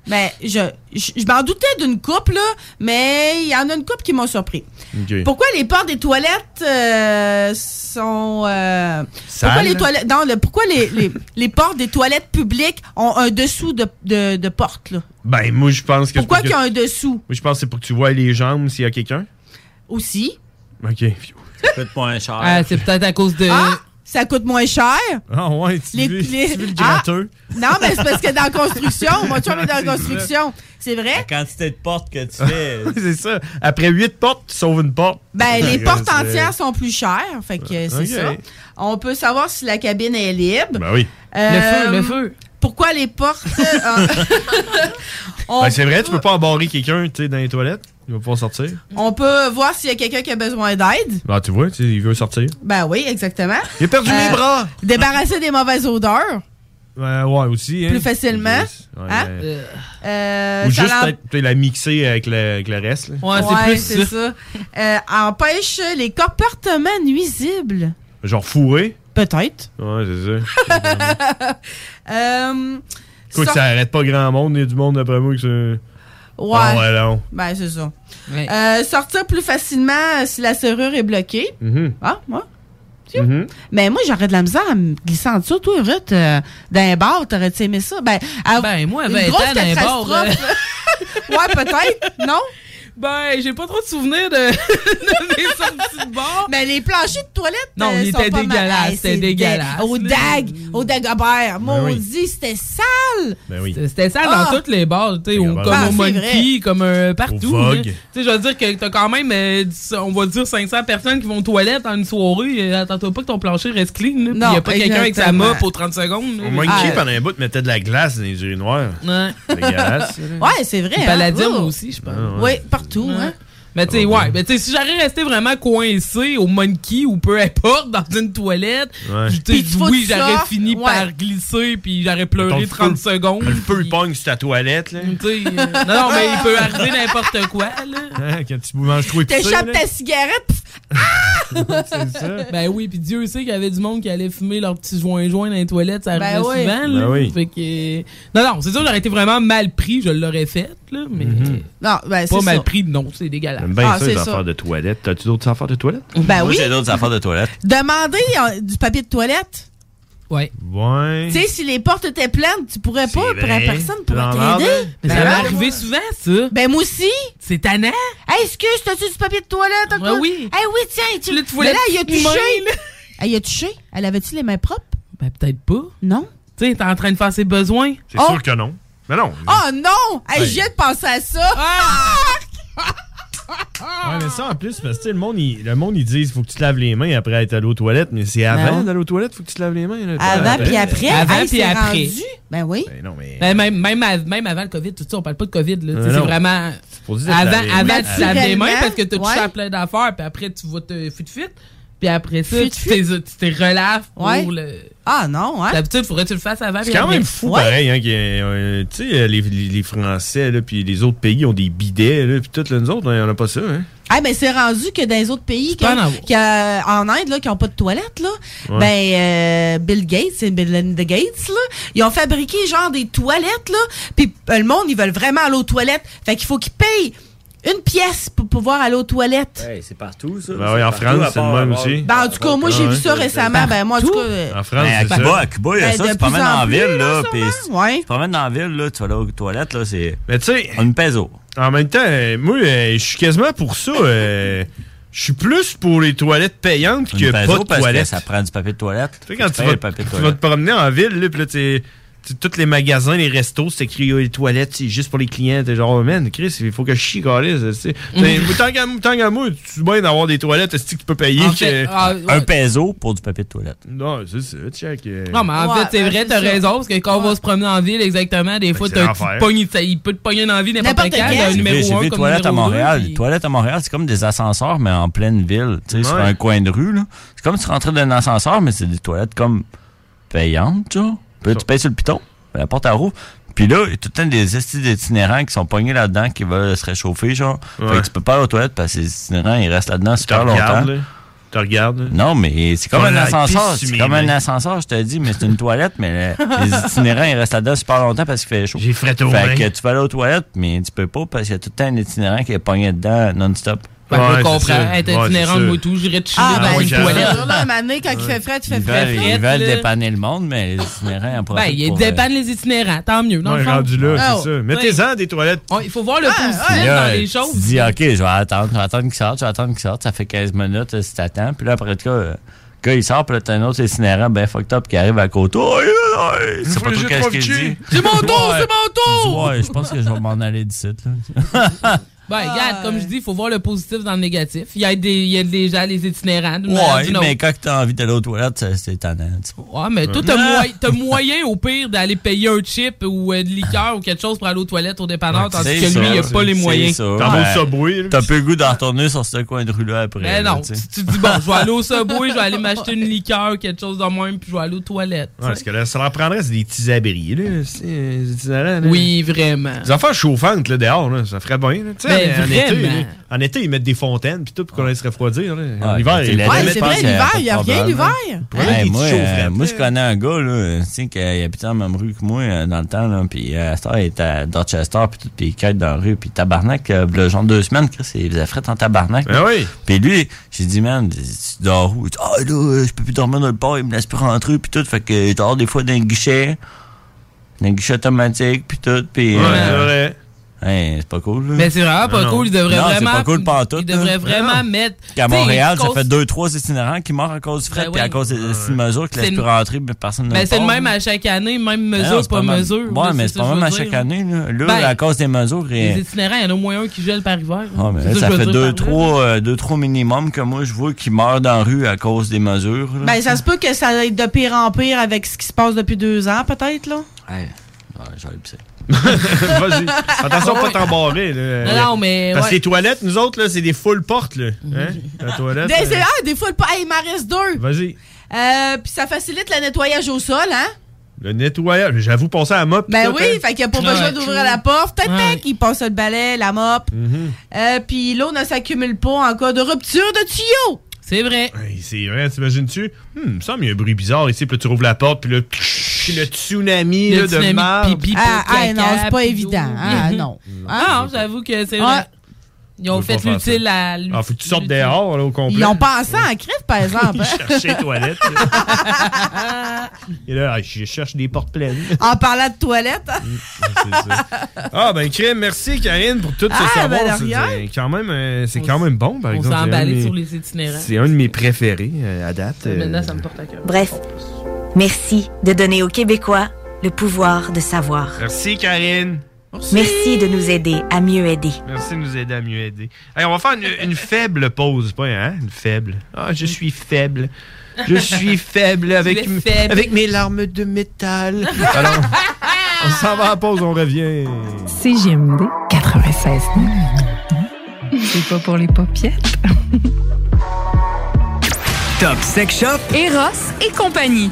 Speaker 17: Mais je, je, je m'en doutais d'une coupe, là, mais il y en a une coupe qui m'a surpris.
Speaker 16: Ok.
Speaker 17: Pourquoi les portes des toilettes euh, sont. euh, pourquoi
Speaker 16: Sales?
Speaker 17: les toilettes. Non, le- pourquoi les,
Speaker 16: *laughs*
Speaker 17: les, les portes des toilettes publiques ont un dessous de, de, de porte, là?
Speaker 16: Ben, moi, je pense que.
Speaker 17: Pourquoi
Speaker 16: c'est
Speaker 17: qu'il y
Speaker 16: pour
Speaker 17: a
Speaker 16: que-
Speaker 17: un dessous
Speaker 16: Moi, je pense que c'est pour que tu vois les jambes s'il y a quelqu'un.
Speaker 17: aussi?
Speaker 16: OK.
Speaker 19: Peut-être pas un char.
Speaker 12: Ah, c'est peut-être à cause de.
Speaker 17: Ah! Ça coûte moins cher?
Speaker 16: Ah, ouais, tu
Speaker 17: Les-
Speaker 16: veux-
Speaker 17: les-
Speaker 16: tu veux le
Speaker 17: Ah!
Speaker 16: gratteux.
Speaker 17: Non, mais c'est parce que dans la
Speaker 16: *laughs*
Speaker 17: construction, moi, tu vois, on est dans la construction. C'est vrai?
Speaker 19: quantité de portes que tu
Speaker 16: *laughs* c'est ça. Après huit portes, tu sauves une porte. *laughs*
Speaker 17: Ben, les
Speaker 16: Ouais,
Speaker 17: portes
Speaker 16: c'est-
Speaker 17: entières sont plus chères, fait que euh, c'est
Speaker 16: Ah, Ok.
Speaker 17: ça. On peut savoir si la cabine est libre.
Speaker 16: Ben oui.
Speaker 17: Euh,
Speaker 12: Le feu, le feu.
Speaker 17: Pourquoi les portes... euh,
Speaker 16: *laughs*
Speaker 17: on,
Speaker 16: Ben, c'est vrai, tu peux pas embarrer quelqu'un, tu sais, dans les toilettes. Il va pas sortir.
Speaker 17: on peut voir s'il y a quelqu'un qui a besoin d'aide.
Speaker 16: Ben, tu vois, tu sais, il veut sortir.
Speaker 17: Ben oui, exactement.
Speaker 16: Il a perdu
Speaker 17: Euh,
Speaker 16: les bras!
Speaker 17: Débarrasser des mauvaises odeurs.
Speaker 16: Ouais, ouais, aussi.
Speaker 17: plus
Speaker 16: hein.
Speaker 17: facilement.
Speaker 16: Ouais,
Speaker 17: Hein?
Speaker 16: ouais.
Speaker 17: Euh,
Speaker 16: Ou
Speaker 17: ça
Speaker 16: juste
Speaker 17: l'en-
Speaker 16: peut-être peut-être la mixer avec le, avec le reste. là.
Speaker 17: Ouais, c'est ça. Euh, empêche les comportements nuisibles.
Speaker 16: Genre fourré.
Speaker 17: Peut-être.
Speaker 16: Ouais,
Speaker 17: *laughs*
Speaker 16: c'est ça.
Speaker 17: Euh,
Speaker 16: Quoi que
Speaker 17: sort-
Speaker 16: ça arrête pas grand monde, il y a du monde d'après moi que c'est.
Speaker 17: Ouais.
Speaker 16: Ah ouais, non.
Speaker 17: Ben, c'est ça. Euh, sortir plus facilement euh, si la serrure est bloquée.
Speaker 16: Mhm.
Speaker 17: Ah, moi. Mais moi, j'aurais de la misère à me glisser en dessous. Toi, Ruth, euh, d'un bar, t'aurais-tu aimé ça? Ben, ben moi,
Speaker 12: vingt ans, d'un euh, bar, *laughs*
Speaker 17: *laughs* ouais, peut-être, non?
Speaker 12: Ben, j'ai pas trop de souvenirs de, de mes sorties de bord.
Speaker 17: Ben, les planchers de toilette,
Speaker 12: Non,
Speaker 17: euh,
Speaker 12: il
Speaker 17: sont
Speaker 12: était
Speaker 17: pas mal.
Speaker 12: dégueulasse,
Speaker 17: Hey,
Speaker 12: c'était
Speaker 17: c'est
Speaker 12: dégueulasse,
Speaker 17: dé- Au dag, au dagobert.
Speaker 12: oui.
Speaker 17: Maudit, c'était sale!
Speaker 16: Ben oui.
Speaker 12: C'était ça
Speaker 17: Ah!
Speaker 12: dans toutes les bars, tu sais, au-
Speaker 17: bars.
Speaker 12: comme
Speaker 17: Ah,
Speaker 12: au
Speaker 17: c'est
Speaker 12: Monkey, comme euh, partout.
Speaker 16: Au Vogue.
Speaker 12: là. Tu sais, je veux dire que t'as quand même, euh, du- on va dire 500 personnes qui vont aux toilettes en une soirée. euh, Attends-toi pas que ton plancher reste clean. Là, puis
Speaker 17: Non,
Speaker 12: y a pas quelqu'un avec sa
Speaker 17: exactement.
Speaker 12: mop aux 30 secondes. là.
Speaker 16: Au Monkey,
Speaker 12: Ah,
Speaker 16: pendant un bout, mettait de la glace dans les urinoirs.
Speaker 12: Ouais.
Speaker 16: Dégueulasse.
Speaker 17: Ouais, c'est vrai.
Speaker 12: Le
Speaker 17: hein.
Speaker 12: Palladium
Speaker 17: Oh.
Speaker 12: aussi, je pense.
Speaker 16: Ah
Speaker 17: Oui, partout. Hein?
Speaker 12: Mais tu sais, ouais, mais tu sais, si j'aurais resté vraiment coincé au monkey ou peu importe dans une toilette,
Speaker 16: Ouais.
Speaker 12: tu sais,
Speaker 16: Puis tu
Speaker 12: oui,
Speaker 16: fous de
Speaker 12: j'aurais
Speaker 16: ça,
Speaker 12: fini
Speaker 16: ouais.
Speaker 12: par glisser puis j'aurais pleuré
Speaker 16: Mettons,
Speaker 12: 30
Speaker 16: feu-
Speaker 12: secondes.
Speaker 16: Le feu, il pogne sur ta toilette. Là.
Speaker 12: Tu sais, euh, non, non, mais il
Speaker 17: *laughs*
Speaker 12: peut arriver n'importe quoi, là.
Speaker 16: *laughs* Hein, quand tu manges trop épicé.
Speaker 17: T'échappes
Speaker 16: là.
Speaker 17: ta cigarette, pff,
Speaker 16: *laughs*
Speaker 12: C'est ça. *laughs* Ben oui, puis Dieu sait qu'il y avait du monde qui allait fumer leurs petits joints-joints dans les toilettes, ça
Speaker 17: Ben
Speaker 12: arrivait
Speaker 17: oui.
Speaker 12: souvent,
Speaker 17: Ben
Speaker 12: là.
Speaker 17: oui.
Speaker 12: Fait que- Non, non, c'est sûr, j'aurais été vraiment mal pris, je l'aurais fait, là, mais...
Speaker 16: Mm-hmm.
Speaker 17: Non, ben, c'est
Speaker 12: Pas mal
Speaker 17: ça. Ah,
Speaker 12: pris, non, c'est dégueulasse.
Speaker 16: J'aime bien ça, les affaires de toilette. T'as-tu d'autres affaires de toilette?
Speaker 17: Ben oui.
Speaker 19: J'ai d'autres affaires de toilette.
Speaker 17: Demander euh, du papier de toilette.
Speaker 12: Ouais.
Speaker 16: Ouais.
Speaker 12: Mm.
Speaker 17: Tu sais, si les portes étaient pleines, tu pourrais pas,
Speaker 12: vrai.
Speaker 17: puis personne pourrait
Speaker 12: J'en
Speaker 17: t'aider.
Speaker 16: hein?
Speaker 12: avais. Mais ça m'est arrivé souvent, ça.
Speaker 17: Ben, moi aussi.
Speaker 12: C'est tannant.
Speaker 17: Hey, excuse, t'as-tu du papier de toilette? encore?
Speaker 12: oui.
Speaker 17: Hey, oui, tiens, tu
Speaker 12: Là, tu voulais
Speaker 17: Mais là, il a
Speaker 12: te filmer,
Speaker 17: touché. *laughs* Elle a touché. Elle avait-tu les mains propres?
Speaker 12: Ben peut-être pas.
Speaker 17: Non.
Speaker 12: Tu sais, t'es en train de faire ses besoins.
Speaker 16: C'est sûr que non. Mais non.
Speaker 17: Oh non! Hey,
Speaker 16: Ouais.
Speaker 17: je viens de penser à ça.
Speaker 12: Ah,
Speaker 17: Ah!
Speaker 16: Ouais, mais ça en plus, parce que tu sais, le monde, il, le monde, ils disent faut que tu te laves les mains après être allé aux toilettes, mais c'est avant
Speaker 12: Non.
Speaker 16: d'aller aux toilettes, faut que tu te laves les mains. là.
Speaker 17: Avant puis après.
Speaker 12: Avant
Speaker 17: Hey,
Speaker 12: puis
Speaker 17: c'est
Speaker 12: après.
Speaker 17: rendu. Ben oui.
Speaker 16: Ben non, mais.
Speaker 12: Ben, même, même, av- même avant le COVID, tout ça, on parle pas de COVID. là. Tu sais,
Speaker 16: Ah
Speaker 12: C'est
Speaker 16: non.
Speaker 12: vraiment.
Speaker 16: C'est pour dire de
Speaker 12: Avant,
Speaker 16: laver les
Speaker 12: avant
Speaker 16: mains.
Speaker 12: tu laves les mains
Speaker 16: Naturellement,
Speaker 12: parce que t'as touché
Speaker 17: ouais.
Speaker 12: à plein d'affaires, puis après, tu vas te fut-fut. Puis après ça, tu
Speaker 17: Fut-fut.
Speaker 12: t'es tu t'es relaves pour
Speaker 17: Ouais.
Speaker 12: le.
Speaker 17: Ah non, hein?
Speaker 12: D'habitude, faudrait-tu le fasses avant.
Speaker 16: C'est
Speaker 12: puis
Speaker 16: quand
Speaker 12: après.
Speaker 16: même fou, pareil, hein, que, euh, tu sais, les, les, les Français, là, puis les autres pays ont des bidets, là, puis toutes là, nous autres, on n'a pas ça, hein.
Speaker 17: Ah, ben c'est rendu que dans les autres pays qui
Speaker 16: peux en
Speaker 17: ont-
Speaker 16: avoir.
Speaker 17: qui, euh, en Inde là, qui n'ont pas de toilette, là,
Speaker 16: Ouais.
Speaker 17: ben euh, Bill Gates et Melinda Gates, là, ils ont fabriqué genre des toilettes, là, puis euh, le monde, ils veulent vraiment aller aux toilettes. Fait qu'il faut qu'ils payent une pièce pour pouvoir aller aux toilettes.
Speaker 19: c'est partout, ça.
Speaker 16: Ben oui, en France, c'est le même aussi. Ah,
Speaker 17: Ben, en tout cas, moi, j'ai vu ça récemment. Ben, moi, en tout cas. euh,
Speaker 16: En France,
Speaker 19: Ah, Ben, à
Speaker 16: c'est ça.
Speaker 19: Cuba, à Cuba, il y a
Speaker 17: Ben,
Speaker 19: ça.
Speaker 17: de
Speaker 19: Tu
Speaker 17: plus
Speaker 19: te promènes
Speaker 17: en
Speaker 19: en
Speaker 17: plus, là,
Speaker 19: ville, là. puis
Speaker 17: ouais.
Speaker 19: Tu te promènes dans la ville, là. Tu vas là aux toilettes, là. C'est.
Speaker 16: Mais tu sais.
Speaker 19: On peso.
Speaker 16: En même temps, euh, moi, euh, je suis quasiment pour ça. euh, je suis plus pour les toilettes payantes
Speaker 19: Une
Speaker 16: que pas
Speaker 19: peso
Speaker 16: de
Speaker 19: parce que
Speaker 16: toilettes.
Speaker 19: Ça prend du papier de toilette.
Speaker 16: Tu sais, quand tu
Speaker 19: payes
Speaker 16: vas,
Speaker 19: le papier de
Speaker 16: tu vas
Speaker 19: toilette.
Speaker 16: te promener en ville, là, puis là, t'es- t'es- tous les magasins, les restos, c'est écrit euh, les toilettes, c'est juste pour les clients. T'es genre, oh, man, Chris, il faut que je chie, calisse, tu
Speaker 19: *laughs*
Speaker 16: sais. T'es- Tant qu'à tant qu'à moi, tu es bien d'avoir des toilettes, est-ce que tu peux payer
Speaker 19: En fait,
Speaker 16: que-
Speaker 19: ah, ouais. Un peso pour du papier de toilette.
Speaker 16: Non, c'est ça, check. euh.
Speaker 12: Non, mais en fait, ben, c'est vrai, t'as
Speaker 16: *laughs*
Speaker 12: raison, parce que quand on va se promener en ville, exactement, des fois,
Speaker 16: c'est
Speaker 12: t'as
Speaker 16: l'enfer.
Speaker 12: tu pognes- ça- il peut te pogner dans la ville n'importe
Speaker 19: J'ai
Speaker 12: quand, d'un
Speaker 19: vu-
Speaker 12: numéro
Speaker 19: J'ai
Speaker 12: 1
Speaker 19: vu
Speaker 12: comme
Speaker 19: toilettes à
Speaker 12: numéro
Speaker 19: Montréal.
Speaker 12: deux,
Speaker 19: Les toilettes à Montréal, c'est comme des ascenseurs, mais en pleine ville. Tu sais, c'est
Speaker 12: Ouais.
Speaker 19: un coin de rue, là. C'est comme si tu rentrais dans un ascenseur, mais c'est des toilettes comme payantes, tu vois. Puis là, tu payes sur le piton, la porte à roue. Puis là, il y a tout le temps des estis itinérants qui sont pognés là-dedans, qui veulent se réchauffer, genre. Fait que tu peux pas aller aux toilettes parce que les itinérants, ils restent là-dedans
Speaker 16: Tu
Speaker 19: super
Speaker 16: regardes,
Speaker 19: longtemps.
Speaker 16: là. Tu regardes.
Speaker 19: Non, mais c'est comme
Speaker 16: Ton
Speaker 19: un
Speaker 16: like,
Speaker 19: ascenseur.
Speaker 16: pisse sur
Speaker 19: C'est
Speaker 16: mes
Speaker 19: comme un
Speaker 16: mains.
Speaker 19: ascenseur, je te dis, mais c'est une toilette, mais
Speaker 16: *laughs*
Speaker 19: le- les itinérants, ils restent là-dedans super longtemps parce qu'il fait chaud. J'ai
Speaker 16: fret
Speaker 19: Fait
Speaker 16: aux mains.
Speaker 19: que tu vas aller aux toilettes, mais tu peux pas parce qu'il y a tout le temps un itinérant qui est pogné dedans non-stop.
Speaker 12: Ben, je comprends. Être itinérant, moi et tout, j'irais te chiller
Speaker 19: Ah,
Speaker 12: dans
Speaker 19: ben,
Speaker 12: une
Speaker 19: c'est
Speaker 12: toilette.
Speaker 17: Là, là, un moment donné, quand il fait frais, tu fais
Speaker 19: Ils
Speaker 17: frais.
Speaker 19: veulent,
Speaker 17: frais,
Speaker 19: ils veulent
Speaker 17: là.
Speaker 19: dépanner le monde, mais les itinérants en
Speaker 12: Ben,
Speaker 19: profitent
Speaker 12: ils
Speaker 19: pour, euh,
Speaker 12: dépannent les itinérants, tant mieux. Dans
Speaker 19: Ouais,
Speaker 12: le fond.
Speaker 19: rendu là, c'est
Speaker 12: Ah,
Speaker 19: ça.
Speaker 12: ouais.
Speaker 16: Mettez-en des toilettes.
Speaker 12: Ouais, Il faut voir le positif
Speaker 19: euh,
Speaker 12: dans
Speaker 19: là,
Speaker 12: les
Speaker 19: tu
Speaker 12: choses.
Speaker 19: te dis, OK, je vais attendre, je vais attendre qu'il sorte, je vais attendre qu'il sorte. Ça fait 15 minutes euh, si t'attends. Puis là, après, le gars, euh, le gars, il sort, puis là, t'as un autre itinérant ben fucked up qui arrive à côté. Oh, yeah, yeah. C'est pas
Speaker 16: J'ai
Speaker 19: tout
Speaker 16: trop
Speaker 19: qu'est-ce qu'il
Speaker 16: piqué.
Speaker 19: dit.
Speaker 16: C'est mon tour,
Speaker 19: Ouais.
Speaker 16: c'est mon tour!
Speaker 19: Il dit, Ouais, je pense que je vais m'en aller d'ici, là.
Speaker 12: Ben, regarde, comme je dis, il faut voir le positif dans le négatif. Il y a des, il y a des gens, les itinérants. d'une manière
Speaker 19: Ouais,
Speaker 12: d'une
Speaker 19: mais
Speaker 12: autre.
Speaker 19: quand t'as envie d'aller aux toilettes, c'est- c'est étonnant. un petit peu.
Speaker 12: Ouais, mais toi,
Speaker 19: Euh,
Speaker 12: t'as moy- t'as moyen au pire d'aller payer un chip ou euh, de liqueur ou quelque chose pour aller aux toilettes au dépanneur, Ah tandis que lui, il a pas les moyens.
Speaker 19: T'as T'as peu le goût d'en retourner sur ce coin de rue-là après.
Speaker 12: Mais
Speaker 19: là,
Speaker 12: non,
Speaker 19: tu
Speaker 12: tu
Speaker 19: sais.
Speaker 12: tu dis, bon, je vais
Speaker 19: *laughs*
Speaker 12: aller au Subway, je vais aller m'acheter une liqueur, quelque chose de même, puis je vais aller aux toilettes.
Speaker 16: Ouais, parce que là, ça leur prendrait, c'est des petits abris, là. c'est- les itinérants, là.
Speaker 12: Oui, vraiment.
Speaker 16: Les affaires chauffantes, là, dehors, là, ça ferait bien, là. Tu sais,
Speaker 12: Ben,
Speaker 16: en, été,
Speaker 12: vraiment.
Speaker 16: là, en été, ils mettent des fontaines, puis tout, pour qu'on laisse refroidir, là. En hiver,
Speaker 19: Ouais,
Speaker 16: ils-
Speaker 17: c'est vrai, l'hiver, il y a rien l'hiver.
Speaker 16: des
Speaker 19: Hey, moi,
Speaker 16: petits
Speaker 19: euh,
Speaker 16: chaufferettes,
Speaker 19: moi, je connais un gars, là, tu sais, qui habitait dans la même rue que moi euh, dans le temps, là, puis euh, à cette heure, il était à Dorchester, puis tout, puis il quête dans la rue, puis tabarnak, euh, le genre deux semaines, Chris, il faisait fret en tabarnak.
Speaker 16: Ben
Speaker 19: là.
Speaker 16: oui.
Speaker 19: Puis lui, j'ai dit, man, tu dors où? Il dit, ah, là, euh, je peux plus dormir dans le port, il me laisse plus rentrer, puis tout, fait que je dors des fois dans le guichet, dans le guichet automatique, puis tout, puis...
Speaker 12: Ouais,
Speaker 16: euh,
Speaker 19: hey, c'est pas cool, là.
Speaker 12: Mais c'est vraiment pas
Speaker 19: Non, non.
Speaker 12: cool. Il devrait
Speaker 19: Non, c'est
Speaker 12: vraiment.
Speaker 19: pas cool pantoute,
Speaker 12: Il devrait
Speaker 19: là.
Speaker 12: vraiment mettre.
Speaker 19: Qu'à
Speaker 12: Tu sais,
Speaker 19: Montréal,
Speaker 12: il
Speaker 19: ça
Speaker 12: cause-
Speaker 19: fait deux, trois itinérants qui meurent à cause du fret,
Speaker 12: Ben
Speaker 19: puis à
Speaker 12: oui.
Speaker 19: cause des de mesures qui
Speaker 12: C'est
Speaker 19: laissent
Speaker 12: le-
Speaker 19: plus rentrer, mais personne ne
Speaker 12: Ben, c'est le
Speaker 19: part,
Speaker 12: même
Speaker 19: là.
Speaker 12: à chaque année, même
Speaker 19: Non,
Speaker 12: mesure,
Speaker 19: c'est
Speaker 12: pas
Speaker 19: même-
Speaker 12: mesure.
Speaker 19: Ouais, mais c'est pas même à chaque année. Là, Là,
Speaker 12: Ben,
Speaker 19: à cause des mesures. et-
Speaker 12: Les itinérants, il y en a au moins un qui gèle par hiver. hein. là.
Speaker 19: Ah, mais
Speaker 12: C'est
Speaker 19: là,
Speaker 12: que
Speaker 19: ça
Speaker 12: je veux
Speaker 19: fait
Speaker 12: dire
Speaker 19: deux
Speaker 12: par là.
Speaker 19: trois, euh, deux, trois minimum que moi, je vois qui meurent dans la rue à cause des mesures. là.
Speaker 17: Ben, ça se peut que ça aille de pire en pire avec ce qui se passe depuis deux ans, peut-être, là.
Speaker 19: Ouais. Ouais, j'aurais
Speaker 16: *laughs*
Speaker 19: pu ça.
Speaker 16: Vas-y. Attention, pas t'embarrer, là.
Speaker 17: Non, non, mais
Speaker 16: Parce que
Speaker 17: ouais.
Speaker 16: les toilettes, nous autres, là, c'est des full portes, là. Hein? La toilette.
Speaker 17: Des,
Speaker 16: euh,
Speaker 17: c'est- ah, des fois, le pa- hey, il m'en reste deux.
Speaker 16: Vas-y.
Speaker 17: Euh, Puis ça facilite le nettoyage au sol, hein?
Speaker 16: Le nettoyage. J'avoue, penser à la mop.
Speaker 17: Ben
Speaker 16: tout,
Speaker 17: oui,
Speaker 16: hein.
Speaker 17: fait qu'il n'y a pas
Speaker 16: Ouais,
Speaker 17: besoin
Speaker 16: ouais.
Speaker 17: d'ouvrir la porte. Tac, tac, il passe le balai, la mop.
Speaker 16: Mhm.
Speaker 17: Euh, Puis l'eau ne s'accumule pas en cas de rupture de tuyau.
Speaker 12: C'est vrai.
Speaker 16: Hey, C'est vrai, t'imagines-tu? Hum, il me semble qu'il y a un bruit bizarre ici, puis là, tu rouvres la porte, puis là, puis le tsunami,
Speaker 12: Le
Speaker 16: là,
Speaker 12: tsunami
Speaker 16: de
Speaker 12: de
Speaker 16: marbre.
Speaker 12: pipi,
Speaker 17: Ah,
Speaker 12: caca,
Speaker 17: ah, non, c'est pas
Speaker 12: puis
Speaker 17: évident.
Speaker 12: d'eau.
Speaker 17: Ah, non.
Speaker 12: Ah, non, j'avoue que c'est vrai. Ils ont
Speaker 16: Faut pas
Speaker 12: fait
Speaker 16: faire
Speaker 12: l'utile
Speaker 16: ça.
Speaker 12: à l'utile.
Speaker 16: Ah, faut que tu sortes dehors, là, au complet.
Speaker 17: Ils ont pensé en crève, par exemple.
Speaker 16: *laughs* Ils
Speaker 17: hein?
Speaker 16: cherchaient les toilettes.
Speaker 12: *laughs*
Speaker 16: Et là, ah, je cherche des portes pleines.
Speaker 17: *laughs* en parlant de hein? toilette.
Speaker 16: Ah, ben, crème, merci, Karine, pour tout
Speaker 17: Ah,
Speaker 16: ce
Speaker 17: ben,
Speaker 16: savoir.
Speaker 17: de
Speaker 16: C'est-
Speaker 17: rien.
Speaker 16: c'est quand même, euh, c'est quand même bon, par
Speaker 12: on
Speaker 16: exemple.
Speaker 12: s'est
Speaker 16: C'est un
Speaker 12: emballé
Speaker 16: de mes-
Speaker 12: sur les Ah, ben, itinérants.
Speaker 16: C'est un de mes préférés euh, à date. euh,
Speaker 12: Maintenant, ça me porte à cœur.
Speaker 1: Bref, merci de donner aux Québécois le pouvoir de savoir.
Speaker 16: Merci, Karine.
Speaker 1: Merci de nous aider à mieux aider.
Speaker 16: Merci de nous aider à mieux aider. Hey, on va faire une, une faible pause, pas hein? une faible. Ah, je suis faible. Je suis faible avec,
Speaker 27: es faible.
Speaker 16: avec mes larmes de métal. Alors, on s'en va à la pause, on revient.
Speaker 15: CGMD 96. C'est pas pour les paupiètes.
Speaker 23: Top Sex Shop,
Speaker 15: Eros et compagnie.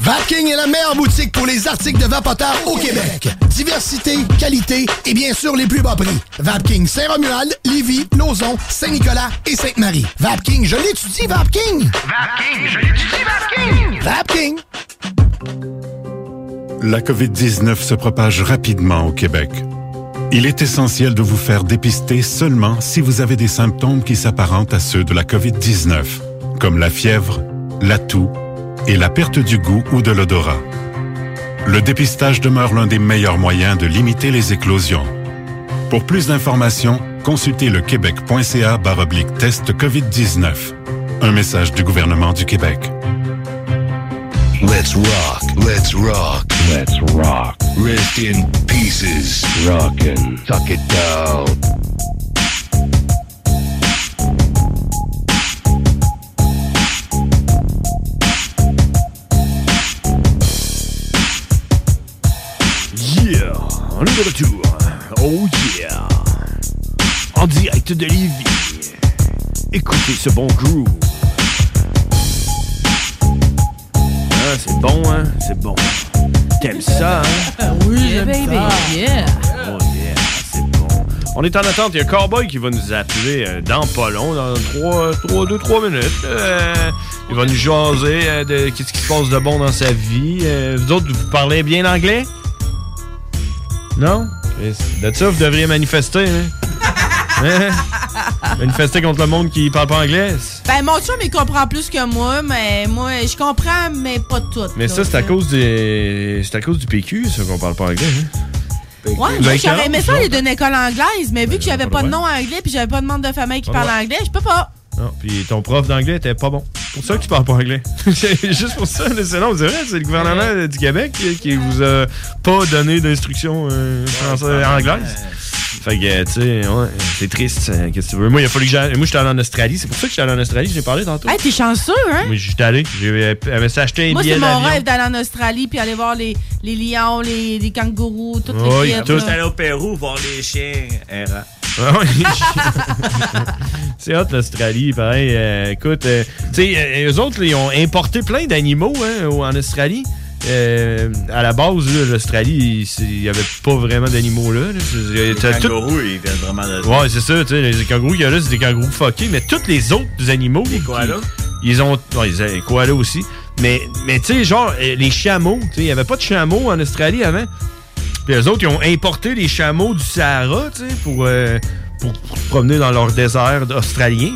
Speaker 3: Vapking est la meilleure boutique pour les articles de vapoteurs au Québec. Diversité, qualité et bien sûr les plus bas prix. Vapking Saint-Romuald, Lévis, Lauson, Saint-Nicolas et Sainte-Marie. Vapking, je l'étudie, Vapking!
Speaker 10: Vapking, je l'étudie, Vapking!
Speaker 3: Vapking!
Speaker 22: La COVID-19 se propage rapidement au Québec. Il est essentiel de vous faire dépister seulement si vous avez des symptômes qui s'apparentent à ceux de la COVID-19, comme la fièvre, la toux et la perte du goût ou de l'odorat. Le dépistage demeure l'un des meilleurs moyens de limiter les éclosions. Pour plus d'informations, consultez le québec.ca baroblique test COVID-19. Un message du gouvernement du Québec.
Speaker 6: Let's rock. Let's rock. Let's rock. Rest in pieces. Rockin'. Tuck it down.
Speaker 16: Yeah, on est de retour. Oh yeah. En direct de Lévis. Écoutez ce bon groove. Ah, c'est bon, hein? C'est bon. T'aimes ça, hein?
Speaker 12: Oui, baby. Eh ben, Yeah.
Speaker 16: Oh yeah, c'est bon. On est en attente, il y a Cowboy qui va nous appeler euh, dans pas long, dans 3, 2, 3 minutes. Euh, il va nous jaser euh, de qu'est-ce qui se passe de bon dans sa vie. Euh, vous autres, vous parlez bien l'anglais? Non? Chris, De ça, vous devriez manifester, hein? Hein? Manifester contre le monde qui parle pas anglais?
Speaker 17: Ben, mon chum, il comprend plus que moi, mais moi, je comprends, mais pas tout.
Speaker 16: Mais ça, c'est à cause des. C'est à cause du PQ, ça, qu'on parle pas anglais, hein?
Speaker 17: Ouais,
Speaker 16: Ben,
Speaker 17: moi, j'aurais aimé ça
Speaker 16: non.
Speaker 17: aller d'une école anglaise, mais vu que j'avais
Speaker 16: Ben, pas
Speaker 17: pas
Speaker 16: le
Speaker 17: de
Speaker 16: droit.
Speaker 17: nom anglais puis j'avais pas de membre de famille qui
Speaker 16: Pas le
Speaker 17: parle anglais, je peux pas.
Speaker 16: Non, puis ton prof d'anglais était pas bon. C'est pour ça que tu parles pas anglais. *laughs* C'est Juste pour ça, là, c'est non, c'est vrai, c'est le gouvernement euh, du Québec qui, qui vous a pas donné d'instruction euh, française- anglaise. Fait que, euh, tu sais, ouais, c'est triste, euh, qu'est-ce que tu veux. Moi, il a fallu que j'aille. Moi, j'étais allé en Australie, c'est pour ça que j'étais allé en Australie, j'ai parlé tantôt.
Speaker 17: Hey, t'es chanceux, hein?
Speaker 16: Moi, j'étais allé, j'ai euh, acheté un
Speaker 17: Moi,
Speaker 16: billet
Speaker 17: c'est mon
Speaker 16: d'avion. *laughs*
Speaker 17: rêve d'aller en Australie puis aller voir les, les lions, les, les kangourous, toutes
Speaker 16: Oui, ah,
Speaker 17: les fêtes,
Speaker 16: tout.
Speaker 17: là.
Speaker 16: Allô?
Speaker 19: au Pérou voir les chiens errants.
Speaker 16: Ah oui. *laughs* c'est hot l'Australie, pareil. Euh, écoute, euh, tu sais, euh, eux autres, là, ils ont importé plein d'animaux hein, au- en Australie. Euh, à la base, là, l'Australie, il- c'est- il n'y avait pas vraiment d'animaux là. là. C'est-
Speaker 19: Les
Speaker 16: t'as tout-
Speaker 19: kangourous, ils viennent vraiment de
Speaker 16: Ouais, c'est ça, tu sais, les kangourous, il y a là, c'est des kangourous fuckés, mais tous les autres animaux. Les koalas? Ils ont. Ouais, ils- les koalas aussi. Mais, mais tu sais, genre, euh, les chameaux, tu sais, il n'y avait pas de chameaux en Australie avant. Puis eux autres, ils ont importé les chameaux du Sahara, tu sais, pour, euh, pour, pour se promener dans leur désert australien.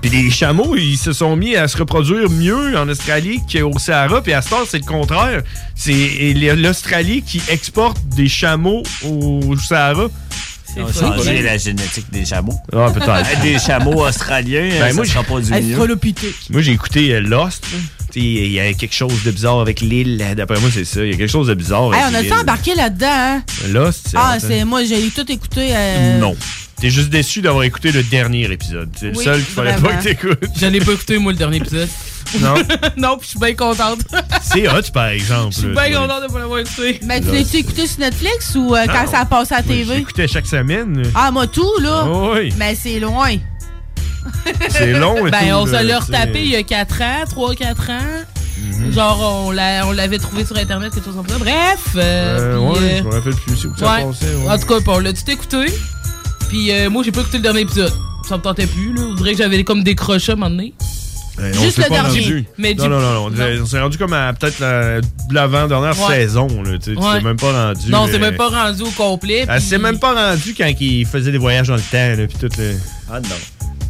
Speaker 16: Puis les chameaux, ils se sont mis à se reproduire mieux en Australie qu'au Sahara. Puis à ce temps, c'est le contraire. C'est l- l'Australie qui exporte des chameaux au Sahara.
Speaker 19: Ils ont changé la génétique des chameaux.
Speaker 16: Ah, peut-être.
Speaker 19: *laughs* Des chameaux australiens,
Speaker 16: Ben,
Speaker 19: ben,
Speaker 16: moi,
Speaker 19: moi, ça sera pas du
Speaker 16: j'ai-
Speaker 19: mieux.
Speaker 16: Moi, j'ai écouté euh, Lost.
Speaker 17: Hum.
Speaker 16: là. Tu sais, Il y a quelque chose de bizarre avec l'île. D'après moi, c'est ça. Il y a quelque chose de bizarre
Speaker 17: Hey,
Speaker 16: avec
Speaker 17: on a le
Speaker 16: l'île.
Speaker 17: temps embarqué là-dedans, hein?
Speaker 16: Lost, c'est...
Speaker 17: Ah,
Speaker 16: attends.
Speaker 17: c'est moi, j'ai tout écouté. euh, *laughs*
Speaker 16: Non. T'es juste déçu d'avoir écouté le dernier épisode. C'est le
Speaker 17: Oui,
Speaker 16: seul qu'il fallait pas
Speaker 17: vraiment.
Speaker 16: que t'écoutes.
Speaker 12: J'en ai pas écouté, moi, le dernier épisode.
Speaker 16: Non.
Speaker 12: non, puis je suis bien contente.
Speaker 16: C'est hot, par exemple.
Speaker 12: Je suis
Speaker 16: là,
Speaker 12: bien
Speaker 16: toi.
Speaker 12: contente de pas l'avoir écouté.
Speaker 17: Mais tu l'as-tu écouté sur Netflix ou euh, quand
Speaker 16: Non.
Speaker 17: ça a passé à la
Speaker 16: Moi, Je
Speaker 17: TV?
Speaker 16: l'écoutais chaque semaine.
Speaker 17: Ah, moi, tout, là.
Speaker 16: Oui.
Speaker 17: Mais c'est loin. *laughs*
Speaker 16: C'est long
Speaker 12: *laughs*
Speaker 16: et
Speaker 12: Ben,
Speaker 16: tout,
Speaker 12: on
Speaker 16: là,
Speaker 12: se l'a
Speaker 16: tu sais.
Speaker 12: retapé il y a 4 ans, 3-4 ans.
Speaker 16: Mm-hmm.
Speaker 12: Genre, on l'a- on l'avait trouvé sur Internet, quelque chose comme ça. Bref. euh,
Speaker 16: Euh,
Speaker 12: puis,
Speaker 16: ouais,
Speaker 12: euh,
Speaker 16: je me rappelle plus. C'est où que ça
Speaker 12: ouais.
Speaker 16: passait. ouais.
Speaker 12: En tout cas, puis on l'a tout écouté. Puis euh, moi, j'ai pas écouté le dernier épisode. Ça me tentait plus, là. On dirait que j'avais comme décroché à un moment donné.
Speaker 16: Eh,
Speaker 12: Juste
Speaker 16: s'est
Speaker 12: le
Speaker 16: pas
Speaker 12: dernier.
Speaker 16: rendu.
Speaker 12: Mais
Speaker 16: non,
Speaker 12: du-
Speaker 16: non, non, non.
Speaker 12: non.
Speaker 16: On s'est rendu comme à peut-être la- l'avant-dernière
Speaker 12: Ouais.
Speaker 16: saison. Là, tu sais, tu
Speaker 12: Ouais.
Speaker 16: t'es même pas rendu.
Speaker 12: non,
Speaker 16: euh,
Speaker 12: c'est même pas rendu au complet.
Speaker 16: Elle
Speaker 12: puis-
Speaker 16: s'est même pas rendue quand il faisait des voyages dans le temps, là, puis tout. Là.
Speaker 19: Ah non.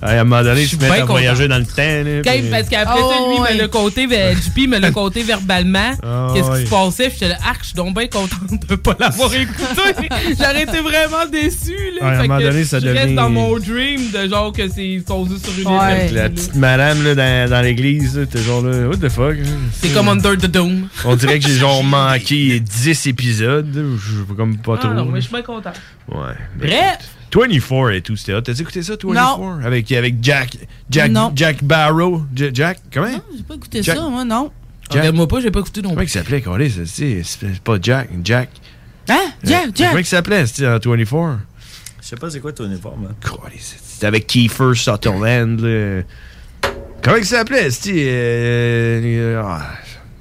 Speaker 16: À un moment donné, je me
Speaker 12: bien
Speaker 16: mets à
Speaker 12: content.
Speaker 16: voyager dans le temps. Là,
Speaker 12: Quand-
Speaker 16: puis-
Speaker 12: parce qu'après ça, lui,
Speaker 17: ouais.
Speaker 12: me l'a compté, ver- JP me l'a compté verbalement.
Speaker 16: Ah,
Speaker 12: Qu'est-ce
Speaker 16: ouais.
Speaker 12: qui se passait? Puis J'étais là, arc, je suis donc bien contente de pas
Speaker 16: *laughs*
Speaker 12: l'avoir écouté. J'aurais été vraiment déçue. Là.
Speaker 16: Ouais, à un
Speaker 12: Fait
Speaker 16: moment
Speaker 12: que
Speaker 16: donné, ça
Speaker 12: je
Speaker 16: devient-
Speaker 12: reste dans mon dream de genre que c'est ils sont juste sur une
Speaker 16: Avec
Speaker 12: île.
Speaker 16: la petite madame là, dans, dans l'église, là, t'es genre là, what the fuck? là?
Speaker 12: C'est comme Under the Dome.
Speaker 16: On dirait que j'ai
Speaker 12: *laughs*
Speaker 16: genre manqué 10 épisodes, là, je sais pas, comme pas
Speaker 12: Ah
Speaker 16: trop.
Speaker 12: non,
Speaker 16: là.
Speaker 12: mais je suis bien contente.
Speaker 16: Ouais. mais-
Speaker 12: Bref.
Speaker 16: 24 et tout, c'était hot. T'as écouté ça, 24?
Speaker 12: Non.
Speaker 16: Avec, avec Jack. Jack,
Speaker 17: Non.
Speaker 16: Jack Barrow. Ja- Jack, comment?
Speaker 17: J'ai pas écouté
Speaker 16: Jack-
Speaker 17: ça, moi, non.
Speaker 12: Regarde-moi pas, j'ai pas écouté non
Speaker 16: Comment il s'appelait, Carlis? c'est- C'est c'est pas Jack. Jack.
Speaker 17: Hein?
Speaker 16: Euh,
Speaker 17: Jack,
Speaker 16: Comment
Speaker 17: Jack.
Speaker 16: il s'appelait, c'était en 24?
Speaker 19: Je sais pas c'est quoi ton uniforme. hein.
Speaker 16: Calisse, C'était avec Kiefer Sutherland. là. Comment il s'appelait? C'était. euh, euh, ah,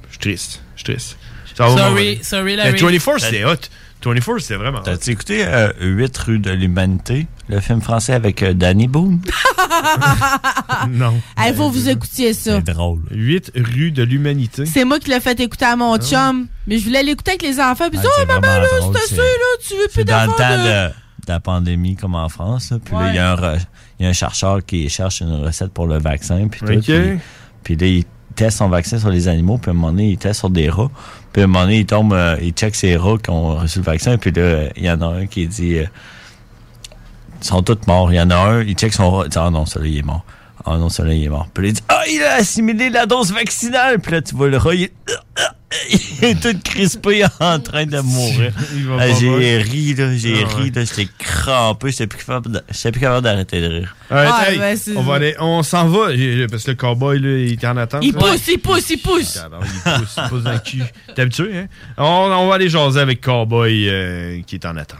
Speaker 16: je suis triste. Je suis triste. Ça va,
Speaker 19: Sorry,
Speaker 16: mauvais.
Speaker 19: sorry,
Speaker 16: Mais
Speaker 19: Larry. Ben,
Speaker 16: 24, c'était hot. 24, c'était vraiment hot.
Speaker 19: T'as-tu écouté euh, 8 rues de l'humanité, le film français avec euh, Danny Boone?
Speaker 16: *laughs*
Speaker 19: Ben,
Speaker 16: non.
Speaker 17: Il faut que vous écoutiez ça.
Speaker 19: drôle.
Speaker 16: 8 rues de l'humanité.
Speaker 17: C'est moi qui l'ai fait écouter à mon chum. Mais je voulais l'écouter avec les enfants. Puis,
Speaker 19: Ah,
Speaker 17: oh,
Speaker 19: c'est
Speaker 17: maman,
Speaker 19: vraiment
Speaker 17: là,
Speaker 19: drôle,
Speaker 17: c'était
Speaker 19: c'est-
Speaker 17: ça, là, tu veux plus
Speaker 19: C'est dans le temps
Speaker 17: d'enfants. là.
Speaker 19: de, de la pandémie, comme en France. là. Puis là, il y, a un re- il y a un chercheur qui cherche une recette pour le vaccin. Puis tout.
Speaker 16: Ok.
Speaker 19: Puis, puis là, il teste son vaccin sur les animaux, puis à un moment donné, il teste sur des rats. Puis à un moment donné, il tombe, euh, il check ses rats qui ont reçu le vaccin, puis là, euh, il y en a un qui dit euh, Ils sont tous morts. Il y en a un, il check son rat, il dit Ah non, celui-là, il est mort. Ah non, celui-là, il est mort. Puis là, il dit Ah, il a assimilé la dose vaccinale. Puis là, tu vois le rat, il est, *laughs* il est tout crispé en train de mourir.
Speaker 16: *laughs* Il va
Speaker 19: Ah,
Speaker 16: pas
Speaker 19: j'ai
Speaker 16: mal.
Speaker 19: ri, là, j'ai
Speaker 16: Ah ouais.
Speaker 19: ri, là, j'étais crampé, j'étais plus capable de- j'étais plus capable d'arrêter de rire.
Speaker 16: Ouais,
Speaker 17: Ah,
Speaker 16: hey,
Speaker 17: ben, c'est-
Speaker 16: on va aller- on s'en va, j'ai- parce que le cowboy, là, il est en attente.
Speaker 17: Il
Speaker 16: là.
Speaker 17: pousse, il pousse, il pousse.
Speaker 19: Ah,
Speaker 16: Tabarnak, il pousse, il pousse dans le cul. T'es habitué, hein? On, on va aller jaser avec Cowboy euh, qui est en attente.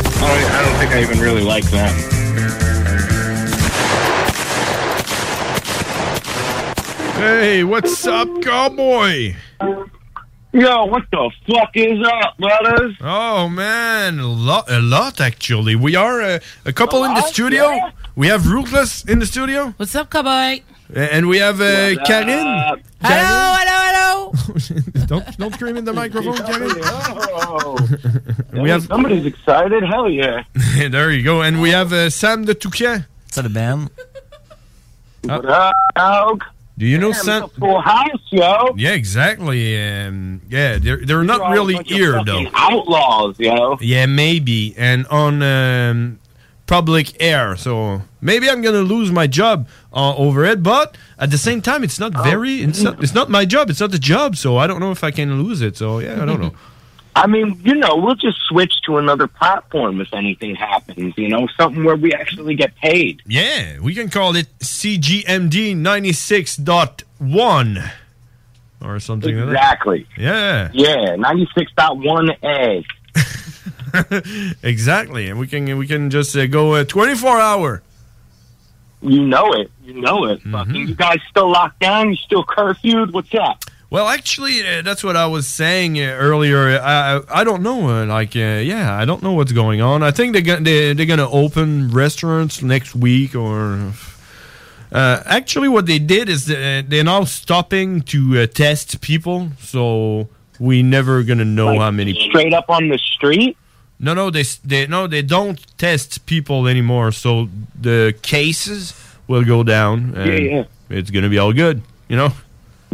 Speaker 20: don't, I don't think I even really like them.
Speaker 16: Hey, what's up, Cowboy?
Speaker 20: Yo, what the fuck is up, brothers?
Speaker 16: Oh, man, a lot, a lot actually. We are uh, a couple in the studio. We have Ruthless in the studio.
Speaker 17: What's up, cowboy?
Speaker 16: And we have uh,
Speaker 17: What
Speaker 16: Karin.
Speaker 17: Hello, hello, hello.
Speaker 16: *laughs* don't don't scream in the microphone, Kevin. *laughs*
Speaker 20: we have Oh, somebody's excited. Hell yeah!
Speaker 16: there you go. And we have uh, Sam the Toucan.
Speaker 19: Ça le band.
Speaker 20: What up, dog?
Speaker 16: Do you know
Speaker 20: Damn,
Speaker 16: Sam?
Speaker 20: it's a full house, yo.
Speaker 16: Yeah, exactly. Um, yeah, they're they're
Speaker 20: are
Speaker 16: not
Speaker 20: all a
Speaker 16: really
Speaker 20: bunch of
Speaker 16: here though.
Speaker 20: fucking Outlaws, yo.
Speaker 16: Yeah, maybe. And on um, public air, so maybe I'm gonna lose my job uh, over it. But at the same time, it's
Speaker 20: Oh.
Speaker 16: not very. It's not, it's not my job. It's not the job. So I don't know if I can lose it. So yeah, I don't know.
Speaker 20: *laughs* I mean, you know, we'll just switch to another platform if anything happens. You know, something where we actually get paid.
Speaker 16: Yeah, we can call it CGMD 96.1 or something
Speaker 20: Exactly.
Speaker 16: like that. Yeah.
Speaker 20: Yeah, ninety six point one A.
Speaker 16: *laughs* Exactly. And we can we can just uh, go uh, 24 hour. Mm-hmm.
Speaker 20: You know it. You know it. Fucking, you guys still locked down? You still curfewed? What's up?
Speaker 16: Well, actually, uh, that's what I was saying uh, earlier. I I- I don't know. Uh, like, uh, yeah, I don't know what's going on. I think they're gonna they, they're gonna open restaurants next week or. Uh, actually, what they did is uh, they're now stopping to uh, test people, so we never gonna know
Speaker 20: Like,
Speaker 16: how many.
Speaker 20: Straight up on the street.
Speaker 16: No, no, they s- they no, they don't test people anymore, so the cases will go down.
Speaker 20: Yeah,
Speaker 16: and
Speaker 20: yeah.
Speaker 16: It's gonna be all good, you know.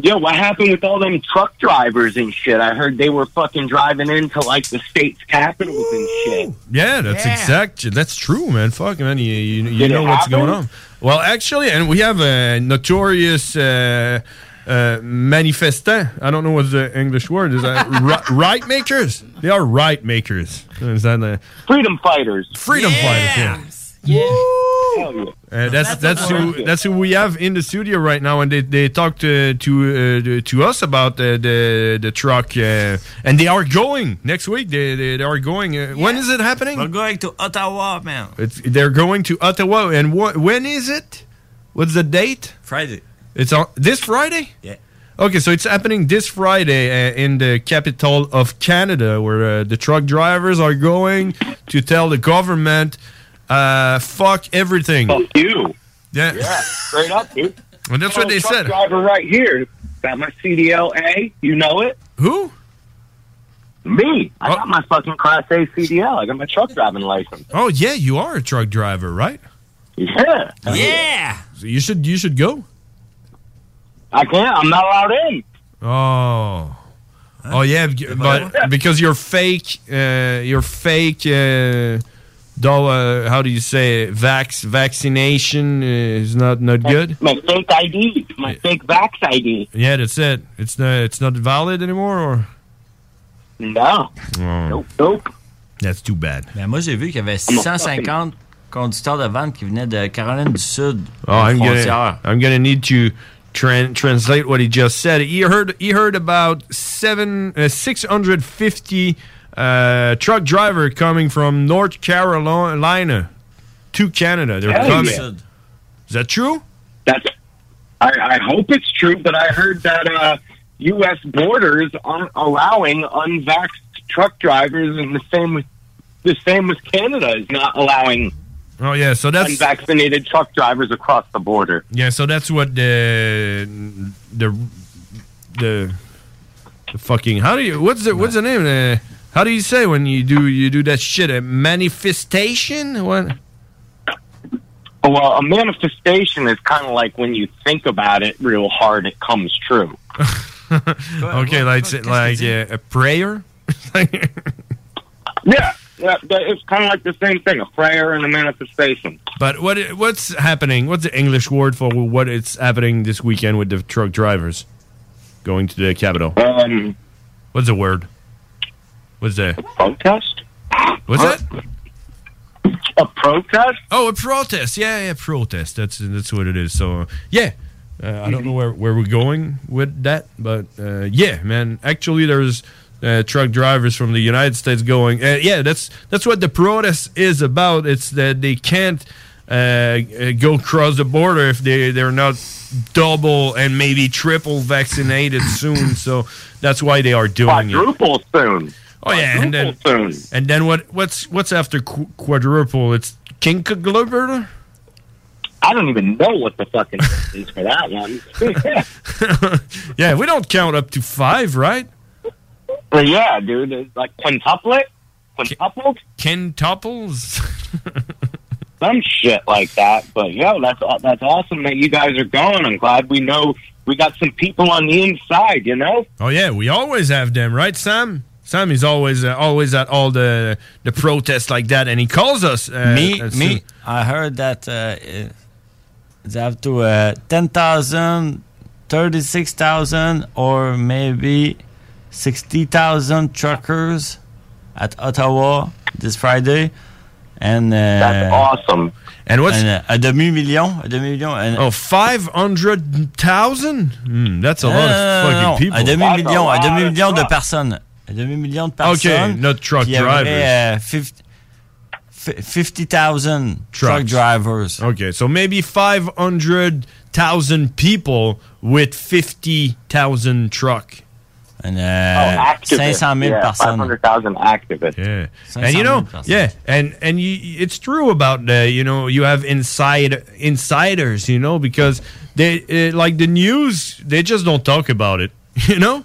Speaker 20: Yo, what happened with all them truck drivers and shit? I heard they were fucking driving into like the state's capitals and shit.
Speaker 16: Yeah, that's exact. That's true, man. Fuck, man. You, you, you
Speaker 20: Did it
Speaker 16: know what's going on.
Speaker 20: happen?
Speaker 16: Well, actually, and we have a notorious uh, uh, manifestant. I don't know what the English word is.
Speaker 20: *laughs*
Speaker 16: That ri- right makers. They are right makers. Is that the
Speaker 20: freedom fighters?
Speaker 16: Freedom fighters. Yeah.
Speaker 20: Hell yeah.
Speaker 16: Uh,
Speaker 20: That's
Speaker 16: that's that's who
Speaker 20: amazing.
Speaker 16: that's who we have in the studio right now, and they they talked uh, to uh, to- to us about the the, the truck, uh, and they are going next week. They they, they are going. Uh, When is it happening?
Speaker 19: We're going to Ottawa, man.
Speaker 16: It's, they're going to Ottawa, and what? When is it? What's the date?
Speaker 19: Friday.
Speaker 16: It's on this Friday.
Speaker 19: Yeah.
Speaker 16: Okay, so it's happening this Friday uh, in the capital of Canada, where uh, the truck drivers are going to tell the government, uh, "Fuck everything." Fuck
Speaker 20: you.
Speaker 16: Yeah.
Speaker 20: Yeah, straight up, dude.
Speaker 16: And that's what
Speaker 20: Oh,
Speaker 16: they
Speaker 20: truck
Speaker 16: said.
Speaker 20: Driver right here. Got my CDL A. You know it.
Speaker 16: Who?
Speaker 20: Me. I got my fucking Class A CDL. I got my truck driving license.
Speaker 16: Oh yeah, you are a truck driver, right?
Speaker 20: Yeah.
Speaker 19: Yeah.
Speaker 16: So you should you should go.
Speaker 20: I can't. I'm not allowed in.
Speaker 16: Oh. Oh yeah, bec- but because you're fake, uh, you're fake. Uh, dollar, how do you say it? Vax vaccination is not not good.
Speaker 20: My fake ID. My fake Vax ID.
Speaker 16: Yeah, that's it. It's not it's not valid anymore. Or
Speaker 20: no. Nope. Nope.
Speaker 16: That's too bad.
Speaker 19: Ben, moi, j'ai vu qu'il y avait 650 conducteurs de vente qui venaient de Caroline du Sud,
Speaker 16: Oh, I'm
Speaker 19: frontière.
Speaker 16: gonna I'm gonna need to tran- translate what he just said. He heard he heard about seven uh, six hundred fifty uh, truck driver coming from North Carolina to Canada. They're
Speaker 20: Hey.
Speaker 16: coming. Is that true?
Speaker 20: That's. I, I hope it's true, but I heard that uh, U.S. borders aren't allowing unvaxxed truck drivers, and the same with the same with Canada is not allowing
Speaker 16: Oh yeah, so that's
Speaker 20: unvaccinated truck drivers across the border.
Speaker 16: yeah, so that's what the the the, the fucking how do you what's the what's the name? Uh, how do you say when you do you do that shit? A manifestation? What?
Speaker 20: Oh, Well, a manifestation is kind of like when you think about it real hard, it comes true.
Speaker 16: Okay, like c'est- like uh, a prayer. *laughs*
Speaker 20: Yeah, yeah that- it's kind of like the same thing, a prayer and a manifestation.
Speaker 16: But what i- what's happening? What's the English word for what is happening this weekend with the truck drivers going to the capital?
Speaker 20: Um,
Speaker 16: what's the word? What's that?
Speaker 20: Protest.
Speaker 16: What's that?
Speaker 20: A protest?
Speaker 16: Oh, a protest. Yeah, yeah, protest. That's that's what it is. So, uh, yeah. Uh, I don't know where, where we're going with that, but uh, yeah, man. Actually, there's uh, truck drivers from the United States going. Uh, yeah, that's that's what the protest is about. It's that they can't uh, uh, go across the border if they they're not double and maybe triple vaccinated soon. So that's why they are doing it.
Speaker 20: Quadruple soon.
Speaker 16: Oh yeah, and then
Speaker 20: soon.
Speaker 16: and then what? What's what's after qu- quadruple? It's kinkaglobular.
Speaker 20: I don't even know what the fucking is for that
Speaker 16: *laughs*
Speaker 20: one.
Speaker 16: Yeah, we don't count up to five, right?
Speaker 20: But yeah, dude, it's like quintuplet, quintupled,
Speaker 16: quintuples,
Speaker 20: *laughs* some shit like that. But yo, that's aw- that's awesome that you guys are going. I'm glad we know we got some people on the inside. You know,
Speaker 16: Oh yeah, we always have them, right, Sam? Sam is always uh, always at all the the protests like that, and he calls us. Uh,
Speaker 19: me,
Speaker 16: as
Speaker 19: me.
Speaker 16: soon-
Speaker 19: I heard that uh, eh, they have to uh, 10,000, 36,000, or maybe 60,000 truckers at Ottawa this Friday. And uh, that's
Speaker 20: awesome.
Speaker 16: And what's
Speaker 19: and, uh, a demi million? A demi million? And
Speaker 16: Oh, 500,000? Hmm, that's a lot
Speaker 19: Euh,
Speaker 16: of fucking
Speaker 19: non,
Speaker 16: people.
Speaker 19: Un demi-million, un demi-million de personnes. Un demi-million de personnes.
Speaker 16: not truck
Speaker 19: qui aimeraient,
Speaker 16: drivers.
Speaker 19: euh, fif- fi- 50,000 truck
Speaker 16: Trucks.
Speaker 19: drivers.
Speaker 16: Okay, so maybe 500,000 people with 50,000 truck.
Speaker 19: And euh,
Speaker 20: Oh, activists. yeah, Five hundred thousand activists.
Speaker 16: Yeah, and you know, yeah, and and you, it's true about the you know you have inside insiders, you know, because they uh, like the news, they just don't talk about it, *laughs* you know.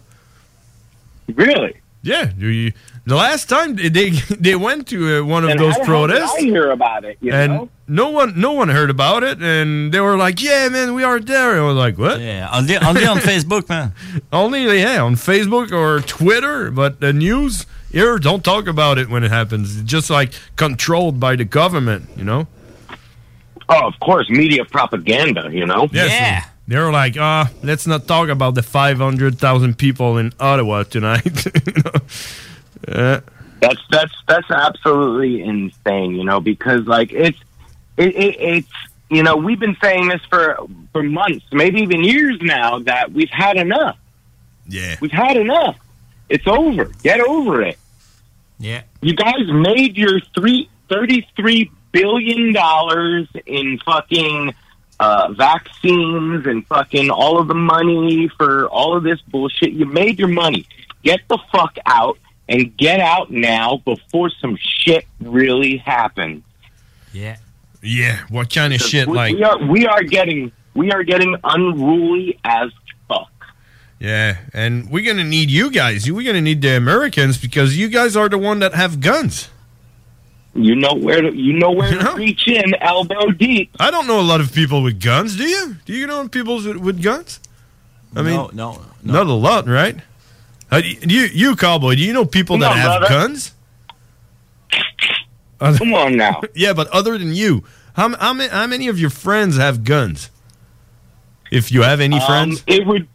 Speaker 20: Really?
Speaker 16: Yeah. do you- the last time they *laughs* they- they went to uh, one of
Speaker 20: And
Speaker 16: those
Speaker 20: how the hell did
Speaker 16: protests,
Speaker 20: I hear about it. You
Speaker 16: and
Speaker 20: know,
Speaker 16: no one no one heard about it, and they were like, "Yeah, man, we are there." And I was like, "What?"
Speaker 19: Yeah, only, only on Facebook, man.
Speaker 16: *laughs* Only yeah, on Facebook or Twitter, but the news here don't talk about it when it happens. It's just like controlled by the government, you know.
Speaker 20: oh, of course, media propaganda. You know,
Speaker 16: yeah. They were like, ah, let's not talk about the 500,000 people in Ottawa tonight. *laughs* You know? Uh,
Speaker 20: That's that's that's absolutely insane, you know, because like it's it, it, it's you know we've been saying this for for months, maybe even years now that we've had enough.
Speaker 16: Yeah,
Speaker 20: we've had enough. It's over. Get over it.
Speaker 19: Yeah.
Speaker 20: You guys made your three thirty three billion dollars in fucking uh, vaccines and fucking all of the money for all of this bullshit. You made your money. Get the fuck out and get out now before some shit really happens.
Speaker 19: Yeah.
Speaker 16: Yeah. What kind of shit?
Speaker 20: we,
Speaker 16: Like,
Speaker 20: we are we are getting we are getting unruly as
Speaker 16: *laughs*
Speaker 20: fuck.
Speaker 16: yeah. And we're going to need you guys. We're going to need the Americans because you guys are the one that have guns.
Speaker 20: You know where to, you know
Speaker 16: *laughs*
Speaker 20: where to reach in, elbow deep.
Speaker 16: I don't know a lot of people with guns. Do you? Do you know people with, with guns? I mean,
Speaker 19: uh, no, no.
Speaker 16: not a lot, right? Uh, y- you, you cowboy. Do you know people
Speaker 19: No,
Speaker 16: that have
Speaker 19: brother.
Speaker 16: guns? *laughs*
Speaker 20: Come on now.
Speaker 16: yeah, but other than you, how m- how, ma- how many of your friends have guns? If you have any
Speaker 20: Um,
Speaker 16: friends,
Speaker 20: It would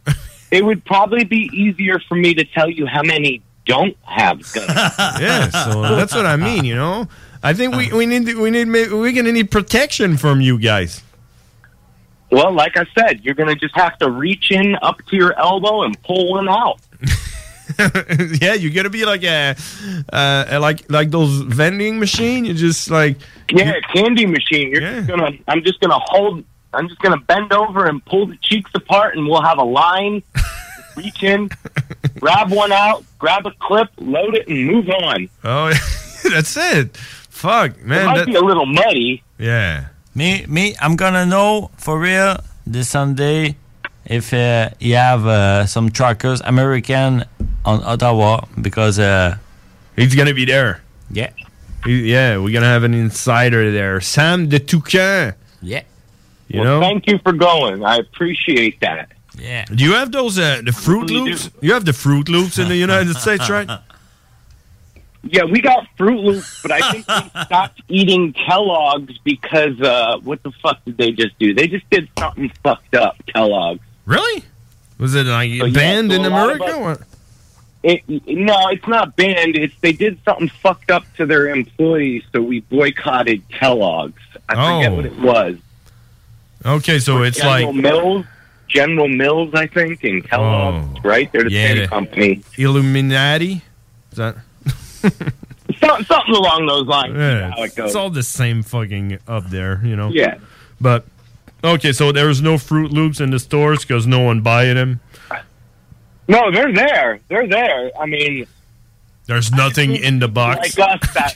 Speaker 20: it would probably be easier for me to tell you how many don't have guns.
Speaker 16: *laughs* yeah. So that's what I mean. You know, I think we, we need we need ma- we're gonna need protection from you guys.
Speaker 20: well, like I said, you're gonna just have to reach in up to your elbow and pull one out.
Speaker 16: *laughs* yeah, you gotta be like a, uh, like like those vending machine. You just like
Speaker 20: yeah, candy machine. You're just gonna. I'm just gonna hold. I'm just gonna bend over and pull the cheeks apart, and we'll have a line. *laughs* Just reach in, grab one out, grab a clip, load it, and move on.
Speaker 16: Oh, *laughs* that's it. Fuck,
Speaker 20: it might be a little muddy.
Speaker 16: Yeah.
Speaker 19: Me, me, I'm gonna know for real this Sunday if uh, you have uh, some truckers, American on Ottawa, because uh,
Speaker 16: he's gonna be there.
Speaker 19: Yeah.
Speaker 16: Yeah, we're gonna have an insider there, Sam de Toucan.
Speaker 19: Yeah.
Speaker 16: You
Speaker 20: Well,
Speaker 16: know.
Speaker 20: Thank you for going. I appreciate that.
Speaker 19: Yeah.
Speaker 16: Do you have those uh, the Fruit
Speaker 20: Really
Speaker 16: Loops? You have the Fruit Loops in the United States,
Speaker 20: *laughs*
Speaker 16: right?
Speaker 20: Yeah, we got Fruit Loops, but I think
Speaker 16: *laughs*
Speaker 20: we stopped eating Kellogg's because uh, what the fuck did they just do? They just did something fucked up. Kellogg's.
Speaker 16: Really? Was it like
Speaker 20: So, Oh, yeah,
Speaker 16: banned
Speaker 20: so
Speaker 16: in
Speaker 20: a lot of
Speaker 16: America?
Speaker 20: us-
Speaker 16: or-
Speaker 20: It, no, it's not banned. It's they did something fucked up to their employees, so we boycotted Kellogg's. I forget
Speaker 16: Oh.
Speaker 20: what it was.
Speaker 16: Okay, so it's
Speaker 20: General
Speaker 16: like
Speaker 20: Mills, General Mills, I think, and Kellogg's. Right? They're the
Speaker 16: Oh. Yeah,
Speaker 20: same
Speaker 16: the-
Speaker 20: company.
Speaker 16: Illuminati. Is that?
Speaker 20: *laughs* Some- something along those lines.
Speaker 16: Yeah,
Speaker 20: How it
Speaker 16: it's,
Speaker 20: goes.
Speaker 16: it's all the same fucking up there, you know.
Speaker 20: Yeah.
Speaker 16: But okay, so there's no Fruit Loops in the stores because no one buying them.
Speaker 20: No, they're there. They're there. I mean,
Speaker 16: There's nothing in the box.
Speaker 20: like us that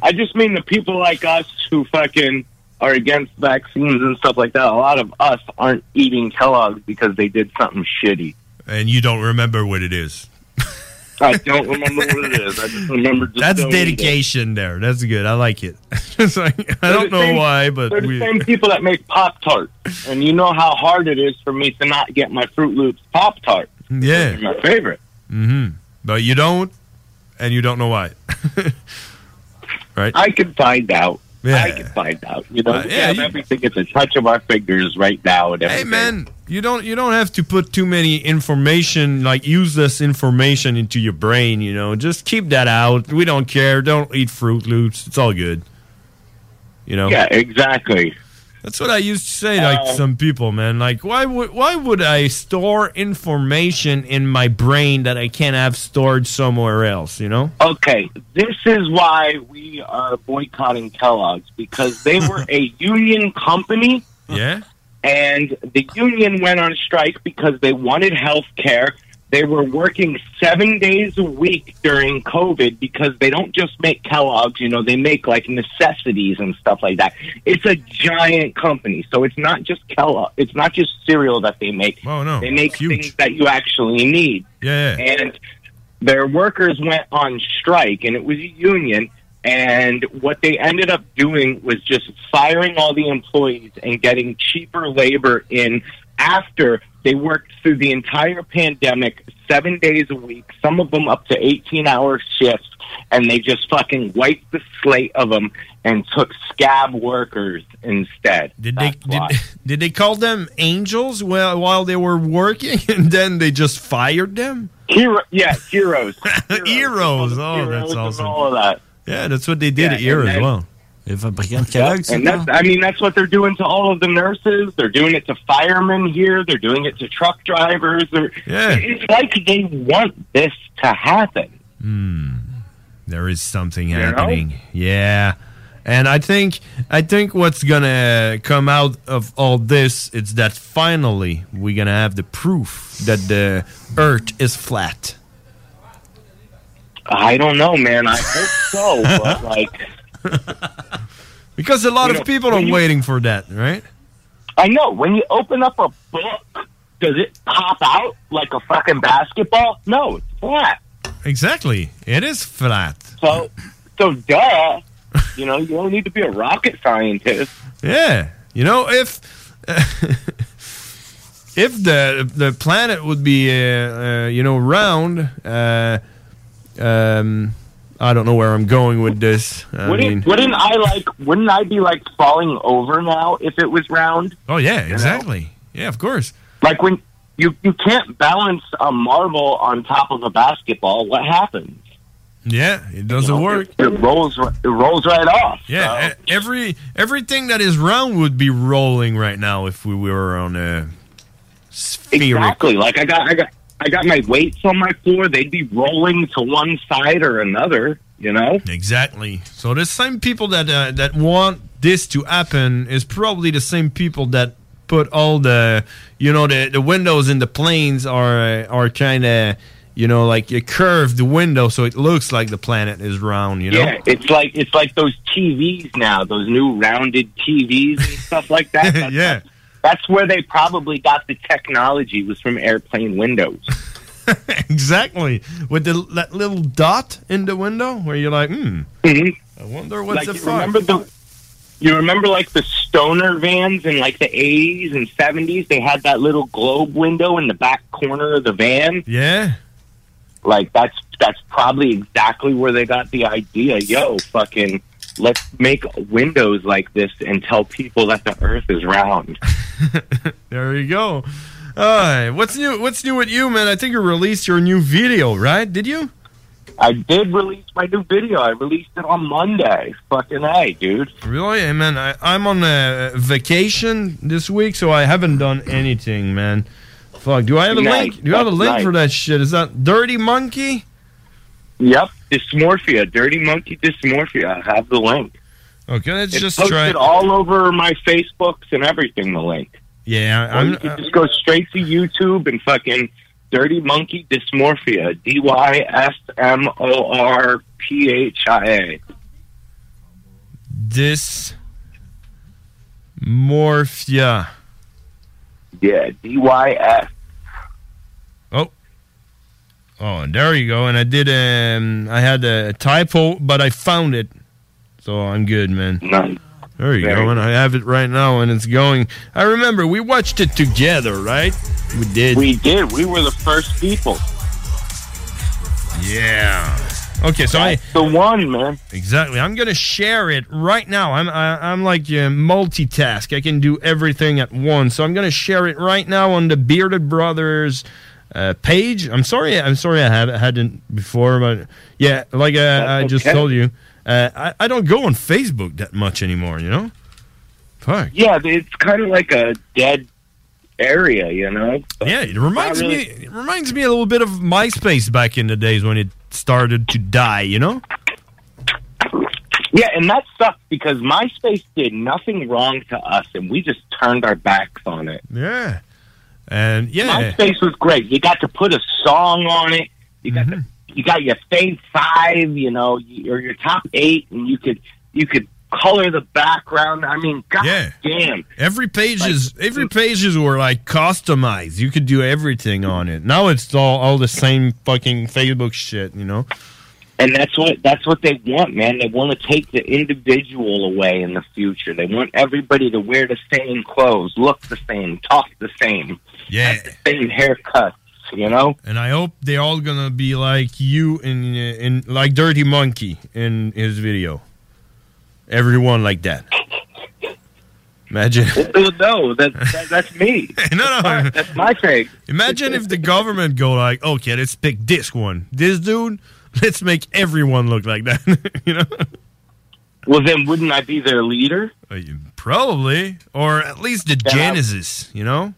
Speaker 20: I just mean the people like us who fucking are against vaccines and stuff like that. A lot of us aren't eating Kellogg's because they did something shitty.
Speaker 16: And you don't remember what it is.
Speaker 20: *laughs* I don't remember what it is. I just remember just
Speaker 16: That's
Speaker 20: don't eat it.
Speaker 16: dedication there. That's good. I like it. *laughs* *laughs* It's like, I
Speaker 20: They're
Speaker 16: don't
Speaker 20: the
Speaker 16: know
Speaker 20: same-
Speaker 16: why, but
Speaker 20: they're the
Speaker 16: we,
Speaker 20: same people that make Pop Tarts, and you know how hard it is for me to not get my Fruit Loops Pop Tart.
Speaker 16: yeah.
Speaker 20: My favorite.
Speaker 16: hmm But you don't, and you don't know why. *laughs* right?
Speaker 20: I can find out.
Speaker 16: Yeah.
Speaker 20: I can find out. You know,
Speaker 16: Uh,
Speaker 20: we
Speaker 16: yeah,
Speaker 20: have
Speaker 16: you-
Speaker 20: everything at the touch of our fingers right now. And
Speaker 16: Hey
Speaker 20: everything.
Speaker 16: man, you don't you don't have to put too many information like useless information into your brain. You know, just keep that out. We don't care. Don't eat Fruit Loops. It's all good. You know.
Speaker 20: Yeah, exactly.
Speaker 16: That's what I used to say. Like
Speaker 20: Uh,
Speaker 16: some people, man. Like why would why would I store information in my brain that I can't have stored somewhere else? You know.
Speaker 20: Okay, this is why we are boycotting Kellogg's because they
Speaker 16: *laughs*
Speaker 20: were a union company
Speaker 16: Yeah.
Speaker 20: and the union went on strike because they wanted health care. They were working seven days a week during COVID because they don't just make Kellogg's, you know, they make like necessities and stuff like that. It's a giant company, so it's not just Kellogg, it's not just cereal that they make.
Speaker 16: Oh no,
Speaker 20: they make things that you actually need.
Speaker 16: Yeah. yeah.
Speaker 20: And their workers went on strike, and it was a union. And what they ended up doing was just firing all the employees and getting cheaper labor in after they worked through the entire pandemic, seven days a week, some of them up to 18 hour shifts, and they just fucking wiped the slate of them and took scab workers instead.
Speaker 16: Did they
Speaker 20: That's why.
Speaker 16: did, *laughs* did they call them angels while while they were working, *laughs* and then they just fired them?
Speaker 20: Hero, yeah, heroes,
Speaker 16: *laughs* heroes. Oh, that's awesome.
Speaker 20: All of that.
Speaker 16: Yeah, that's what they did
Speaker 20: Yeah,
Speaker 16: at Ear
Speaker 20: and
Speaker 16: as
Speaker 20: then-
Speaker 16: well.
Speaker 19: If a brigand Kellogg,
Speaker 20: And that's, I mean, that's what they're doing to all of the nurses. They're doing it to firemen here. They're doing it to truck drivers. They're,
Speaker 16: Yeah.
Speaker 20: It's like they want this to happen.
Speaker 16: There is something
Speaker 20: know?
Speaker 16: happening. Yeah. And I think I think what's gonna come out of all this is that finally we're gonna have the proof that the earth is flat.
Speaker 20: I don't know, man. I hope so,
Speaker 16: *laughs*
Speaker 20: but like,
Speaker 16: Because a lot
Speaker 20: You
Speaker 16: of
Speaker 20: know,
Speaker 16: people
Speaker 20: when
Speaker 16: are
Speaker 20: you-
Speaker 16: waiting for that, right?
Speaker 20: I know when you open up a book, does it pop out like a fucking basketball? No, it's flat.
Speaker 16: Exactly. It is flat.
Speaker 20: So, so duh. You know, you don't need to be a rocket scientist.
Speaker 16: Yeah, you know if *laughs* if the the planet would be uh, uh, you know round, uh, um, I don't know where I'm going with this. I
Speaker 20: wouldn't,
Speaker 16: mean,
Speaker 20: wouldn't I like? Wouldn't I be like falling over now if it was round?
Speaker 16: oh yeah, exactly. Yeah, of course.
Speaker 20: Like when you you can't balance a marble on top of a basketball, what happens?
Speaker 16: Yeah, it doesn't work.
Speaker 20: It rolls ri- it rolls right off.
Speaker 16: Yeah, e- every everything that is round would be rolling right now if we were on a spherical.
Speaker 20: Exactly. Like I got I got I got my weights on my floor, they'd be rolling to one side or another, you know?
Speaker 16: Exactly. So the same people that uh, that want this to happen is probably the same people that put all the you know the, the windows in the planes are uh, are kind of you know like a curved window so it looks like the planet is round. You know.
Speaker 20: Yeah, it's like it's like those TVs now, those new rounded TVs
Speaker 16: *laughs*
Speaker 20: and stuff like that. That's, yeah, that's where they probably got the technology was from airplane windows.
Speaker 16: *laughs* exactly. With the that little dot in the window where you're like, hmm. I wonder
Speaker 20: Mm-hmm. Like,
Speaker 16: what's the
Speaker 20: you
Speaker 16: fuck.
Speaker 20: remember the- You remember like the stoner vans in like the 80s and 70s? They had that little globe window in the back corner of the van.
Speaker 16: yeah.
Speaker 20: Like that's that's probably exactly where they got the idea. Yo, fucking, let's make windows like this and tell people that the Earth is round.
Speaker 16: There you go. Uh, what's new? What's new with you, man? I think you released your new video, right? Did you?
Speaker 20: I did release my new video. I released it on Monday. Fucking hey, dude.
Speaker 16: Really, Hey, man? I, I'm on a vacation this week, so I haven't done anything, man. Fuck. Do I have a
Speaker 20: Nice.
Speaker 16: link? Do you have a
Speaker 20: That's
Speaker 16: link
Speaker 20: nice.
Speaker 16: for that shit? Is that Dirty Monkey?
Speaker 20: Yep, dysmorphia, dirty monkey dysmorphia. I have the link.
Speaker 16: Okay, let's
Speaker 20: It's
Speaker 16: just
Speaker 20: posted
Speaker 16: try.
Speaker 20: all over my Facebooks and everything. The link.
Speaker 16: Yeah,
Speaker 20: Or you
Speaker 16: I'm. uh,
Speaker 20: can just go straight to YouTube and fucking Dirty Monkey Dysmorphia. D Y S M O R P H I A.
Speaker 16: This morphia.
Speaker 20: Yeah, D Y S.
Speaker 16: Oh, there you go. And I did. Um, I had a typo, but I found it, so I'm good, man.
Speaker 20: Nice.
Speaker 16: There you
Speaker 20: Very
Speaker 16: go. And I have it right now, and it's going. I remember we watched it together, right? We did.
Speaker 20: We did. We were the first people.
Speaker 16: Yeah. Okay, so I
Speaker 20: the one man.
Speaker 16: Exactly. I'm gonna share it right now. I'm I, I'm like uh, multitask. I can do everything at once. So I'm gonna share it right now on the Bearded Brothers uh, page. I'm sorry. I'm sorry. I had hadn't before, but yeah, like uh, I just
Speaker 20: okay.
Speaker 16: told you, uh, I I don't go on Facebook that much anymore. You know. Fuck.
Speaker 20: Yeah, it's kind of like a dead area, you know?
Speaker 16: Yeah, it reminds
Speaker 20: Not
Speaker 16: me
Speaker 20: really.
Speaker 16: it reminds me a little bit of MySpace back in the days when it started to die. You know.
Speaker 20: Yeah, and that sucks because MySpace did nothing wrong to us and we just turned our backs on it.
Speaker 16: Yeah. And yeah.
Speaker 20: MySpace was great. You got to put a song on it. You got the,
Speaker 16: Mm-hmm.
Speaker 20: you got your fave five, you know, y- or your top eight, and you could you could color the background. I mean, god damn.
Speaker 16: Every page is every pages were like customized. You could do everything on it. Now it's all all the same fucking Facebook shit, you know.
Speaker 20: And that's what that's what they want, man. They want to take the individual away in the future. They want everybody to wear the same clothes, look the same, talk the same,
Speaker 16: Yeah.
Speaker 20: same haircuts, you know.
Speaker 16: And I hope they're all gonna be like you in in like Dirty Monkey in his video. Everyone like that.
Speaker 20: *laughs*
Speaker 16: Imagine.
Speaker 20: no, that, that that's me.
Speaker 16: *laughs* no, no,
Speaker 20: that's my thing.
Speaker 16: Imagine if the government go like, okay, let's pick this one, this dude. Let's make everyone look like that. *laughs* you know.
Speaker 20: Well, then wouldn't I be their leader?
Speaker 16: Probably, or at least the
Speaker 20: Then I-
Speaker 16: Genesis, you know?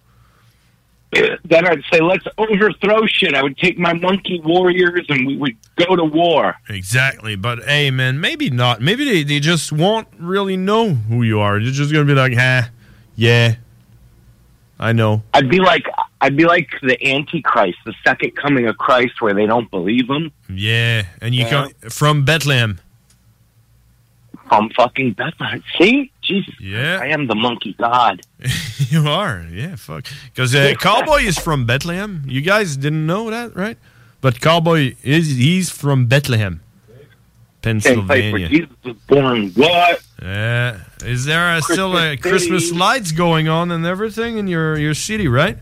Speaker 20: then I'd say, let's overthrow shit. I would take my monkey warriors and we would go to war.
Speaker 16: Exactly, but hey, man, maybe not. Maybe they, they just won't really know who you are. They're just gonna be like, "Ha, yeah, I know."
Speaker 20: I'd be like, I'd be like the Antichrist, the second coming of Christ, where they don't believe him
Speaker 16: Yeah, and you
Speaker 20: Yeah.
Speaker 16: come from Bethlehem.
Speaker 20: from fucking Bethlehem. See, Jesus,
Speaker 16: yeah,
Speaker 20: I am the monkey god.
Speaker 16: *laughs* you are, yeah, fuck. Because uh, Cowboy is from Bethlehem. You guys didn't know that, right? But Cowboy is he's from
Speaker 20: Same
Speaker 16: Bethlehem,
Speaker 20: place where
Speaker 16: Pennsylvania.
Speaker 20: Jesus was born. What?
Speaker 16: Yeah. Is there uh, still uh,
Speaker 20: Christmas
Speaker 16: Christmas
Speaker 20: City.
Speaker 16: lights going on and everything in your, your city, right?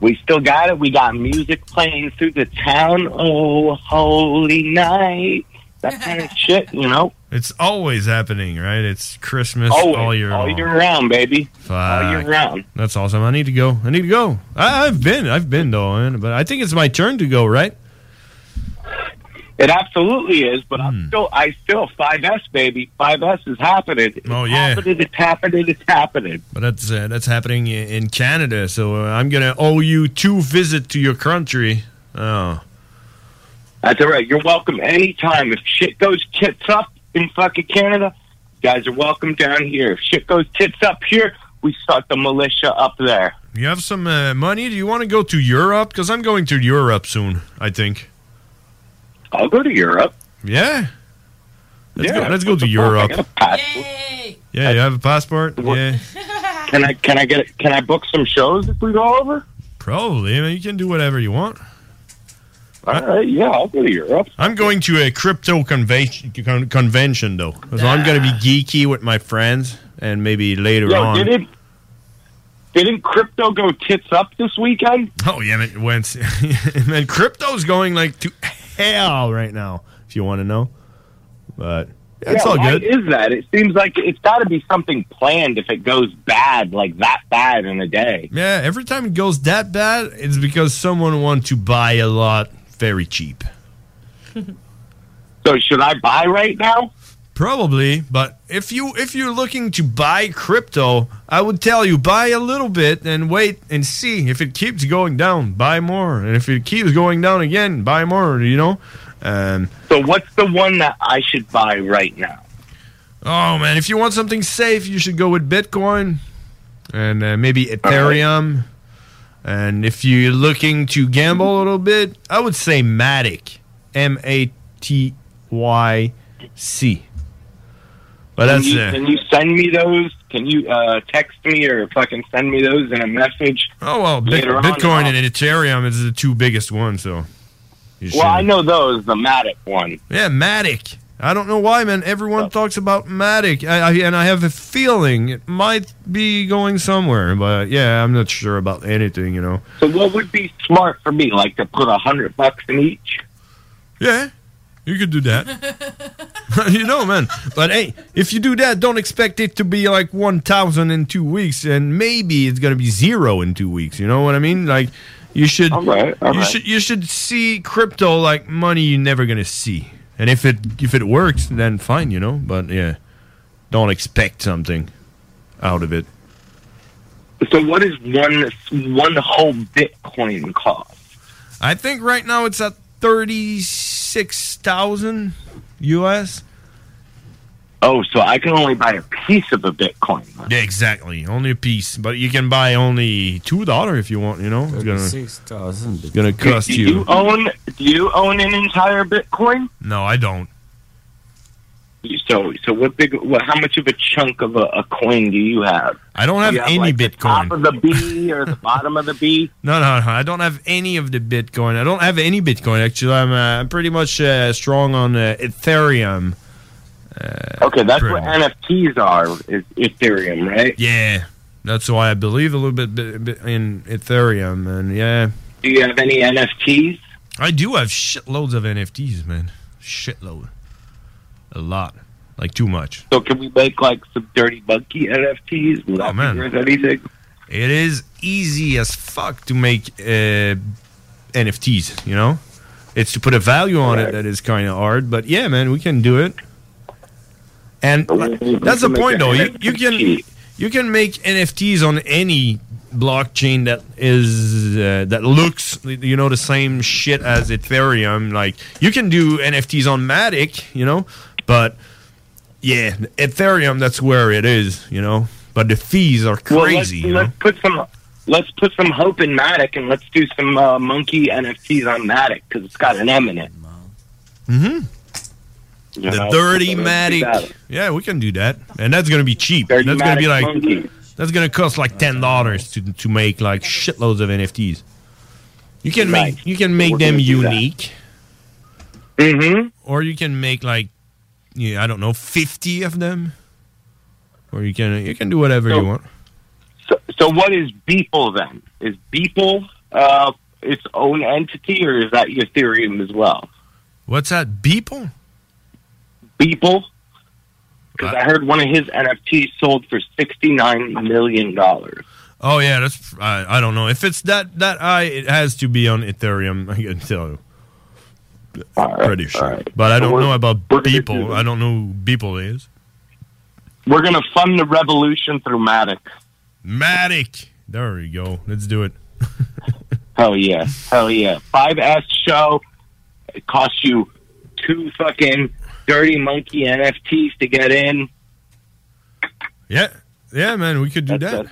Speaker 20: We still got it. We got music playing through the town. Oh, holy night! That kind of shit, you know.
Speaker 16: It's always happening, right? It's Christmas
Speaker 20: Always,
Speaker 16: all year
Speaker 20: all
Speaker 16: long.
Speaker 20: year round, baby. All year
Speaker 16: Fuck.
Speaker 20: round.
Speaker 16: That's awesome. I need to go. I need to go. I, I've been, I've been though, man, but I think it's my turn to go, right?
Speaker 20: It absolutely is, but
Speaker 16: Hmm.
Speaker 20: I'm still, I still, 5S, baby. 5S is happening. It's
Speaker 16: Oh, yeah.
Speaker 20: happening, it's happening, it's happening.
Speaker 16: But that's uh, that's happening i- in Canada, so uh, I'm gonna owe you two visits to your country. Oh,
Speaker 20: That's all right. You're welcome anytime. If shit goes tits up in fucking Canada, you guys are welcome down here. If shit goes tits up here, we start the militia up there.
Speaker 16: you have some uh, money? Do you want to go to Europe? Because I'm going to Europe soon. I think.
Speaker 20: I'll go to Europe.
Speaker 16: Yeah. Let's
Speaker 20: Yeah,
Speaker 16: go, let's go
Speaker 20: what
Speaker 16: to
Speaker 20: the fuck? I
Speaker 16: Europe.
Speaker 20: got a passport.
Speaker 16: Yeah, you have a passport. Yeah.
Speaker 20: *laughs* Can I can I get can I book some shows if we go over?
Speaker 16: Probably. I mean, you can do whatever you want.
Speaker 20: All right, yeah, I'll go to Europe.
Speaker 16: I'm going to a crypto convention, con- convention though, so I'm going to be geeky with my friends, and maybe later
Speaker 20: Yo,
Speaker 16: on.
Speaker 20: didn't didn't crypto go tits up this weekend?
Speaker 16: Oh yeah, man, it went. *laughs* man, crypto's going like to hell right now. If you want to know, but yeah, it's
Speaker 20: Yeah,
Speaker 16: all
Speaker 20: why
Speaker 16: good.
Speaker 20: Is that? It seems like it's got to be something planned if it goes bad like that bad in a day.
Speaker 16: Yeah, every time it goes that bad, it's because someone wants to buy a lot very cheap.
Speaker 20: *laughs* So should I buy right now?
Speaker 16: Probably, but if you if you're looking to buy crypto, I would tell you buy a little bit and wait and see if it keeps going down, buy more, and if it keeps going down again, buy more. You know. Um,
Speaker 20: so what's the one that I should buy right now?
Speaker 16: Oh man, if you want something safe, you should go with Bitcoin and uh, maybe Ethereum. And if you're looking to gamble a little bit, I would say Matic, M A T Y C.
Speaker 20: can
Speaker 16: But that's
Speaker 20: you,
Speaker 16: uh,
Speaker 20: can you send me those? Can you uh, text me or fucking send me those in a message?
Speaker 16: oh well, Bit-
Speaker 20: later on? uh,
Speaker 16: Bitcoin and Ethereum is the two biggest ones, so. you
Speaker 20: Well, I
Speaker 16: should-
Speaker 20: know those, the Matic one.
Speaker 16: Yeah, Matic. I don't know why, man.
Speaker 20: Oh.
Speaker 16: Everyone talks about Matic, I, I, and I have a feeling it might be going somewhere. But yeah, I'm not sure about anything, you know.
Speaker 20: So what would be smart for me? Like to put a hundred bucks in each?
Speaker 16: Yeah, you could do that. you know, man. But hey, if you do that, don't expect it to be like 1,000 in two weeks, and maybe it's gonna be zero in two weeks. You know what I mean? Like, you should,
Speaker 20: right, all
Speaker 16: you
Speaker 20: right.
Speaker 16: should, you should see crypto like money you're never gonna see. And if it if it works, then fine, you know. But yeah, don't expect something out of it.
Speaker 20: So what is one one whole Bitcoin cost?
Speaker 16: I think right now it's at thirty six thousand US.
Speaker 20: Oh, so I can only buy a piece of a Bitcoin.
Speaker 16: Yeah, exactly. Only a piece, but you can buy only two dollar if you want. You know, it's gonna, it's gonna cost
Speaker 20: do, do
Speaker 16: you.
Speaker 20: own? Do you own an entire Bitcoin?
Speaker 16: No, I don't.
Speaker 20: So, so what big? What, how much of a chunk of a, a coin do you have?
Speaker 16: I don't have
Speaker 20: Do you
Speaker 16: any
Speaker 20: like, The
Speaker 16: Bitcoin.
Speaker 20: top of the B or the bottom of the B?
Speaker 16: No, no, no. I don't have any of the Bitcoin. I don't have any Bitcoin actually. I'm, uh, I'm pretty much uh, strong on uh, Ethereum. Uh,
Speaker 20: Okay, that's
Speaker 16: pretty
Speaker 20: what
Speaker 16: much.
Speaker 20: NFTs are. Is Ethereum, right?
Speaker 16: Yeah, that's why I believe a little bit bi- bi- in Ethereum, and yeah.
Speaker 20: Do you have any NFTs?
Speaker 16: I do have shitloads of NFTs, man. Shitload, a lot, like too much.
Speaker 20: So can we make like some dirty monkey NFTs? Will that be
Speaker 16: man.
Speaker 20: worth anything?
Speaker 16: It is easy as fuck to make uh, NFTs. You know, it's to put a value on it that is kind of hard. But yeah, man, we can do it. And that's the
Speaker 20: can make
Speaker 16: point,
Speaker 20: a
Speaker 16: though. You, you can you can make NFTs on any blockchain that is uh, that looks you know the same shit as Ethereum. Like you can do NFTs on Matic, you know, but yeah, Ethereum that's where it is, you know. But the fees are
Speaker 20: Well,
Speaker 16: crazy.
Speaker 20: let's,
Speaker 16: you know?
Speaker 20: let's put some. Let's put some hope in Matic and let's do some uh, monkey NFTs on Matic because it's got an M in it.
Speaker 16: Mm-hmm.
Speaker 20: You
Speaker 16: the
Speaker 20: know,
Speaker 16: dirty
Speaker 20: so let's do
Speaker 16: Matic.
Speaker 20: that.
Speaker 16: Yeah, we can do that, and that's gonna be cheap. that's gonna be
Speaker 20: Matic
Speaker 16: like
Speaker 20: monkey.
Speaker 16: that's gonna cost like ten dollars to to make like shitloads of NFTs. You can
Speaker 20: Right.
Speaker 16: make you can
Speaker 20: So
Speaker 16: make
Speaker 20: we're
Speaker 16: them
Speaker 20: gonna do that.
Speaker 16: unique.
Speaker 20: Mm-hmm.
Speaker 16: Or you can make like yeah, I don't know, fifty of them. Or you can you can do whatever
Speaker 20: So-
Speaker 16: you want.
Speaker 20: So what is Beeple then? Is Beeple uh, its own entity or is that Ethereum as well?
Speaker 16: What's that? Beeple?
Speaker 20: Beeple? Because I heard one of his NFTs sold for $69 million.
Speaker 16: Oh yeah, that's I, I don't know if it's that that I it has to be on Ethereum. I can tell you. pretty sure. But I don't know about people. I don't know who people is.
Speaker 20: We're going to fund the revolution through Matic.
Speaker 16: Matic. There we go. Let's do it.
Speaker 20: Hell yeah. Hell yeah. 5S show. It costs you two fucking dirty monkey NFTs to get in.
Speaker 16: Yeah. *laughs* Yeah, man, we could do that.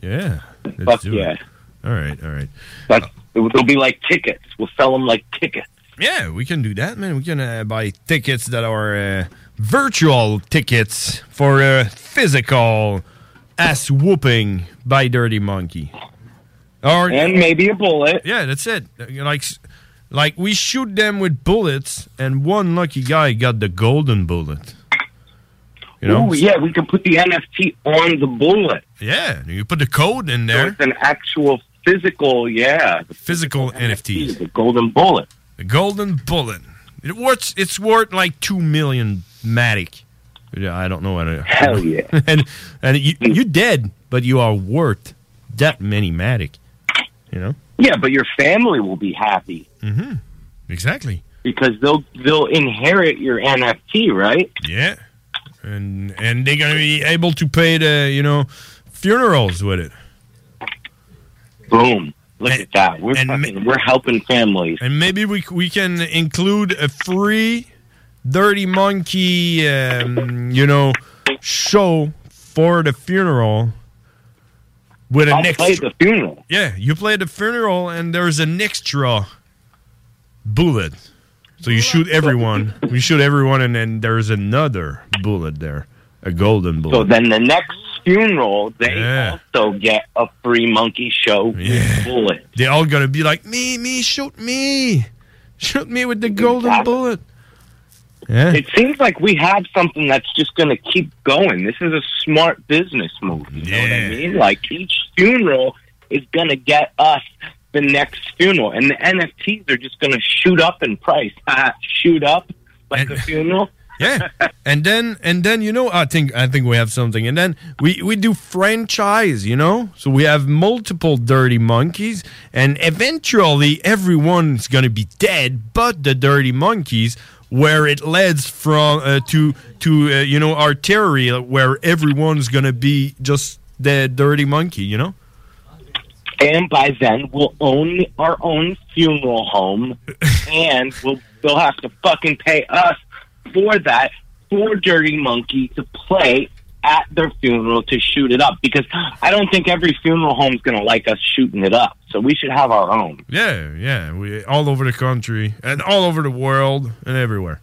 Speaker 16: yeah. Let's
Speaker 20: Fuck
Speaker 16: do
Speaker 20: yeah.
Speaker 16: it. All right, all right.
Speaker 20: That's, it'll be like tickets. We'll sell them like tickets.
Speaker 16: Yeah, we can do that, man. We can uh, buy tickets that are uh, virtual tickets for a physical ass whooping by Dirty Monkey. Or,
Speaker 20: And maybe a bullet.
Speaker 16: Yeah, that's it. Like, like we shoot them with bullets, and one lucky guy got the golden bullet. You know?
Speaker 20: Ooh, yeah, we can put the NFT on the bullet.
Speaker 16: Yeah, you put the code in there.
Speaker 20: it's an actual physical, yeah.
Speaker 16: Physical NFTs.
Speaker 20: The golden bullet.
Speaker 16: The golden bullet. It worth, it's worth like two million matic. Yeah, I don't know what. I-
Speaker 20: Hell yeah.
Speaker 16: *laughs* and and you you dead, but you are worth that many matic. You know.
Speaker 20: Yeah, but your family will be happy
Speaker 16: Mm-hmm. Exactly.
Speaker 20: because they'll they'll inherit your NFT, right?
Speaker 16: Yeah. And and they're gonna be able to pay the you know funerals with it.
Speaker 20: Boom. Look at that. We're fucking, we're helping families.
Speaker 16: And maybe we c- we can include a free Dirty Monkey, um, you know, show for the funeral. With an
Speaker 20: I'll
Speaker 16: extra,
Speaker 20: play the funeral.
Speaker 16: Yeah, you play the funeral, and there's an extra bullet. So you shoot everyone. you shoot everyone, and then there's another bullet there, a golden bullet.
Speaker 20: So then the next funeral, they
Speaker 16: Yeah.
Speaker 20: also get a free monkey show bullet.
Speaker 16: They're all gonna be like, me, me, shoot me, shoot me with the golden bullet. Yeah.
Speaker 20: It seems like we have something that's just going to keep going. This is a smart business move. You know what I mean? Like each funeral is going to get us the next funeral, and the NFTs are just going to shoot up in price. shoot up like the funeral.
Speaker 16: *laughs* yeah and then and then you know i think i think we have something and then we we do franchise you know so we have multiple dirty monkeys and eventually everyone's gonna be dead but the dirty monkeys where it leads from uh, to to uh, you know our theory where everyone's gonna be just the dirty monkey you know
Speaker 20: And by then, we'll own our own funeral home, and we'll they'll have to fucking pay us for that for Dirty Monkey to play at their funeral to shoot it up because I don't think every funeral home's going to like us shooting it up. So we should have our own.
Speaker 16: yeah yeah we all over the country and all over the world and everywhere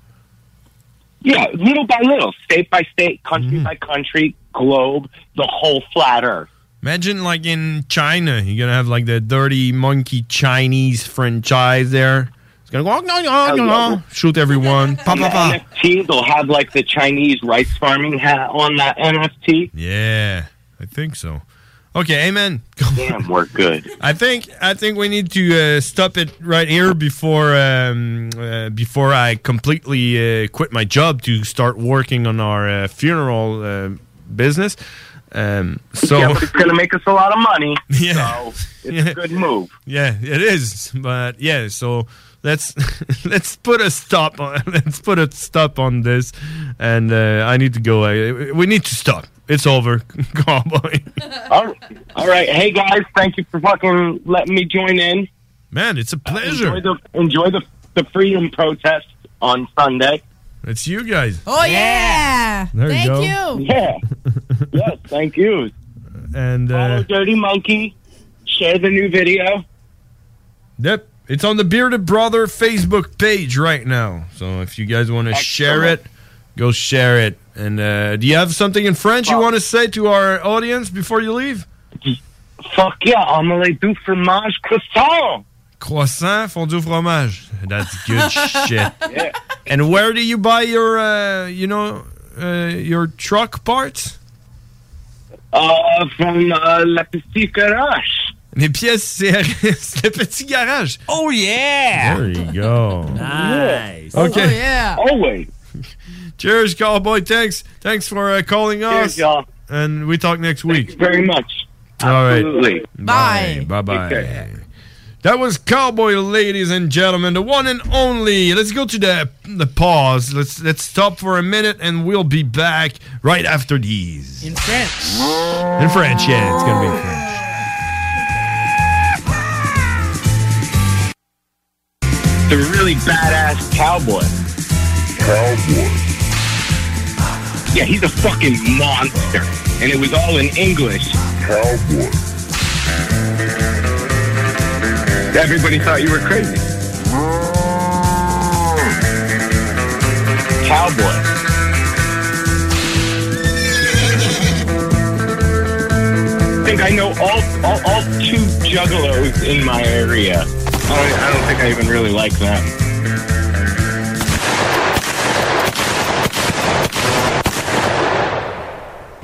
Speaker 20: Yeah, little by little, state by state, country
Speaker 16: Mm.
Speaker 20: by country, globe, the whole flat earth.
Speaker 16: Imagine like in China, you're gonna have like the dirty monkey Chinese franchise there. It's gonna go oh, no, no,
Speaker 20: Hell
Speaker 16: no,
Speaker 20: yeah.
Speaker 16: no, shoot everyone. Pa,
Speaker 20: And
Speaker 16: pa,
Speaker 20: the
Speaker 16: pa.
Speaker 20: NFT, they'll have like the Chinese rice farming hat on that NFT.
Speaker 16: Yeah, I think so. Okay, amen.
Speaker 20: Damn, we're good.
Speaker 16: *laughs* I think I think we need to uh, stop it right here before um, uh, before I completely uh, quit my job to start working on our uh, funeral uh, business. Um, so
Speaker 20: yeah, but it's
Speaker 16: *laughs*
Speaker 20: going to make us a lot of money.
Speaker 16: Yeah.
Speaker 20: So it's a good move.
Speaker 16: Yeah, it is. But yeah, so let's *laughs* let's put a stop on *laughs* let's put a stop on this, and uh, I need to go. I, we need to stop. It's over, *laughs* cowboy.
Speaker 20: All all right. Hey, guys, thank you for fucking letting me join in. Uh,
Speaker 16: Man, it's a pleasure.
Speaker 20: enjoy the, enjoy the, the freedom protest on Sunday.
Speaker 16: It's you guys.
Speaker 10: Oh, yeah!
Speaker 16: There you
Speaker 10: Thank
Speaker 16: go.
Speaker 10: you.
Speaker 16: *laughs*
Speaker 20: Yeah. yes, thank you.
Speaker 16: And uh,
Speaker 20: Dirty Monkey, share the new video.
Speaker 16: yep, it's on the Bearded Brother Facebook page right now. So if you guys want to share it, go share it. And uh, do you have something in French you want to say to our audience before you leave?
Speaker 20: Fuck yeah, omelette du fromage croissant.
Speaker 16: Croissant, fondue au fromage. That's
Speaker 20: *laughs*
Speaker 16: *laughs* good shit.
Speaker 20: Yeah.
Speaker 16: And where do you buy your, uh, you know, uh, your truck parts?
Speaker 20: Uh, from uh, La Petite Garage.
Speaker 16: Les pièces *laughs* CRS, le petit garage. Oh.
Speaker 20: Oh, yeah.
Speaker 16: There you go.
Speaker 20: Nice.
Speaker 16: Okay.
Speaker 20: Oh, yeah. Always.
Speaker 16: *laughs* Cheers, cowboy. Thanks. Thanks for uh, calling us.
Speaker 20: Cheers, y'all.
Speaker 16: And we talk next week.
Speaker 20: Thank you very much.
Speaker 16: All right.
Speaker 20: Absolutely.
Speaker 16: Bye.
Speaker 20: Bye.
Speaker 16: Bye bye.
Speaker 20: Take care.
Speaker 16: That was Cowboy, ladies and gentlemen, the one and only. Let's go to the the pause. Let's let's stop for a minute, and we'll be back right after these
Speaker 12: in French.
Speaker 16: in French. Yeah, it's gonna be in French.
Speaker 20: The really badass cowboy. Cowboy. Yeah, he's a fucking monster. And it was all in English. Cowboy. Everybody thought you were crazy. Cowboy. think I know all, all, all two juggalos in my area. I don't, I don't think I even really like them.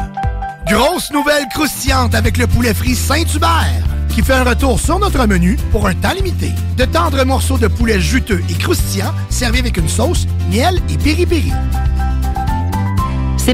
Speaker 3: Grosse nouvelle croustillante avec le poulet frit Saint-Hubert qui fait un retour sur notre menu pour un temps limité. De tendres morceaux de poulet juteux et croustillants servis avec une sauce, miel et piri-piri.
Speaker 31: C'est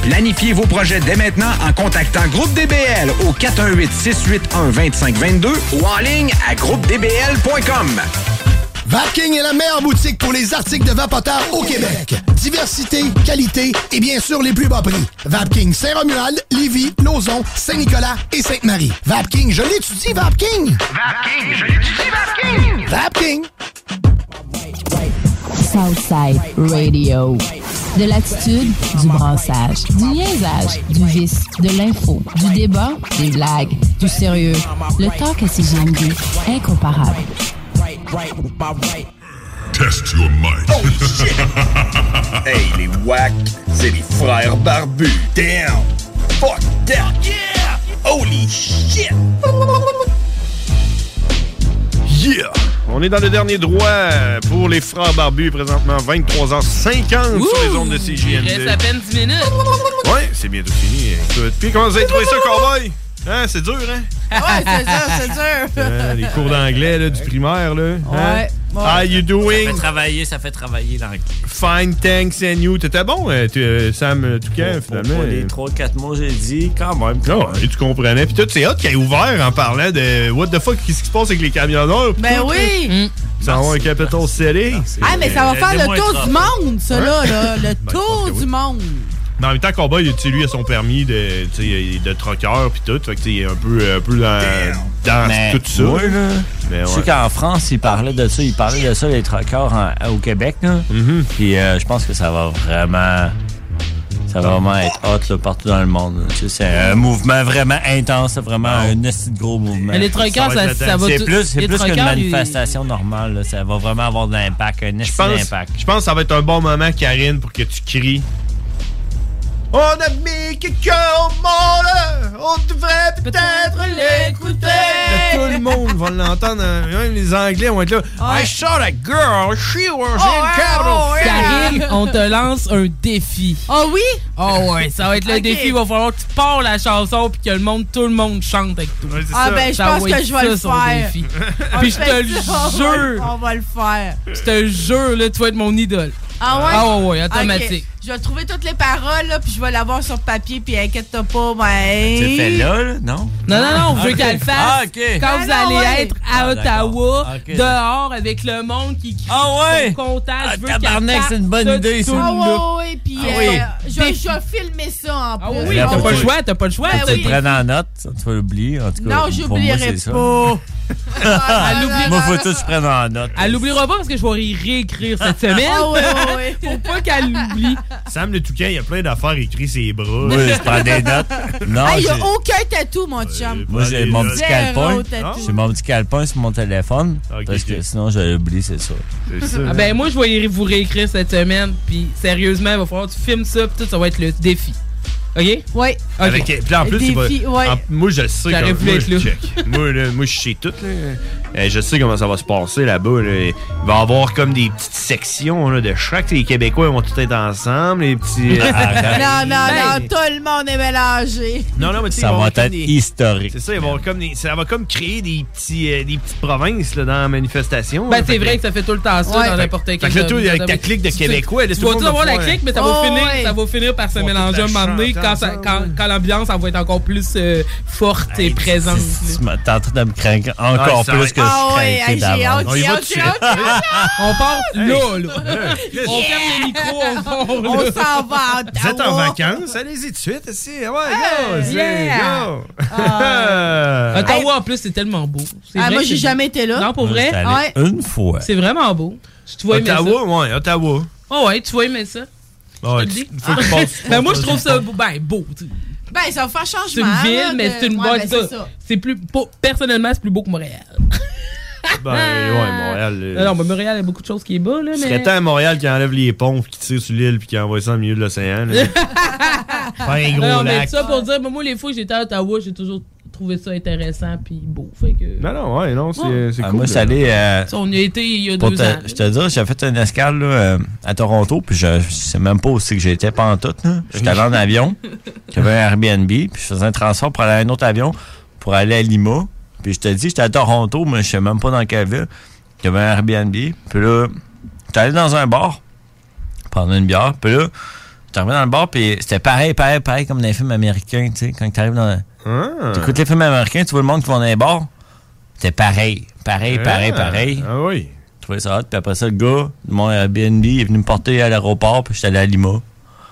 Speaker 14: Planifiez vos projets dès maintenant en contactant Groupe DBL au 418-681-2522 ou en ligne à groupedbl.com.
Speaker 3: Vapking est la meilleure boutique pour les articles de vapoteurs au Québec. Diversité, qualité et bien sûr les plus bas prix. Vapking Saint-Romuald, Lévis, Lauson, Saint-Nicolas et Sainte-Marie. Vapking, je l'étudie, Vapking!
Speaker 32: Vapking, je l'étudie, Vapking!
Speaker 3: Vapking!
Speaker 8: Southside Radio. De l'attitude, du brassage, du niaisage, du vice, de l'info, du débat, des blagues, du sérieux. Le talk à CGMD, incomparable.
Speaker 33: *laughs*
Speaker 10: Test your mic.
Speaker 16: Oh,
Speaker 33: Hey, les wack, c'est les frères barbus. Damn! Fuck that! Yeah! Holy shit!
Speaker 16: Yeah! On est dans le dernier droit pour les frères barbus, présentement 23h50 sur les ondes de
Speaker 12: Il reste à
Speaker 16: CJMD.
Speaker 12: peine 10 minutes.
Speaker 16: Ouais, c'est bientôt fini. Écoute, puis comment vous avez trouvé ça, Cowboy? Hein, c'est dur, hein?
Speaker 17: Ouais, c'est dur, c'est dur.
Speaker 16: Euh, les cours d'anglais là, du primaire, là. hein?
Speaker 17: Ouais, ouais.
Speaker 16: How you
Speaker 19: Ça
Speaker 16: doing?
Speaker 19: fait travailler, ça fait travailler l'anglais.
Speaker 16: Fine, thanks, and you. T'étais bon, euh, tu- euh, Sam euh, Toucan, finalement.
Speaker 19: Pour les 3-4 mots, j'ai dit quand même.
Speaker 16: Non, et tu comprenais. Puis tout, c'est hot qui a ouvert en parlant de what the fuck, qu'est-ce qui se passe avec les camionneurs.
Speaker 17: Ben
Speaker 16: Tout,
Speaker 17: oui.
Speaker 16: là. Ça va un capital serré.
Speaker 17: Ah, mais ça va faire le tour du monde, ça,
Speaker 16: Hein?
Speaker 17: là.
Speaker 19: *laughs*
Speaker 17: là,
Speaker 16: Ben,
Speaker 17: Le
Speaker 16: je
Speaker 17: tour du monde.
Speaker 16: Mais en même temps, Combat, il, tu sais, lui, a son permis de, tu sais, de troqueur puis tout. Fait que, tu sais, il est un peu, un peu dans, dans
Speaker 19: Mais
Speaker 16: tout ça.
Speaker 19: moi, là,
Speaker 16: Mais
Speaker 19: Je
Speaker 16: ouais.
Speaker 19: sais qu'en France, ils parlaient de ça, ils parlaient de ça, Mm-hmm. les truckers en- au Québec. là. Puis euh, je pense que ça va vraiment Ça va vraiment être hot là, partout dans le monde. là. Tu sais, C'est un mouvement vraiment intense, c'est vraiment un esti de gros mouvement.
Speaker 12: Mais les truckers,
Speaker 19: va être
Speaker 12: ça-
Speaker 19: le
Speaker 12: ça
Speaker 19: temps.
Speaker 12: va
Speaker 19: C'est
Speaker 12: tout-
Speaker 19: plus, c'est
Speaker 12: les
Speaker 19: plus qu'une
Speaker 12: truckers, ils-
Speaker 19: manifestation normale. là. Ça va vraiment avoir de l'impact, un esti
Speaker 16: Je pense,
Speaker 19: d'impact.
Speaker 16: je pense que ça va être un bon moment, Karine, pour que tu cries.
Speaker 34: On a mis quelqu'un au monde, on devrait peut-être l'écouter.
Speaker 16: Tout le monde va l'entendre, hein, même les Anglais vont être là.
Speaker 17: Ah
Speaker 16: I saw that girl, she was in capital.
Speaker 12: Karine, on te *laughs* lance un défi.
Speaker 17: Oh oui?
Speaker 12: Oh ouais, ça va être
Speaker 17: *laughs*
Speaker 12: le
Speaker 17: Ok.
Speaker 12: défi. Il va falloir que tu pars la chanson puis que le monde, tout le monde chante avec toi.
Speaker 17: Ah ben, je
Speaker 12: Ça
Speaker 17: pense
Speaker 12: va
Speaker 17: que
Speaker 12: être
Speaker 17: je vais le
Speaker 12: ça, son
Speaker 17: faire. *laughs*
Speaker 12: défi.
Speaker 17: On
Speaker 12: Puis je
Speaker 17: fait
Speaker 12: te le
Speaker 17: ça, on va le-
Speaker 12: jure.
Speaker 17: On va le faire.
Speaker 12: Je te jure, là, tu vas être mon idole.
Speaker 17: Ah ouais?
Speaker 12: Ah ouais, ouais,
Speaker 17: Ok.
Speaker 12: automatique.
Speaker 17: Je vais trouver toutes les paroles, là, puis je vais l'avoir sur papier, puis inquiète-toi pas, ben...
Speaker 19: C'est fait là, là, non?
Speaker 12: Non, non, non, on veut
Speaker 19: Ok.
Speaker 12: qu'elle le fasse
Speaker 19: Ah, OK.
Speaker 12: quand
Speaker 17: Ah,
Speaker 12: vous
Speaker 17: non,
Speaker 12: allez
Speaker 17: ouais.
Speaker 12: être à
Speaker 19: Ah, d'accord.
Speaker 12: Ottawa,
Speaker 19: OK,
Speaker 12: dehors, avec le monde qui crie
Speaker 19: ouais?
Speaker 12: son contact.
Speaker 19: Ah,
Speaker 12: Je veux qu'elle
Speaker 19: tabarnak,
Speaker 12: parte
Speaker 19: c'est une bonne
Speaker 12: de
Speaker 19: idée, ça.
Speaker 12: tout
Speaker 17: Ah
Speaker 12: là.
Speaker 17: ouais, ouais, puis
Speaker 12: Ah
Speaker 17: euh,
Speaker 12: oui.
Speaker 17: je, vais- je vais filmer ça, en plus.
Speaker 12: Ah oui,
Speaker 19: Là,
Speaker 12: t'as
Speaker 19: faut
Speaker 12: pas le
Speaker 19: que-
Speaker 12: choix, t'as pas le choix.
Speaker 17: Ben
Speaker 19: faut que
Speaker 17: oui.
Speaker 19: Tu le prennes en note, ça, tu vas l'oublier. En tout cas,
Speaker 17: Non,
Speaker 19: pour
Speaker 17: j'oublierai
Speaker 19: moi, c'est ça.
Speaker 17: pas. *laughs*
Speaker 19: Ah,
Speaker 17: Ah,
Speaker 12: Elle l'oublie-
Speaker 19: Moi, faut que tu le prennes en note.
Speaker 12: Elle l'oubliera pas parce que je vais y réécrire cette semaine.
Speaker 17: Ah ouais, ouais, ouais.
Speaker 12: *laughs* Faut pas qu'elle l'oublie.
Speaker 16: Sam le Toucan, il y a plein d'affaires écrites ses bras.
Speaker 12: *laughs*
Speaker 19: Oui, je prends des notes. Non,
Speaker 17: Ah, il n'y a
Speaker 19: j'ai-
Speaker 17: aucun tatou, mon chum.
Speaker 19: Moi, j'ai Hein? mon petit
Speaker 17: Zéro
Speaker 19: calepin.
Speaker 17: tatou.
Speaker 19: J'ai mon petit calepin sur mon téléphone. parce que sinon, je l'oublie, c'est sûr.
Speaker 12: Ah ben moi, je vais y- vous réécrire cette semaine. Puis sérieusement, il va falloir que tu filmes ça. Puis tout, ça va être le défi. OK?
Speaker 17: Oui.
Speaker 16: Avec, puis là, en plus,
Speaker 12: Des
Speaker 16: il va-
Speaker 12: filles, ouais.
Speaker 16: en- moi, je sais
Speaker 12: J'aurais
Speaker 16: comment
Speaker 12: voulu
Speaker 16: moi,
Speaker 12: être
Speaker 16: je
Speaker 12: là.
Speaker 16: check. moi, là, moi, je sais tout. Là. Euh, Je sais comment ça va se passer là-bas. là. Il va y avoir comme des petites sections là, de chaque. Les Québécois ils vont tout être ensemble. Les petits. euh,
Speaker 17: *laughs* Non, non, non, tout le monde est mélangé.
Speaker 16: Non, non, mais tu sais,
Speaker 19: Ça
Speaker 16: ils vont
Speaker 19: va
Speaker 16: avoir comme
Speaker 19: être
Speaker 16: des-
Speaker 19: historique.
Speaker 16: C'est ça, ils vont avoir comme des- ça va comme créer des, petits, euh, des petites provinces là, dans la manifestation.
Speaker 12: Ben
Speaker 16: là.
Speaker 12: c'est
Speaker 16: Fait
Speaker 12: vrai
Speaker 16: *laughs*
Speaker 12: que ça fait tout le temps ça
Speaker 16: Ouais.
Speaker 12: dans n'importe
Speaker 16: Fait
Speaker 12: quel.
Speaker 16: que là, toi, avec ta clique de
Speaker 12: Tu-
Speaker 16: Québécois, là,
Speaker 12: Tu
Speaker 16: tout le
Speaker 12: vas
Speaker 16: monde
Speaker 12: tout
Speaker 16: va
Speaker 12: avoir la
Speaker 16: pouvoir-
Speaker 12: clique, mais ça
Speaker 16: Oh,
Speaker 12: va finir,
Speaker 16: ouais.
Speaker 12: ça va finir par se
Speaker 16: Ils vont
Speaker 12: mélanger
Speaker 16: tout
Speaker 12: un
Speaker 16: la
Speaker 12: moment donné
Speaker 16: chanter
Speaker 12: quand, ça-
Speaker 16: ensemble,
Speaker 12: quand, quand l'ambiance elle va être encore plus euh, forte et présente.
Speaker 19: Tu m'as- T'es en train de me craquer encore
Speaker 12: Ah, ça va
Speaker 19: plus
Speaker 12: être-
Speaker 19: que je suis
Speaker 12: Ah ouais,
Speaker 19: craqué
Speaker 12: hey, j'ai hâte,
Speaker 19: d'avance.
Speaker 12: j'ai hâte, j'ai hâte, j'ai hâte. On part là, là. On ferme les micros, on part là.
Speaker 17: On s'en va à
Speaker 16: Vous êtes en
Speaker 17: Ottawa.
Speaker 16: vacances? Allez-y tout de suite. ici. Ouais, go, c'est-
Speaker 17: yeah.
Speaker 16: go.
Speaker 12: Ah.
Speaker 16: Ah.
Speaker 12: Ottawa, en plus, c'est tellement beau. C'est
Speaker 17: Ah,
Speaker 12: vrai
Speaker 17: moi,
Speaker 12: que
Speaker 17: j'ai
Speaker 12: c'est-
Speaker 17: jamais été là.
Speaker 12: Non, pour
Speaker 19: Moi,
Speaker 12: vrai.
Speaker 19: j'étais allé
Speaker 12: Ouais.
Speaker 19: Une fois.
Speaker 12: C'est vraiment beau. Tu vois, aimer ça.
Speaker 16: Ottawa, ouais, Ottawa.
Speaker 12: Oh ouais, tu vas aimer ça.
Speaker 16: Ouais,
Speaker 12: Je te le dis.
Speaker 16: Ah, tu- faut
Speaker 12: *laughs*
Speaker 16: que tu passes-
Speaker 12: Ben moi, je trouve ça beau. Ben, beau. tu sais.
Speaker 17: Ben, ça va faire changement.
Speaker 12: C'est une
Speaker 17: là,
Speaker 12: ville, mais
Speaker 17: de-
Speaker 12: c'est une
Speaker 17: Ouais,
Speaker 12: bonne.
Speaker 17: ben,
Speaker 12: ça.
Speaker 17: c'est ça.
Speaker 12: C'est plus. pour- Personnellement, c'est plus beau que Montréal.
Speaker 16: Ben, ouais, Montréal. euh,
Speaker 12: Non, non, mais Montréal, il y a beaucoup de choses qui est bas, là.
Speaker 16: Ce
Speaker 12: Mais...
Speaker 16: serait temps à Montréal qui enlève les ponts, qui tire sur l'île, puis qui envoie ça au milieu de
Speaker 12: *laughs*
Speaker 16: l'océan. là. Faire un gros
Speaker 12: non, non, mais
Speaker 16: lac.
Speaker 12: ça pour dire, ben, moi, moi, les fois que j'étais à Ottawa, j'ai toujours trouvé ça intéressant puis beau. Fait que.
Speaker 16: Non, non, ouais, non, c'est c'est
Speaker 19: Ah,
Speaker 16: cool.
Speaker 19: moi,
Speaker 16: là.
Speaker 19: ça allait. euh,
Speaker 12: Ça, on y a été il y a
Speaker 19: Pour
Speaker 12: deux
Speaker 19: te-
Speaker 12: ans.
Speaker 19: je te dis, j'ai fait une escale là, euh, à Toronto, puis je, je sais même pas où c'est que j'étais pendant tout. là.
Speaker 12: *laughs*
Speaker 19: J'étais allé en avion, j'avais un Airbnb, puis je faisais un transfert pour aller à un autre avion pour aller à Lima. Puis je te dis, j'étais à Toronto, mais je sais même pas dans quelle ville. J'avais un Airbnb, puis là, j'étais allé dans un bar prendre une bière, puis là, j'étais arrivé dans le bar, puis c'était pareil, pareil, pareil comme dans les films américains, tu sais, quand t'arrives dans...
Speaker 16: Hein? Ah.
Speaker 19: T'écoutes les films américains, tu vois le monde qui va dans les bars,
Speaker 12: *laughs*
Speaker 19: c'était pareil, pareil, pareil,
Speaker 16: Ah,
Speaker 19: pareil.
Speaker 16: Ah oui.
Speaker 19: Je trouvais ça hot. Puis après ça, le gars de mon Airbnb est venu me porter à l'aéroport, puis j'étais allé à Lima.
Speaker 16: OK.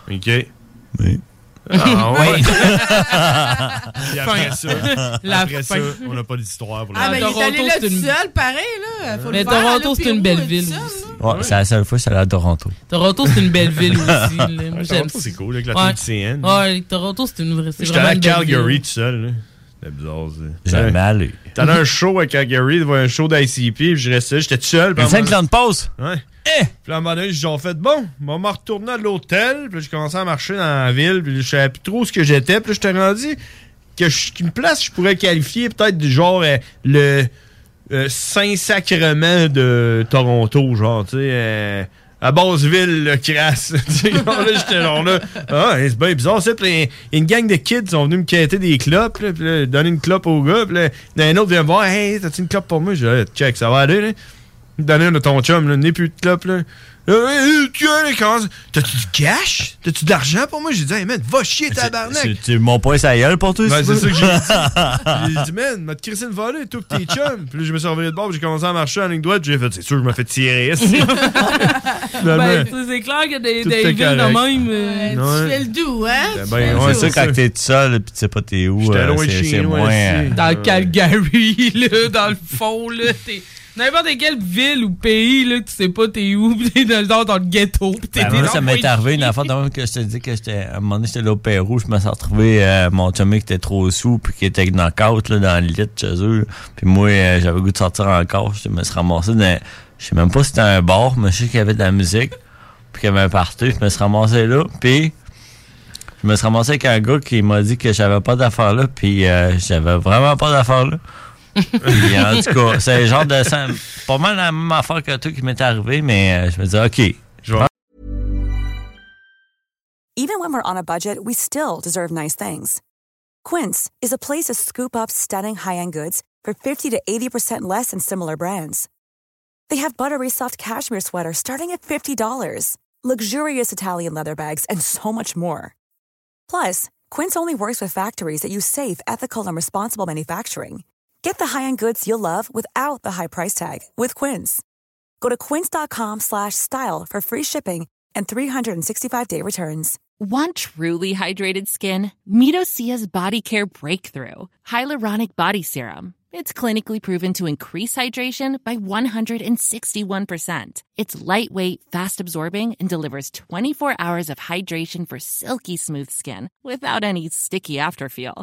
Speaker 19: Oui.
Speaker 16: Ah
Speaker 19: *laughs*
Speaker 16: ouais. *laughs* Puis
Speaker 12: Fin.
Speaker 16: après ça, *laughs*
Speaker 12: La
Speaker 16: après ça,
Speaker 12: fin. ben,
Speaker 16: on n'a pas d'histoire pour
Speaker 17: Ah, mais
Speaker 16: la
Speaker 17: il est allé
Speaker 12: Toronto,
Speaker 17: là
Speaker 12: c'est une-
Speaker 17: tout seul, pareil, là. Faut le
Speaker 12: Mais
Speaker 17: faire,
Speaker 12: Toronto,
Speaker 17: là,
Speaker 12: c'est
Speaker 17: puis
Speaker 12: une
Speaker 17: où,
Speaker 12: belle
Speaker 17: tout
Speaker 12: ville.
Speaker 17: seul?
Speaker 19: Ouais,
Speaker 16: Ah
Speaker 19: c'est la seule fois que j'allais à Toronto.
Speaker 12: Toronto, c'est une belle
Speaker 16: *laughs*
Speaker 12: ville aussi. là. Moi,
Speaker 16: Ouais,
Speaker 12: j'aime
Speaker 16: Toronto,
Speaker 12: ça.
Speaker 16: c'est cool, avec la
Speaker 12: Ouais.
Speaker 16: TCN.
Speaker 12: Ouais, Toronto, c'est une vraie. c'est
Speaker 16: J'étais
Speaker 12: vraiment
Speaker 16: allé à
Speaker 12: une belle ville.
Speaker 16: Calgary tout seul. là. C'était bizarre, ça.
Speaker 19: Jamais allé.
Speaker 16: T'allais
Speaker 19: *laughs*
Speaker 16: à un show à Calgary, devant un show d'ICP, puis je restais, j'étais tout seul. puis à un
Speaker 19: Une
Speaker 16: moment-
Speaker 19: 50 pause.
Speaker 16: Ouais. Puis à un moment donné, j'ai genre fait bon, on m'a retourné à l'hôtel, puis là, j'ai commencé à marcher dans la ville, puis je savais plus trop ce que j'étais, puis là, j'étais rendu que je, qu'une place je pourrais qualifier peut-être du genre euh, le euh, Saint-Sacrement de Toronto, genre, tu sais. euh, à Basseville, le crasse. *laughs* Tu sais, genre, là, j'étais genre là. Ah, c'est bien bizarre, ça. Puis une une gang de kids sont venus me quêter des clopes, là, puis là, donner une clope au gars. Puis là, un autre vient me voir. Hey, t'as-tu une clope pour moi? Je dis, Ah, check, ça va aller, là. Donner une à ton chum, là, n'est plus de clope, là. Euh, Là, Hey, hey, tiens, là, comment ça- T'as-tu du cash? T'as-tu de l'argent pour moi? J'ai dit, hey, man, va chier, tabarnak!
Speaker 19: Tu- Tu m'ont pas sa gueule pour toi,
Speaker 16: Ben, c'est
Speaker 19: si tu
Speaker 16: ça
Speaker 19: veux.
Speaker 16: que j'ai
Speaker 19: *laughs*
Speaker 16: dit. J'ai dit, man, m'a Christine volé, toi pis tes chums. Puis là, je me suis revenu de bord, puis j'ai commencé à marcher en ligne droite, j'ai fait, c'est sûr, je me fais tirer.
Speaker 12: Ben,
Speaker 16: Finalement.
Speaker 12: tu sais, Ben, c'est clair que des,
Speaker 16: Tout
Speaker 12: des
Speaker 16: était
Speaker 12: villes de
Speaker 16: correct.
Speaker 12: même. euh,
Speaker 16: Ouais, tu Ouais. fais
Speaker 17: le doux, hein?
Speaker 16: Ben,
Speaker 19: Ouais,
Speaker 16: ouais,
Speaker 19: c'est ça, quand t'es tout seul, puis tu sais pas t'es où.
Speaker 16: J'étais
Speaker 19: euh,
Speaker 16: loin de
Speaker 19: c'est-
Speaker 16: chez
Speaker 19: C'est
Speaker 16: nous,
Speaker 19: moins.
Speaker 16: ici.
Speaker 19: euh,
Speaker 12: Dans Calgary, là, dans le fond, là, t'es N'importe quelle ville ou pays, là, que tu sais pas t'es où, *laughs* pis t'es dans, genre dans le ghetto, pis t'es
Speaker 19: Ben,
Speaker 12: t'es
Speaker 19: moi,
Speaker 12: dans
Speaker 19: ça
Speaker 12: le
Speaker 19: m'est
Speaker 12: coin-
Speaker 19: arrivé une affaire de même que je te dis que j'étais, à un moment donné, j'étais là au Pérou, je me suis retrouvé, euh, mon chummy qui était trop sous puis qui était knock-out, là, dans le lit de chez eux. Puis moi, euh, j'avais le goût de sortir encore, je me suis ramassé dans, je sais même pas si c'était un bar, mais je sais qu'il y avait de la musique, puis qu'il y avait un party, je me suis ramassé là, puis je me suis ramassé avec un gars qui m'a dit que j'avais pas d'affaires là, puis euh, j'avais vraiment pas d'affaires là. Puis, en tout cas, c'est le genre de... ça- Pas mal la même affaire que toi qui m'est arrivé, mais euh, je me disais, OK, je vais
Speaker 21: Even when we're on a budget, we still deserve nice things. Quince is a place to scoop up stunning high-end goods for 50 to 80% less than similar brands. They have buttery soft cashmere sweaters starting at $50, luxurious Italian leather bags, and so much more. Plus, Quince only works with factories that use safe, ethical, and responsible manufacturing. Get the high-end goods you'll love without the high price tag with Quince. Go to quince.com/style slash style for free shipping and 365-day returns.
Speaker 35: Want truly hydrated skin? Meet Osea's body care breakthrough, Hyaluronic Body Serum. It's clinically proven to increase hydration by 161%. It's lightweight, fast absorbing, and delivers 24 hours of hydration for silky smooth skin without any sticky afterfeel.